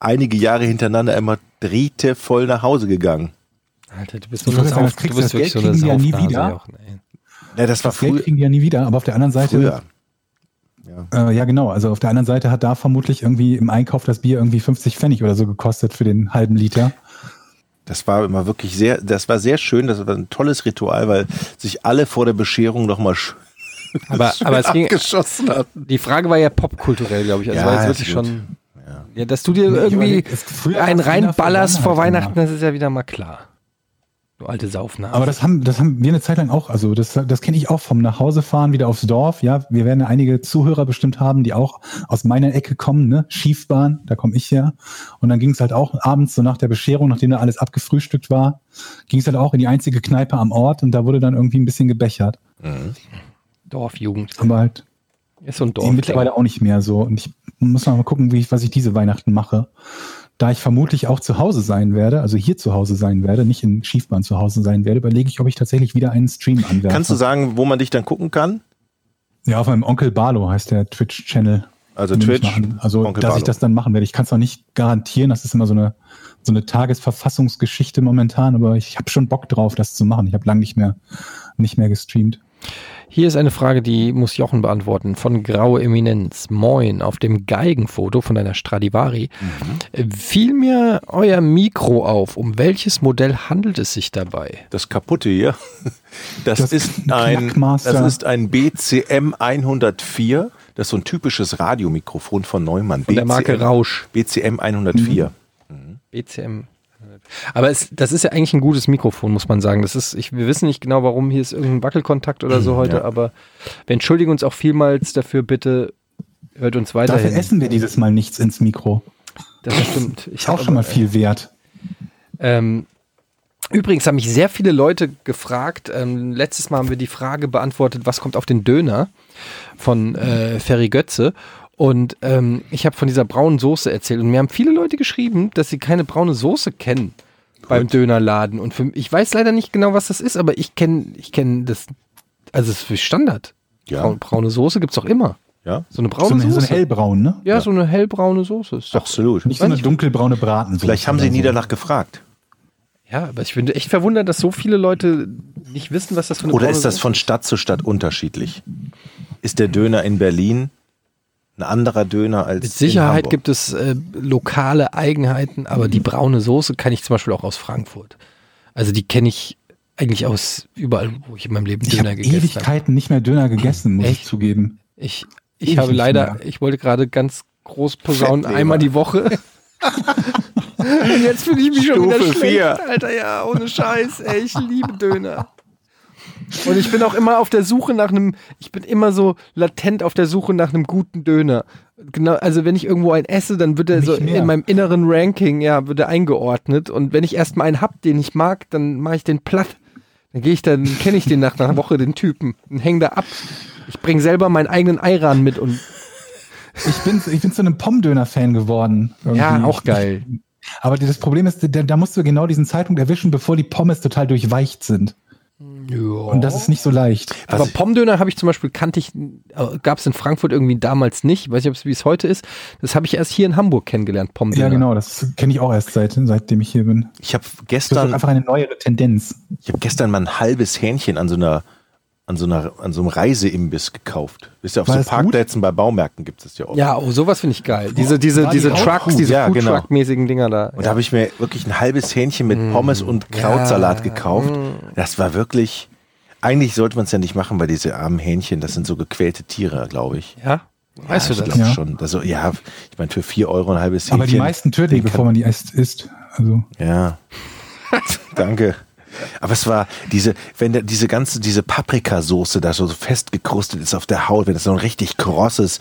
einige Jahre hintereinander immer dritte voll nach Hause gegangen.
Alter, du bist,
Ich
so eine
wollte sagen,
Sauf,
das
du
kriegst-
bist
das
wirklich
Geld
so eine
kriegen die ja nie
Saufnase.
wieder.
Jochen, ey.
Ja, das war
Das Geld
früher.
kriegen die ja nie wieder, aber auf der anderen Seite
früher.
Äh, ja, genau. Also auf der anderen Seite hat da vermutlich irgendwie im Einkauf das Bier irgendwie 50 Pfennig oder so gekostet für den halben Liter.
Das war immer wirklich sehr, das war sehr schön, das war ein tolles Ritual, weil sich alle vor der Bescherung nochmal schön
Aber, aber es ging,
abgeschossen hatten.
die Frage war ja popkulturell, glaube ich. Also
Ja,
war jetzt
das
wirklich
ist gut.
schon. Ja, dass du dir irgendwie
überleg, es- früher
einen
hat's jeder
reinballerst vor
vor
Weihnachten,
Weihnachten
das ist ja wieder mal klar. Du alte Saufnase.
Aber das haben, das haben wir eine Zeit lang auch, also das, das kenne ich auch vom Nachhausefahren wieder aufs Dorf. Ja, wir werden ja einige Zuhörer bestimmt haben, die auch aus meiner Ecke kommen, ne? Schiefbahn, da komme ich her. Und dann ging es halt auch abends so nach der Bescherung, nachdem da alles abgefrühstückt war, ging es halt auch in die einzige Kneipe am Ort und da wurde dann irgendwie ein bisschen gebechert.
Dorfjugend.
Aber halt
Ist so ein
die
Dorf.
mittlerweile auch nicht mehr so. Und ich muss noch mal gucken, wie ich, was ich diese Weihnachten mache. Da ich vermutlich auch zu Hause sein werde, also hier zu Hause sein werde, nicht in Schiefbahn zu Hause sein werde, überlege ich, ob ich tatsächlich wieder einen Stream anwerfe.
Kannst du sagen, wo man dich dann gucken kann?
Ja, auf meinem Onkel Barlo heißt der Twitch-Channel.
Also
Nehme ich
Twitch,
mal an. Also,
Onkel
dass ich
Barlo.
das dann machen werde. Ich kann es noch nicht garantieren. Das ist immer so eine, so eine Tagesverfassungsgeschichte momentan, aber ich habe schon Bock drauf, das zu machen. Ich habe lange nicht mehr, nicht mehr gestreamt.
Hier ist eine Frage, die muss Jochen beantworten. Von Graue Eminenz. Moin, auf dem Geigenfoto von deiner Stradivari
Mhm.
äh, fiel mir euer Mikro auf. Um welches Modell handelt es sich dabei?
Das kaputte hier. Das,
Das
ist ein,
Knackmaster.
das ist ein BCM 104. Das ist so ein typisches Radiomikrofon von Neumann.
Von der Marke
äh,
Rausch.
BCM 104.
Mhm.
BCM. E Aber es, das ist ja eigentlich ein gutes Mikrofon, muss man sagen. Das ist, ich, wir wissen nicht genau, warum hier ist irgendein Wackelkontakt oder
Hm,
so heute,
ja.
aber wir entschuldigen uns auch vielmals dafür. Bitte hört uns
Dafür
weiterhin.
essen wir dieses Mal nichts ins Mikro.
Das stimmt.
Ist auch schon mal
äh,
viel wert.
Ähm, übrigens haben mich sehr viele Leute gefragt. Ähm, letztes Mal haben wir die Frage beantwortet, was kommt auf den Döner von äh, Ferry Götze. Und ähm, ich habe von dieser braunen Soße erzählt. Und mir haben viele Leute geschrieben, dass sie keine braune Soße kennen beim Dönerladen. Und für, ich weiß leider nicht genau, was das ist, aber ich kenne ich kenn das. Also, es ist für Standard.
Ja.
Braun, braune Soße gibt es doch immer.
Ja,
So eine
So
braune
eine, so
Soße.
eine hellbraun, ne?
ja, so eine hellbraune Soße. Ist doch,
absolut.
Nicht so eine dunkelbraune Braten.
Vielleicht haben sie nie danach gefragt.
ja, aber ich bin echt verwundert, dass so viele Leute nicht wissen, was das für eine
Oder
braune
ist das von Stadt zu Stadt unterschiedlich? Ist der Döner in Berlin ein anderer Döner als
Mit Sicherheit
in Hamburg?
gibt es äh, lokale Eigenheiten, aber die braune Soße kann ich zum Beispiel auch aus Frankfurt. Also die kenne ich eigentlich aus überall, wo ich in meinem Leben
Ich
Döner
habe
gegessen habe.
Ewigkeiten nicht mehr Döner gegessen, muss
Echt?
ich zugeben.
Ich, ich
Ewig
habe
nicht
leider,
mehr.
ich wollte gerade ganz groß posaunen,
Fettleber.
einmal die Woche. Und jetzt fühle ich mich schon wieder
Stufe
schlecht.
vier.
Alter, ja, ohne Scheiß. Ey, ich liebe Döner. Und ich bin auch immer auf der Suche nach einem, ich bin immer so latent auf der Suche nach einem guten Döner. Genau, also wenn ich irgendwo einen esse, dann wird er
Nicht
so
mehr.
in meinem inneren Ranking, ja, wird er eingeordnet. Und wenn ich erstmal einen hab, den ich mag, dann mache ich den platt. Dann gehe ich dann, kenne ich den nach einer Woche, den Typen, und häng da ab. Ich bringe selber meinen eigenen Eiran mit und
Ich bin, ich bin zu einem Pommdöner-Fan geworden.
ja,
irgendwie.
auch geil.
Aber das Problem ist, da, da musst du genau diesen Zeitpunkt erwischen, bevor die Pommes total durchweicht sind. Und das Also- ist nicht so leicht.
Aber Pommdöner habe ich zum Beispiel, kannte ich, gab es in Frankfurt irgendwie damals nicht. Weiß nicht, ob's- wie es heute ist. Das habe ich erst hier in Hamburg kennengelernt, Pommdöner.
Ja, genau, das kenne ich auch erst seit, seitdem ich hier bin.
Ich habe
Das ist
gestern,
einfach eine neuere Tendenz.
ich hab gestern mal ein halbes Hähnchen an so einer an so, einer, an so einem Reiseimbiss gekauft. Wisst ihr, auf
War
so
das gut?
Parkplätzen bei Baumärkten gibt es das ja oft.
Ja, oh, sowas finde ich geil. Diese, diese,
Ja, die
diese
auch
Trucks,
gut.
diese
Ja,
Food
genau.
Truck-mäßigen Dinger da.
Und da habe ich mir wirklich ein halbes Hähnchen mit
Mm.
Pommes und Krautsalat gekauft. Das war wirklich. Eigentlich sollte man es ja nicht machen, weil diese armen Hähnchen, das sind so gequälte Tiere, glaube ich.
Ja? Weißt
ja,
du
ich
das?
glaub
Ja.
schon. Also, ja, ich meine, für 4 Euro ein halbes Hähnchen.
Aber die meisten töten die,
den
bevor man die erst isst. Also,
Ja. Danke. Aber es war diese, wenn da diese ganze, diese Paprikasoße da so festgekrustet ist auf der Haut, wenn das so ein richtig krosses,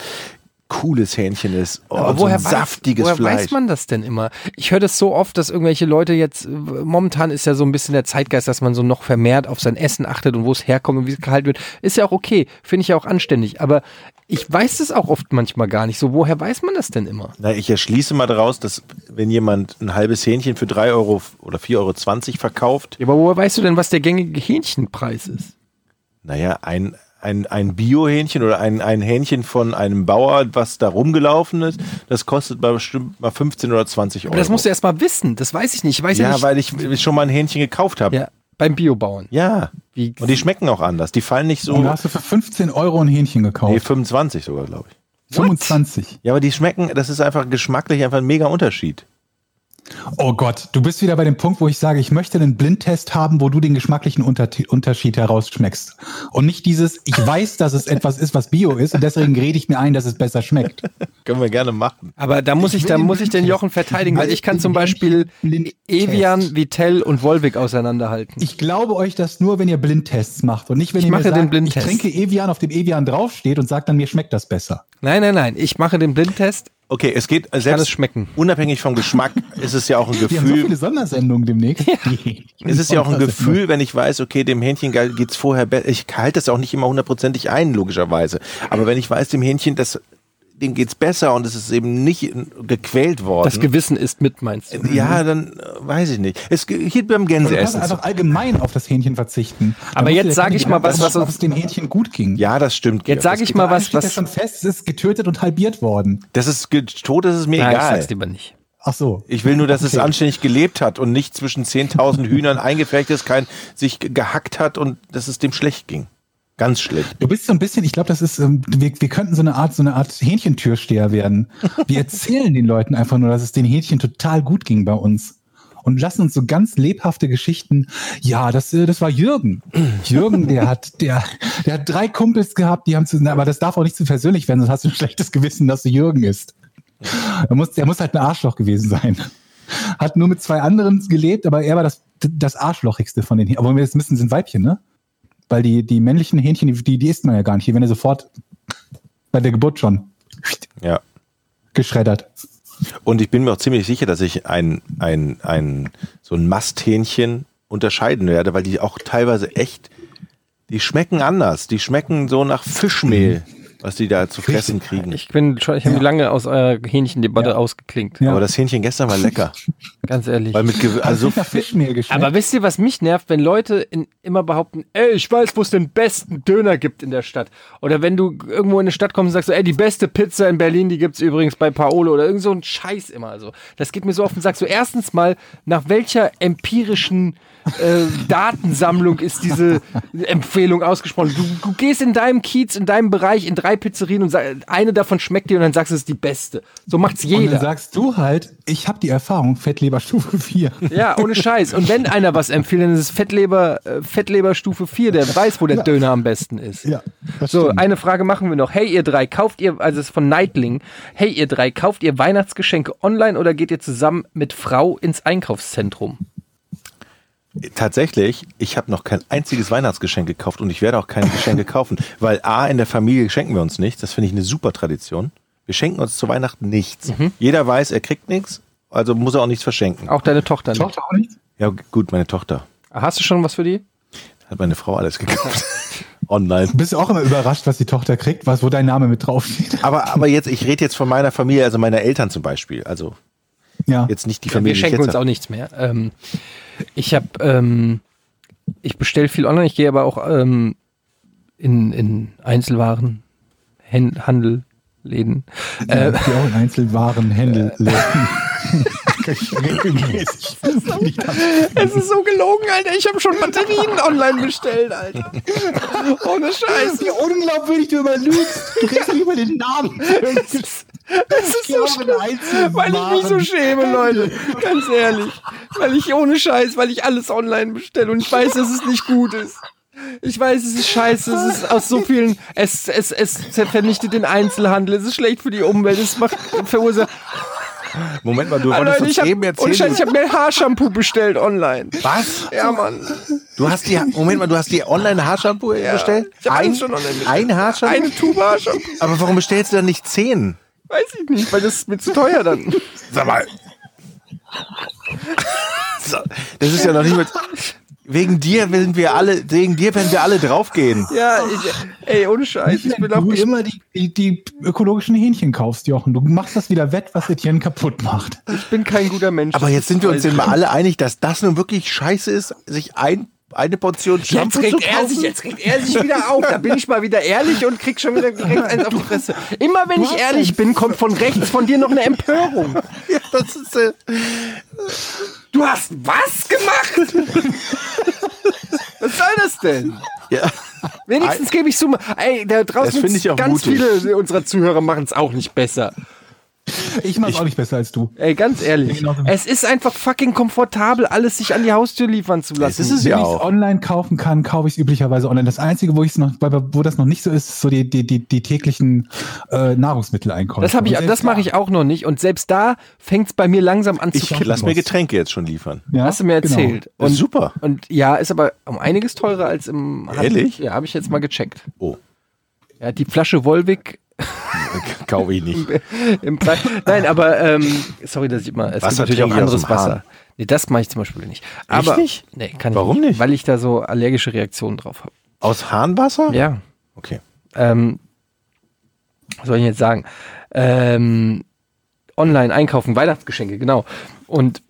cooles Hähnchen ist. Oh, und so ein saftiges
woher
Fleisch.
weiß man das denn immer? Ich höre das so oft, dass irgendwelche Leute jetzt, äh, momentan ist ja so ein bisschen der Zeitgeist, dass man so noch vermehrt auf sein Essen achtet und wo es herkommt und wie es gehalten wird. Ist ja auch okay, finde ich ja auch anständig. Aber Ich weiß es auch oft manchmal gar nicht so. Woher weiß man das denn immer?
Na, ich erschließe mal daraus, dass wenn jemand ein halbes Hähnchen für 3 Euro oder 4,20 Euro verkauft,
Ja, aber woher weißt du denn, was der gängige Hähnchenpreis ist?
naja, ein, ein, ein Bio-Hähnchen oder ein, ein Hähnchen von einem Bauer, was da rumgelaufen ist, das kostet bei bestimmt mal 15 oder 20 Euro.
Aber das musst du erst mal wissen. Das weiß ich nicht. Ich weiß ja,
ja,
nicht.
weil ich schon mal ein Hähnchen gekauft habe.
ja, beim Biobauern.
Ja.
Wie-
Und die schmecken auch anders. Die fallen nicht
Und da
so.
hast du für 15 Euro ein Hähnchen
Nee,
gekauft.
25 sogar, glaube ich.
25.
Ja, aber die schmecken, das ist einfach geschmacklich einfach ein mega Unterschied.
Oh Gott, du bist wieder bei dem Punkt, wo ich sage, ich möchte einen Blindtest haben, wo du den geschmacklichen Unter Unterschied herausschmeckst. Und nicht dieses, ich weiß, dass es etwas ist, was Bio ist und deswegen rede ich mir ein, dass es besser schmeckt.
Können wir gerne machen.
Aber da muss ich, da muss ich den Jochen verteidigen, weil ich kann zum Beispiel
Blindtest.
Evian, Vitell und Volvic auseinanderhalten.
Ich glaube euch das nur, wenn ihr Blindtests macht und nicht, wenn
Ich
ihr mir
mache den
sagt,
Blindtest.
ich trinke Evian, auf dem Evian draufsteht und sagt dann, mir schmeckt das besser.
Nein, nein, nein. Ich mache den Blindtest.
Okay, es geht selbst
es schmecken.
unabhängig vom Geschmack ist es ja auch ein
Wir haben so
Gefühl.
viele Sondersendungen demnächst.
es ist ja auch ein Gefühl, wenn ich weiß, okay, dem Hähnchen ge- geht's vorher besser. Ich halte das auch nicht immer hundertprozentig ein, logischerweise. Aber wenn ich weiß, dem Hähnchen, das, dem geht's besser und es ist eben nicht äh, gequält worden.
Das Mhm. Gewissen ist mit, meinst du?
ja, dann Hm? äh, weiß ich nicht. Es ge- geht beim
Du kannst
Gänseessen. so.
einfach allgemein auf das Hähnchen verzichten. Da
Aber
musst
jetzt
du dir
sag
keine
ich mal
Gedanken
was,
machen,
was-
ob es dem Hähnchen gut ging.
Ja, das stimmt.
Jetzt
Georg.
sage ich mal
Da
was,
steht ja
was.
schon fest, es ist getötet und halbiert worden.
Das ist ge- tot, das ist mir
Nein, ich
egal.
sag's lieber nicht.
Ach so.
Ich will nur, dass es
Okay.
anständig gelebt hat und nicht zwischen 10.000 Hühnern eingeflecht ist, kein sich ge- gehackt hat und dass es dem schlecht ging. Ganz schlecht.
Du bist so ein bisschen, ich glaube, das ist, ähm, wir, wir könnten so eine Art, so eine Art Hähnchentürsteher werden. Wir erzählen den Leuten einfach nur, dass es den Hähnchen total gut ging bei uns. Und lassen uns so ganz lebhafte Geschichten. Ja, das, äh, das war Jürgen. Jürgen, der hat, der, der hat drei Kumpels gehabt, die haben zu, na, aber das darf auch nicht zu persönlich werden, sonst hast du ein schlechtes Gewissen, dass du Jürgen ist. Er muss, er muss halt ein Arschloch gewesen sein. Hat nur mit zwei anderen gelebt, aber er war das, das Arschlochigste von den Hähnchen. Aber wir jetzt müssen, sind Weibchen, ne? Weil die, die männlichen Hähnchen, die, die, die isst man ja gar nicht. Die werden ja sofort bei der Geburt schon
Ja.
geschreddert.
Und ich bin mir auch ziemlich sicher, dass ich ein, ein, ein, so ein Masthähnchen unterscheiden werde, weil die auch teilweise echt, die schmecken anders. Die schmecken so nach Fischmehl, was die da zu fressen kriegen.
Ich bin schon, ich habe mich lange aus eurer Hähnchendebatte ausgeklinkt.
Ja.
Aber das Hähnchen gestern war lecker.
Ganz ehrlich.
Weil mit, Ge-
Also
also
nach Fischmehl geschmeckt.
Aber wisst ihr, was mich nervt, wenn Leute in, immer behaupten, ey, ich weiß, wo es den besten Döner gibt in der Stadt. Oder wenn du irgendwo in eine Stadt kommst und sagst, so, ey, die beste Pizza in Berlin, die gibt's übrigens bei Paolo oder irgend so ein Scheiß immer. Also, das geht mir so auf den Sack. So, erstens mal, nach welcher empirischen äh, Datensammlung ist diese Empfehlung ausgesprochen? Du, du gehst in deinem Kiez, in deinem Bereich, in drei Pizzerien und sag, eine davon schmeckt dir und dann sagst du, es ist die beste. So macht's jeder.
und dann sagst du halt, ich habe die Erfahrung, Fettleberstufe 4.
Ja, ohne Scheiß. Und wenn einer was empfiehlt, dann ist es Fettleber, äh, Fettleber Stufe 4, der weiß, wo der Döner am besten ist.
Ja, das
So,
stimmt.
eine Frage machen wir noch. Hey, ihr drei, kauft ihr, also es ist von Neidling, hey, ihr drei, kauft ihr Weihnachtsgeschenke online oder geht ihr zusammen mit Frau ins Einkaufszentrum?
Tatsächlich, ich habe noch kein einziges Weihnachtsgeschenk gekauft und ich werde auch keine Geschenke kaufen, weil A, in der Familie schenken wir uns nichts. Das finde ich eine super Tradition. Wir schenken uns zu Weihnachten nichts. Jeder weiß, er kriegt nichts, also muss er auch nichts verschenken.
Auch deine Tochter nicht. Ah,
Tochter auch nicht?
Ja, gut, meine Tochter
Hast du schon was für die?
hat meine Frau alles gekauft. Online.
Bist du auch immer überrascht, was die Tochter kriegt, was, wo dein Name mit draufsteht?
Aber, aber jetzt, ich rede jetzt von meiner Familie, also meiner Eltern zum Beispiel. Also
Ja.
jetzt nicht die
wir
Familie. die ich
schenken
jetzt
uns
hab.
auch nichts mehr. Ähm, ich habe, ähm, ich bestelle viel online, ich gehe aber auch ähm, in, in Einzelwaren, Hän- Handel, Läden.
Äh, die auch in Einzelwarenhändel
Äh.
Regelmäßig.
Es ist so gelogen, Alter. Ich habe schon Batterien online bestellt, Alter. Ohne Scheiß.
Wie unglaubwürdig du immer lügst. Du kriegst nicht mal den Namen.
Es ist, es ist so
Glauben
schlimm, weil ich mich so schäme, Leute. Ganz ehrlich. Weil ich ohne Scheiß, weil ich alles online bestelle und ich weiß, dass es nicht gut ist. Ich weiß, es ist scheiße, es ist aus so vielen, es, es, es vernichtet den Einzelhandel, es ist schlecht für die Umwelt, es macht, verursacht.
Moment mal, du
Ah,
wolltest
Leute,
uns
ich hab,
eben
ohne Scheiß,
erzählen.
ich habe mir Haarshampoo bestellt online.
Was?
Ja, Mann.
Du hast die, Moment mal, du hast die Online-Haarshampoo bestellt?
ich hab
ein,
alles schon online bestellt.
ein Haarshampoo?
Eine Tube Haarshampoo.
Aber warum bestellst du dann nicht zehn?
Weiß ich nicht, weil das ist mir zu teuer dann.
Sag mal. So, Das ist ja noch nicht mit. Wegen dir werden wir alle, wegen dir werden wir alle draufgehen.
Ja, ich, ey, ohne Scheiß. Ich
Wenn
bin auch
du
gespannt.
immer die, die, die ökologischen Hähnchen kaufst, Jochen. Du machst das wieder wett, was Etienne kaputt macht.
Ich bin kein guter Mensch. Also,
Aber jetzt sind wir uns denn mal alle einig, dass das nun wirklich scheiße ist, sich ein, eine Portion
Jetzt
Shampoo zu
regt er
kaufen?
sich, jetzt regt er sich wieder auf. Da bin ich mal wieder ehrlich und krieg schon wieder direkt eins auf die Fresse. Immer wenn ich ehrlich bin, kommt von rechts von dir noch eine Empörung.
Ja, das ist, äh,
Du hast was gemacht? Was soll das denn?
ja.
Wenigstens gebe ich zu. Ey, da
Das
draußen
finde ich
gibt's
auch
ganz
mutig.
viele unserer Zuhörer machen es auch nicht besser.
Ich mach's auch nicht besser als du.
Ey, ganz ehrlich.
Genau so.
Es ist einfach fucking komfortabel, alles sich an die Haustür liefern zu lassen.
Das ist es ja
Wenn ich
auch.
online kaufen kann, kaufe ich es üblicherweise online. Das Einzige, wo ich es noch, wo das noch nicht so ist, ist so die, die, die, die täglichen äh, Nahrungsmitteleinkäufe.
Das, hab ich,
Und selbst
das mache ich auch noch nicht. Und selbst da fängt es bei mir langsam an zu
Ich
kippen.
lass mir Getränke jetzt schon liefern.
da- Ja,
Hast du mir
genau.
erzählt.
Das ist super.
Und ja, ist aber um einiges teurer als im Handel.
Ehrlich?
Ja, habe ich jetzt mal gecheckt.
Oh,
Ja, die Flasche Wolwig
kaufe ich nicht.
im Preis. Nein, aber ähm, sorry, dass ich immer. Es
Wasser
gibt natürlich auch
trinke ich aus
anderes
dem Hahn.
Wasser. Nee, das mache ich zum Beispiel nicht. Aber,
nicht?
Nee, kann
Warum
ich
nicht?
Weil ich da so allergische Reaktionen drauf habe.
Aus Hahnwasser?
Ja.
Okay.
Ähm, was soll ich jetzt sagen? Ähm, online einkaufen, Weihnachtsgeschenke, genau. Und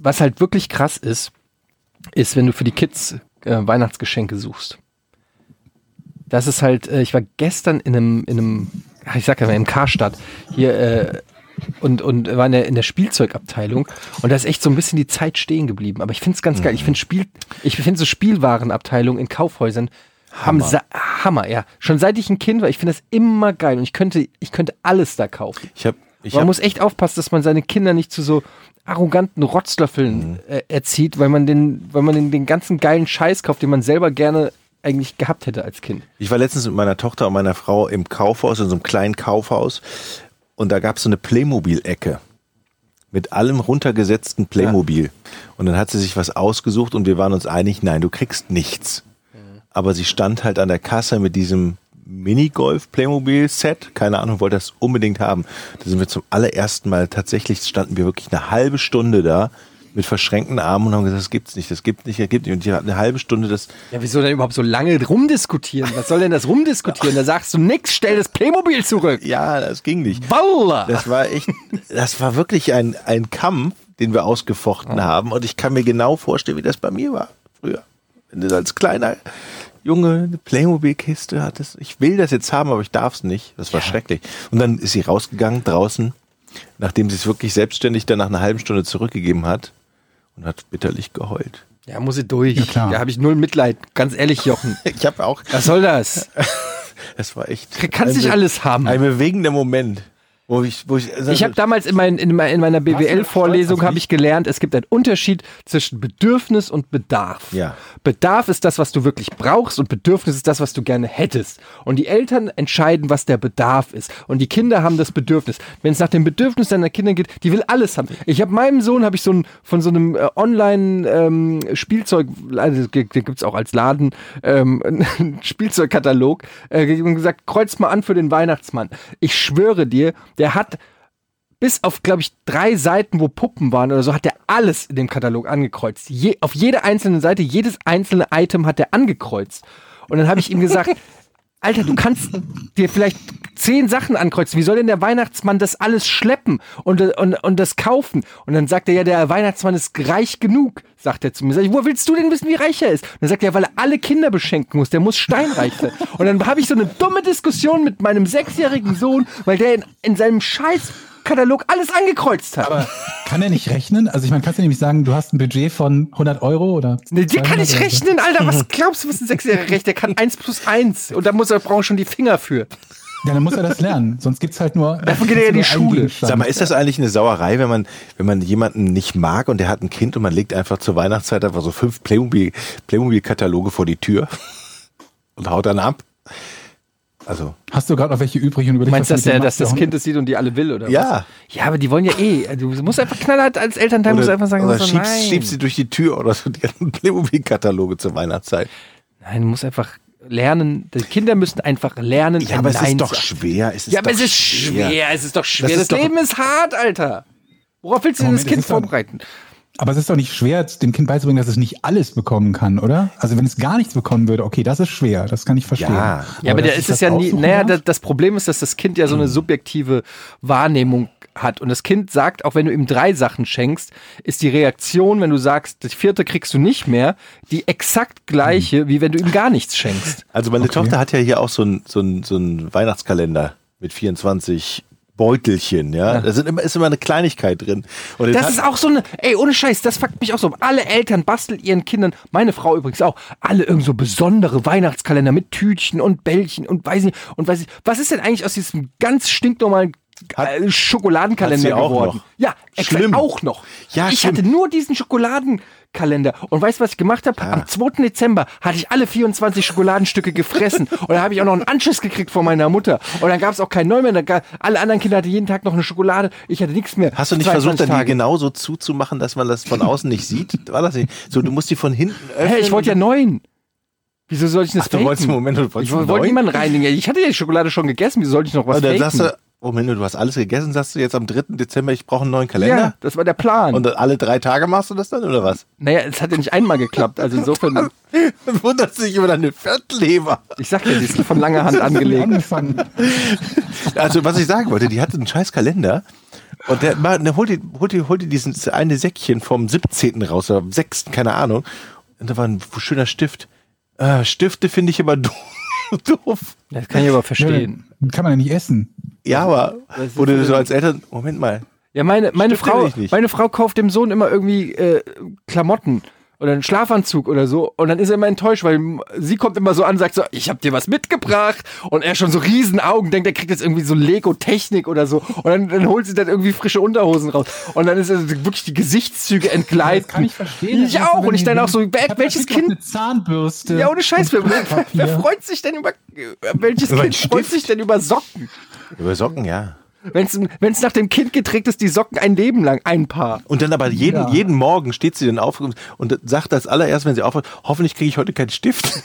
was halt wirklich krass ist, ist, wenn du für die Kids äh, Weihnachtsgeschenke suchst. Das ist halt, äh, ich war gestern in einem, in einem, ah, ich sag ja mal, im Karstadt hier äh, und, und war in der, in der Spielzeugabteilung und da ist echt so ein bisschen die Zeit stehen geblieben. Aber ich find's ganz geil. Ich find Spiel, ich find so Spielwarenabteilungen in Kaufhäusern haben
Hammer.
Sa Hammer, ja. Schon seit ich ein Kind war, ich find das immer geil und ich könnte, ich könnte alles da kaufen.
Ich habe ich
man
hab
muss echt aufpassen, dass man seine Kinder nicht zu so arroganten Rotzlöffeln äh, erzieht, weil man den, weil man den, den ganzen geilen Scheiß kauft, den man selber gerne eigentlich gehabt hätte als Kind.
Ich war letztens mit meiner Tochter und meiner Frau im Kaufhaus, in so einem kleinen Kaufhaus. Und da gab es so eine Playmobil-Ecke. Mit allem runtergesetzten Playmobil. Und dann hat sie sich was ausgesucht und wir waren uns einig, nein, du kriegst nichts. Aber sie stand halt an der Kasse mit diesem Minigolf-Playmobil-Set. Keine Ahnung, wollte das unbedingt haben. Da sind wir zum allerersten Mal, tatsächlich standen wir wirklich eine halbe Stunde da mit verschränkten Armen und haben gesagt, das gibt's nicht, das gibt's nicht, das gibt's nicht. Und die hat eine halbe Stunde das
Ja, wieso denn überhaupt so lange rumdiskutieren? Was soll denn das rumdiskutieren? Da sagst du nix, stell das Playmobil zurück.
Ja, das ging nicht.
Walla!
Das war echt, das war wirklich ein, ein Kampf, den wir ausgefochten haben. Und ich kann mir genau vorstellen, wie das bei mir war früher. Wenn du als kleiner Junge eine Playmobil-Kiste hattest. Ich will das jetzt haben, aber ich darf es nicht. Das war schrecklich. Und dann ist sie rausgegangen draußen, nachdem sie es wirklich selbstständig dann nach einer halben Stunde zurückgegeben hat und hat bitterlich geheult.
Ja, muss ich durch.
Ja, klar.
Da habe ich null Mitleid. Ganz ehrlich, Jochen.
Ich habe auch,
Was soll das?
das war echt.
Kannst
ein
nicht
be-
alles haben.
Ein bewegender Moment. Wo ich, wo ich, also
Ich habe damals in, mein, in, mein, in meiner BWL-Vorlesung habe ich gelernt, es gibt einen Unterschied zwischen Bedürfnis und Bedarf.
Ja.
Bedarf ist das, was du wirklich brauchst und Bedürfnis ist das, was du gerne hättest. Und die Eltern entscheiden, was der Bedarf ist. Und die Kinder haben das Bedürfnis. Wenn es nach dem Bedürfnis deiner Kinder geht, die will alles haben. Ich habe meinem Sohn habe ich so ein, von so einem äh, Online-Spielzeug, also, den gibt's auch als Laden, ähm, einen Spielzeugkatalog, äh, gegeben und gesagt, kreuz mal an für den Weihnachtsmann. Ich schwöre dir, der hat bis auf, glaube ich, drei Seiten, wo Puppen waren oder so, hat er alles in dem Katalog angekreuzt. Je, auf jede einzelne Seite, jedes einzelne Item hat er angekreuzt. Und dann habe ich ihm gesagt, Alter, du kannst dir vielleicht zehn Sachen ankreuzen. Wie soll denn der Weihnachtsmann das alles schleppen und, und, und das kaufen? Und dann sagt er, ja, der Weihnachtsmann ist reich genug, sagt er zu mir. Sag ich, wo willst du denn wissen, wie reich er ist? Und dann sagt er, weil er alle Kinder beschenken muss, der muss steinreich sein. Und dann habe ich so eine dumme Diskussion mit meinem sechsjährigen Sohn, weil der in, in seinem Scheißkatalog alles angekreuzt hat.
Aber kann er nicht rechnen? Also ich meine, kannst du nämlich sagen, du hast ein Budget von 100 Euro oder?
Nee, dir kann
200
ich
oder so?
rechnen, Alter. Was glaubst du, was ein Sechsjähriger rechnet? Der kann eins plus eins. Und da muss er brauchen schon die Finger für.
Ja, dann muss er das lernen. Sonst gibt's halt nur.
Dafür geht er ja die
nur einen
Schule.
Gegenstand.
Sag mal, ist das eigentlich eine Sauerei, wenn man, wenn man jemanden nicht mag und der hat ein Kind und man legt einfach zur Weihnachtszeit einfach so fünf Playmobil- Playmobil-Kataloge vor die Tür und haut dann ab? Also,
Hast du gerade noch welche übrig und
Du
überlegt,
meinst, dass,
was du
der,
mit denen
dass das
machst,
Kind das sieht und die alle will, oder
Ja.
was? Ja, aber die wollen ja eh. Du musst einfach knallhart als Elternteil musst du
oder,
einfach sagen,
oder
so,
schiebst,
nein.
schiebst sie durch die Tür oder so die ganzen Playmobil-Kataloge zur Weihnachtszeit.
nein, du musst einfach lernen. Die Kinder müssen einfach lernen.
Ja,
ein
aber es
Nein
ist doch
zu-
schwer. Es ist
Ja, aber
doch
es ist schwer. Es ist doch schwer. Das,
ist doch-
Leben ist hart, Alter. Worauf willst du denn
Moment,
das
das
Kind
ist doch-
vorbereiten?
Aber es ist doch nicht schwer, dem Kind beizubringen, dass es nicht alles bekommen kann, oder? Also wenn es gar nichts bekommen würde, okay, das ist schwer, das kann ich verstehen.
Ja.
Ja, aber,
dass
da ist
ich
es
das
ja nie,
aussuchen
naja,
darf?
das, das Problem ist, dass das Kind ja so eine subjektive Wahrnehmung hat. Und das Kind sagt, auch wenn du ihm drei Sachen schenkst, ist die Reaktion, wenn du sagst, das vierte kriegst du nicht mehr, die exakt gleiche, wie wenn du ihm gar nichts schenkst.
Also meine Tochter hat ja hier auch so einen so einen- so einen Weihnachtskalender mit 24 Beutelchen, ja. Da sind immer, ist immer eine Kleinigkeit drin. Und den
Das
hat-
ist auch so eine, ey, ohne Scheiß, das fuckt mich auch so. um. Alle Eltern basteln ihren Kindern, meine Frau übrigens auch, alle irgend so besondere Weihnachtskalender mit Tütchen und Bällchen und weiß nicht, und weiß nicht. Was ist denn eigentlich aus diesem ganz stinknormalen
Hat-
äh, Schokoladenkalender
hat sie auch
geworden?
noch.
Ja, exakt,
Schlimm.
auch noch.
Ja,
ich
stimmt.
hatte nur diesen Schokoladenkalender. Und weißt du, was ich gemacht habe?
Ah.
Am 2. Dezember hatte ich alle 24 Schokoladenstücke gefressen. und da habe ich auch noch einen Anschiss gekriegt von meiner Mutter. Und dann gab es auch keinen neuen mehr. Dann ga- Alle anderen Kinder hatten jeden Tag noch eine Schokolade. Ich hatte nichts mehr.
Hast du nicht
22
versucht, dann die
Tage.
genauso zuzumachen, dass man das von außen nicht sieht? War das nicht? So, du musst die von hinten öffnen.
Hä, ich wollte ja neun. Wieso soll ich denn das
Ach, du wolltest-
faken?
Moment, du wolltest
ich wollte
neun?
niemanden reinlegen. Ich hatte ja die Schokolade schon gegessen. Wieso sollte ich noch was
Und dann
faken?
sagst du, oh Menno, du hast alles gegessen, sagst du jetzt am 3. Dezember, ich brauche einen neuen
ja,
Kalender?
das war der Plan.
Und dann alle drei Tage machst du das dann, oder was?
naja, es hat ja nicht einmal geklappt. Also insofern,
Dann wunderst du dich über deine Fettleber.
ich sag ja, die ist von langer Hand angelegt.
angefangen.
Also, was ich sagen wollte, die hatte einen scheiß Kalender. Und der, mal, ne, holt, die, holt, die, holt die diesen eine Säckchen vom 17. raus, oder vom 6., keine Ahnung. Und da war ein schöner Stift. Äh, Stifte finde ich immer doof. doof.
Das kann ich aber verstehen.
Ja, Kann man ja nicht essen.
Ja, aber,
ist
oder
denn-
so als Eltern, Moment mal,
Ja, meine, meine,
Stimmt ja
Frau,
nicht, nicht.
meine Frau kauft dem Sohn immer irgendwie äh, Klamotten oder einen Schlafanzug oder so. Und dann ist er immer enttäuscht, weil m- sie kommt immer so an und sagt so, ich hab dir was mitgebracht. Und er schon so riesen Augen denkt, er kriegt jetzt irgendwie so Lego-Technik oder so. Und dann, dann holt sie dann irgendwie frische Unterhosen raus. Und dann ist er wirklich die Gesichtszüge entgleiten. Ich
Also
auch. Und ich dann auch so, wer- welches Kind...
Eine Zahnbürste.
Ja, ohne Scheiß, wer, wer,
Papier.
wer freut sich denn über... äh, Welches
Über einen
Kind freut
Stift?
sich denn über Socken?
über Socken, ja.
Wenn es nach dem Kind geträgt ist, die Socken ein Leben lang, ein Paar.
Und dann aber jeden,
Ja.
jeden Morgen steht sie dann auf und, und sagt als allererst, wenn sie aufwacht, hoffentlich kriege ich heute keinen Stift.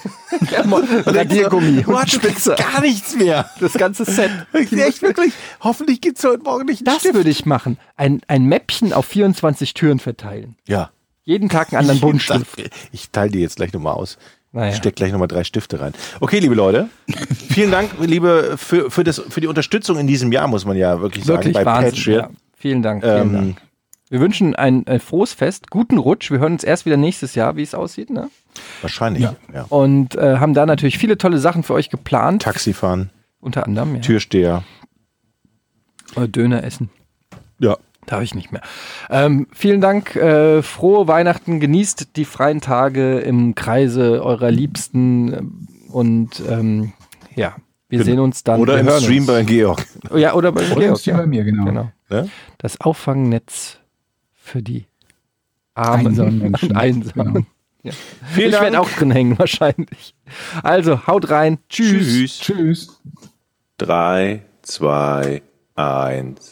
Radiergummi
und
und Spitze.
Gar nichts mehr.
Das ganze Set.
Echt wirklich? Hoffentlich gibt es heute Morgen nicht einen
Das
Stift.
würde ich machen. Ein, ein Mäppchen auf 24 Türen verteilen.
Ja.
Jeden Tag einen anderen Buntstift.
Ich teile die jetzt gleich nochmal aus.
Naja.
Ich stecke gleich nochmal drei Stifte rein. Okay, liebe Leute. Vielen Dank, liebe, für, für, das, für die Unterstützung in diesem Jahr, muss man ja wirklich,
Wirklich
sagen.
Wahnsinn. Ja.
Patreon.
Vielen Dank. Vielen
Ähm,
Dank. Wir wünschen ein äh, frohes Fest, guten Rutsch. Wir hören uns erst wieder nächstes Jahr, wie es aussieht. Ne?
Wahrscheinlich. Ja.
Ja.
Und äh, haben da natürlich viele tolle Sachen für euch geplant.
Taxifahren,
Unter anderem ja.
Türsteher.
Äh, Döner essen.
Ja.
Darf ich nicht mehr. Ähm, vielen Dank. Äh, frohe Weihnachten. Genießt die freien Tage im Kreise eurer Liebsten. ähm, Und ähm, ja, wir sehen uns dann.
Genau. Oder
wir
im
hören
Stream
uns.
bei Georg.
Ja, oder bei
Oder
Georg,
ist die bei
ja.
mir, genau.
Genau.
Ne?
Das Auffangnetz für die Armen
Einsamen Menschen.
und Einsamen.
Genau.
Vielen
ich werde auch drin hängen wahrscheinlich. Also haut rein. Tschüss.
Tschüss.
Tschüss.
Drei, zwei, eins.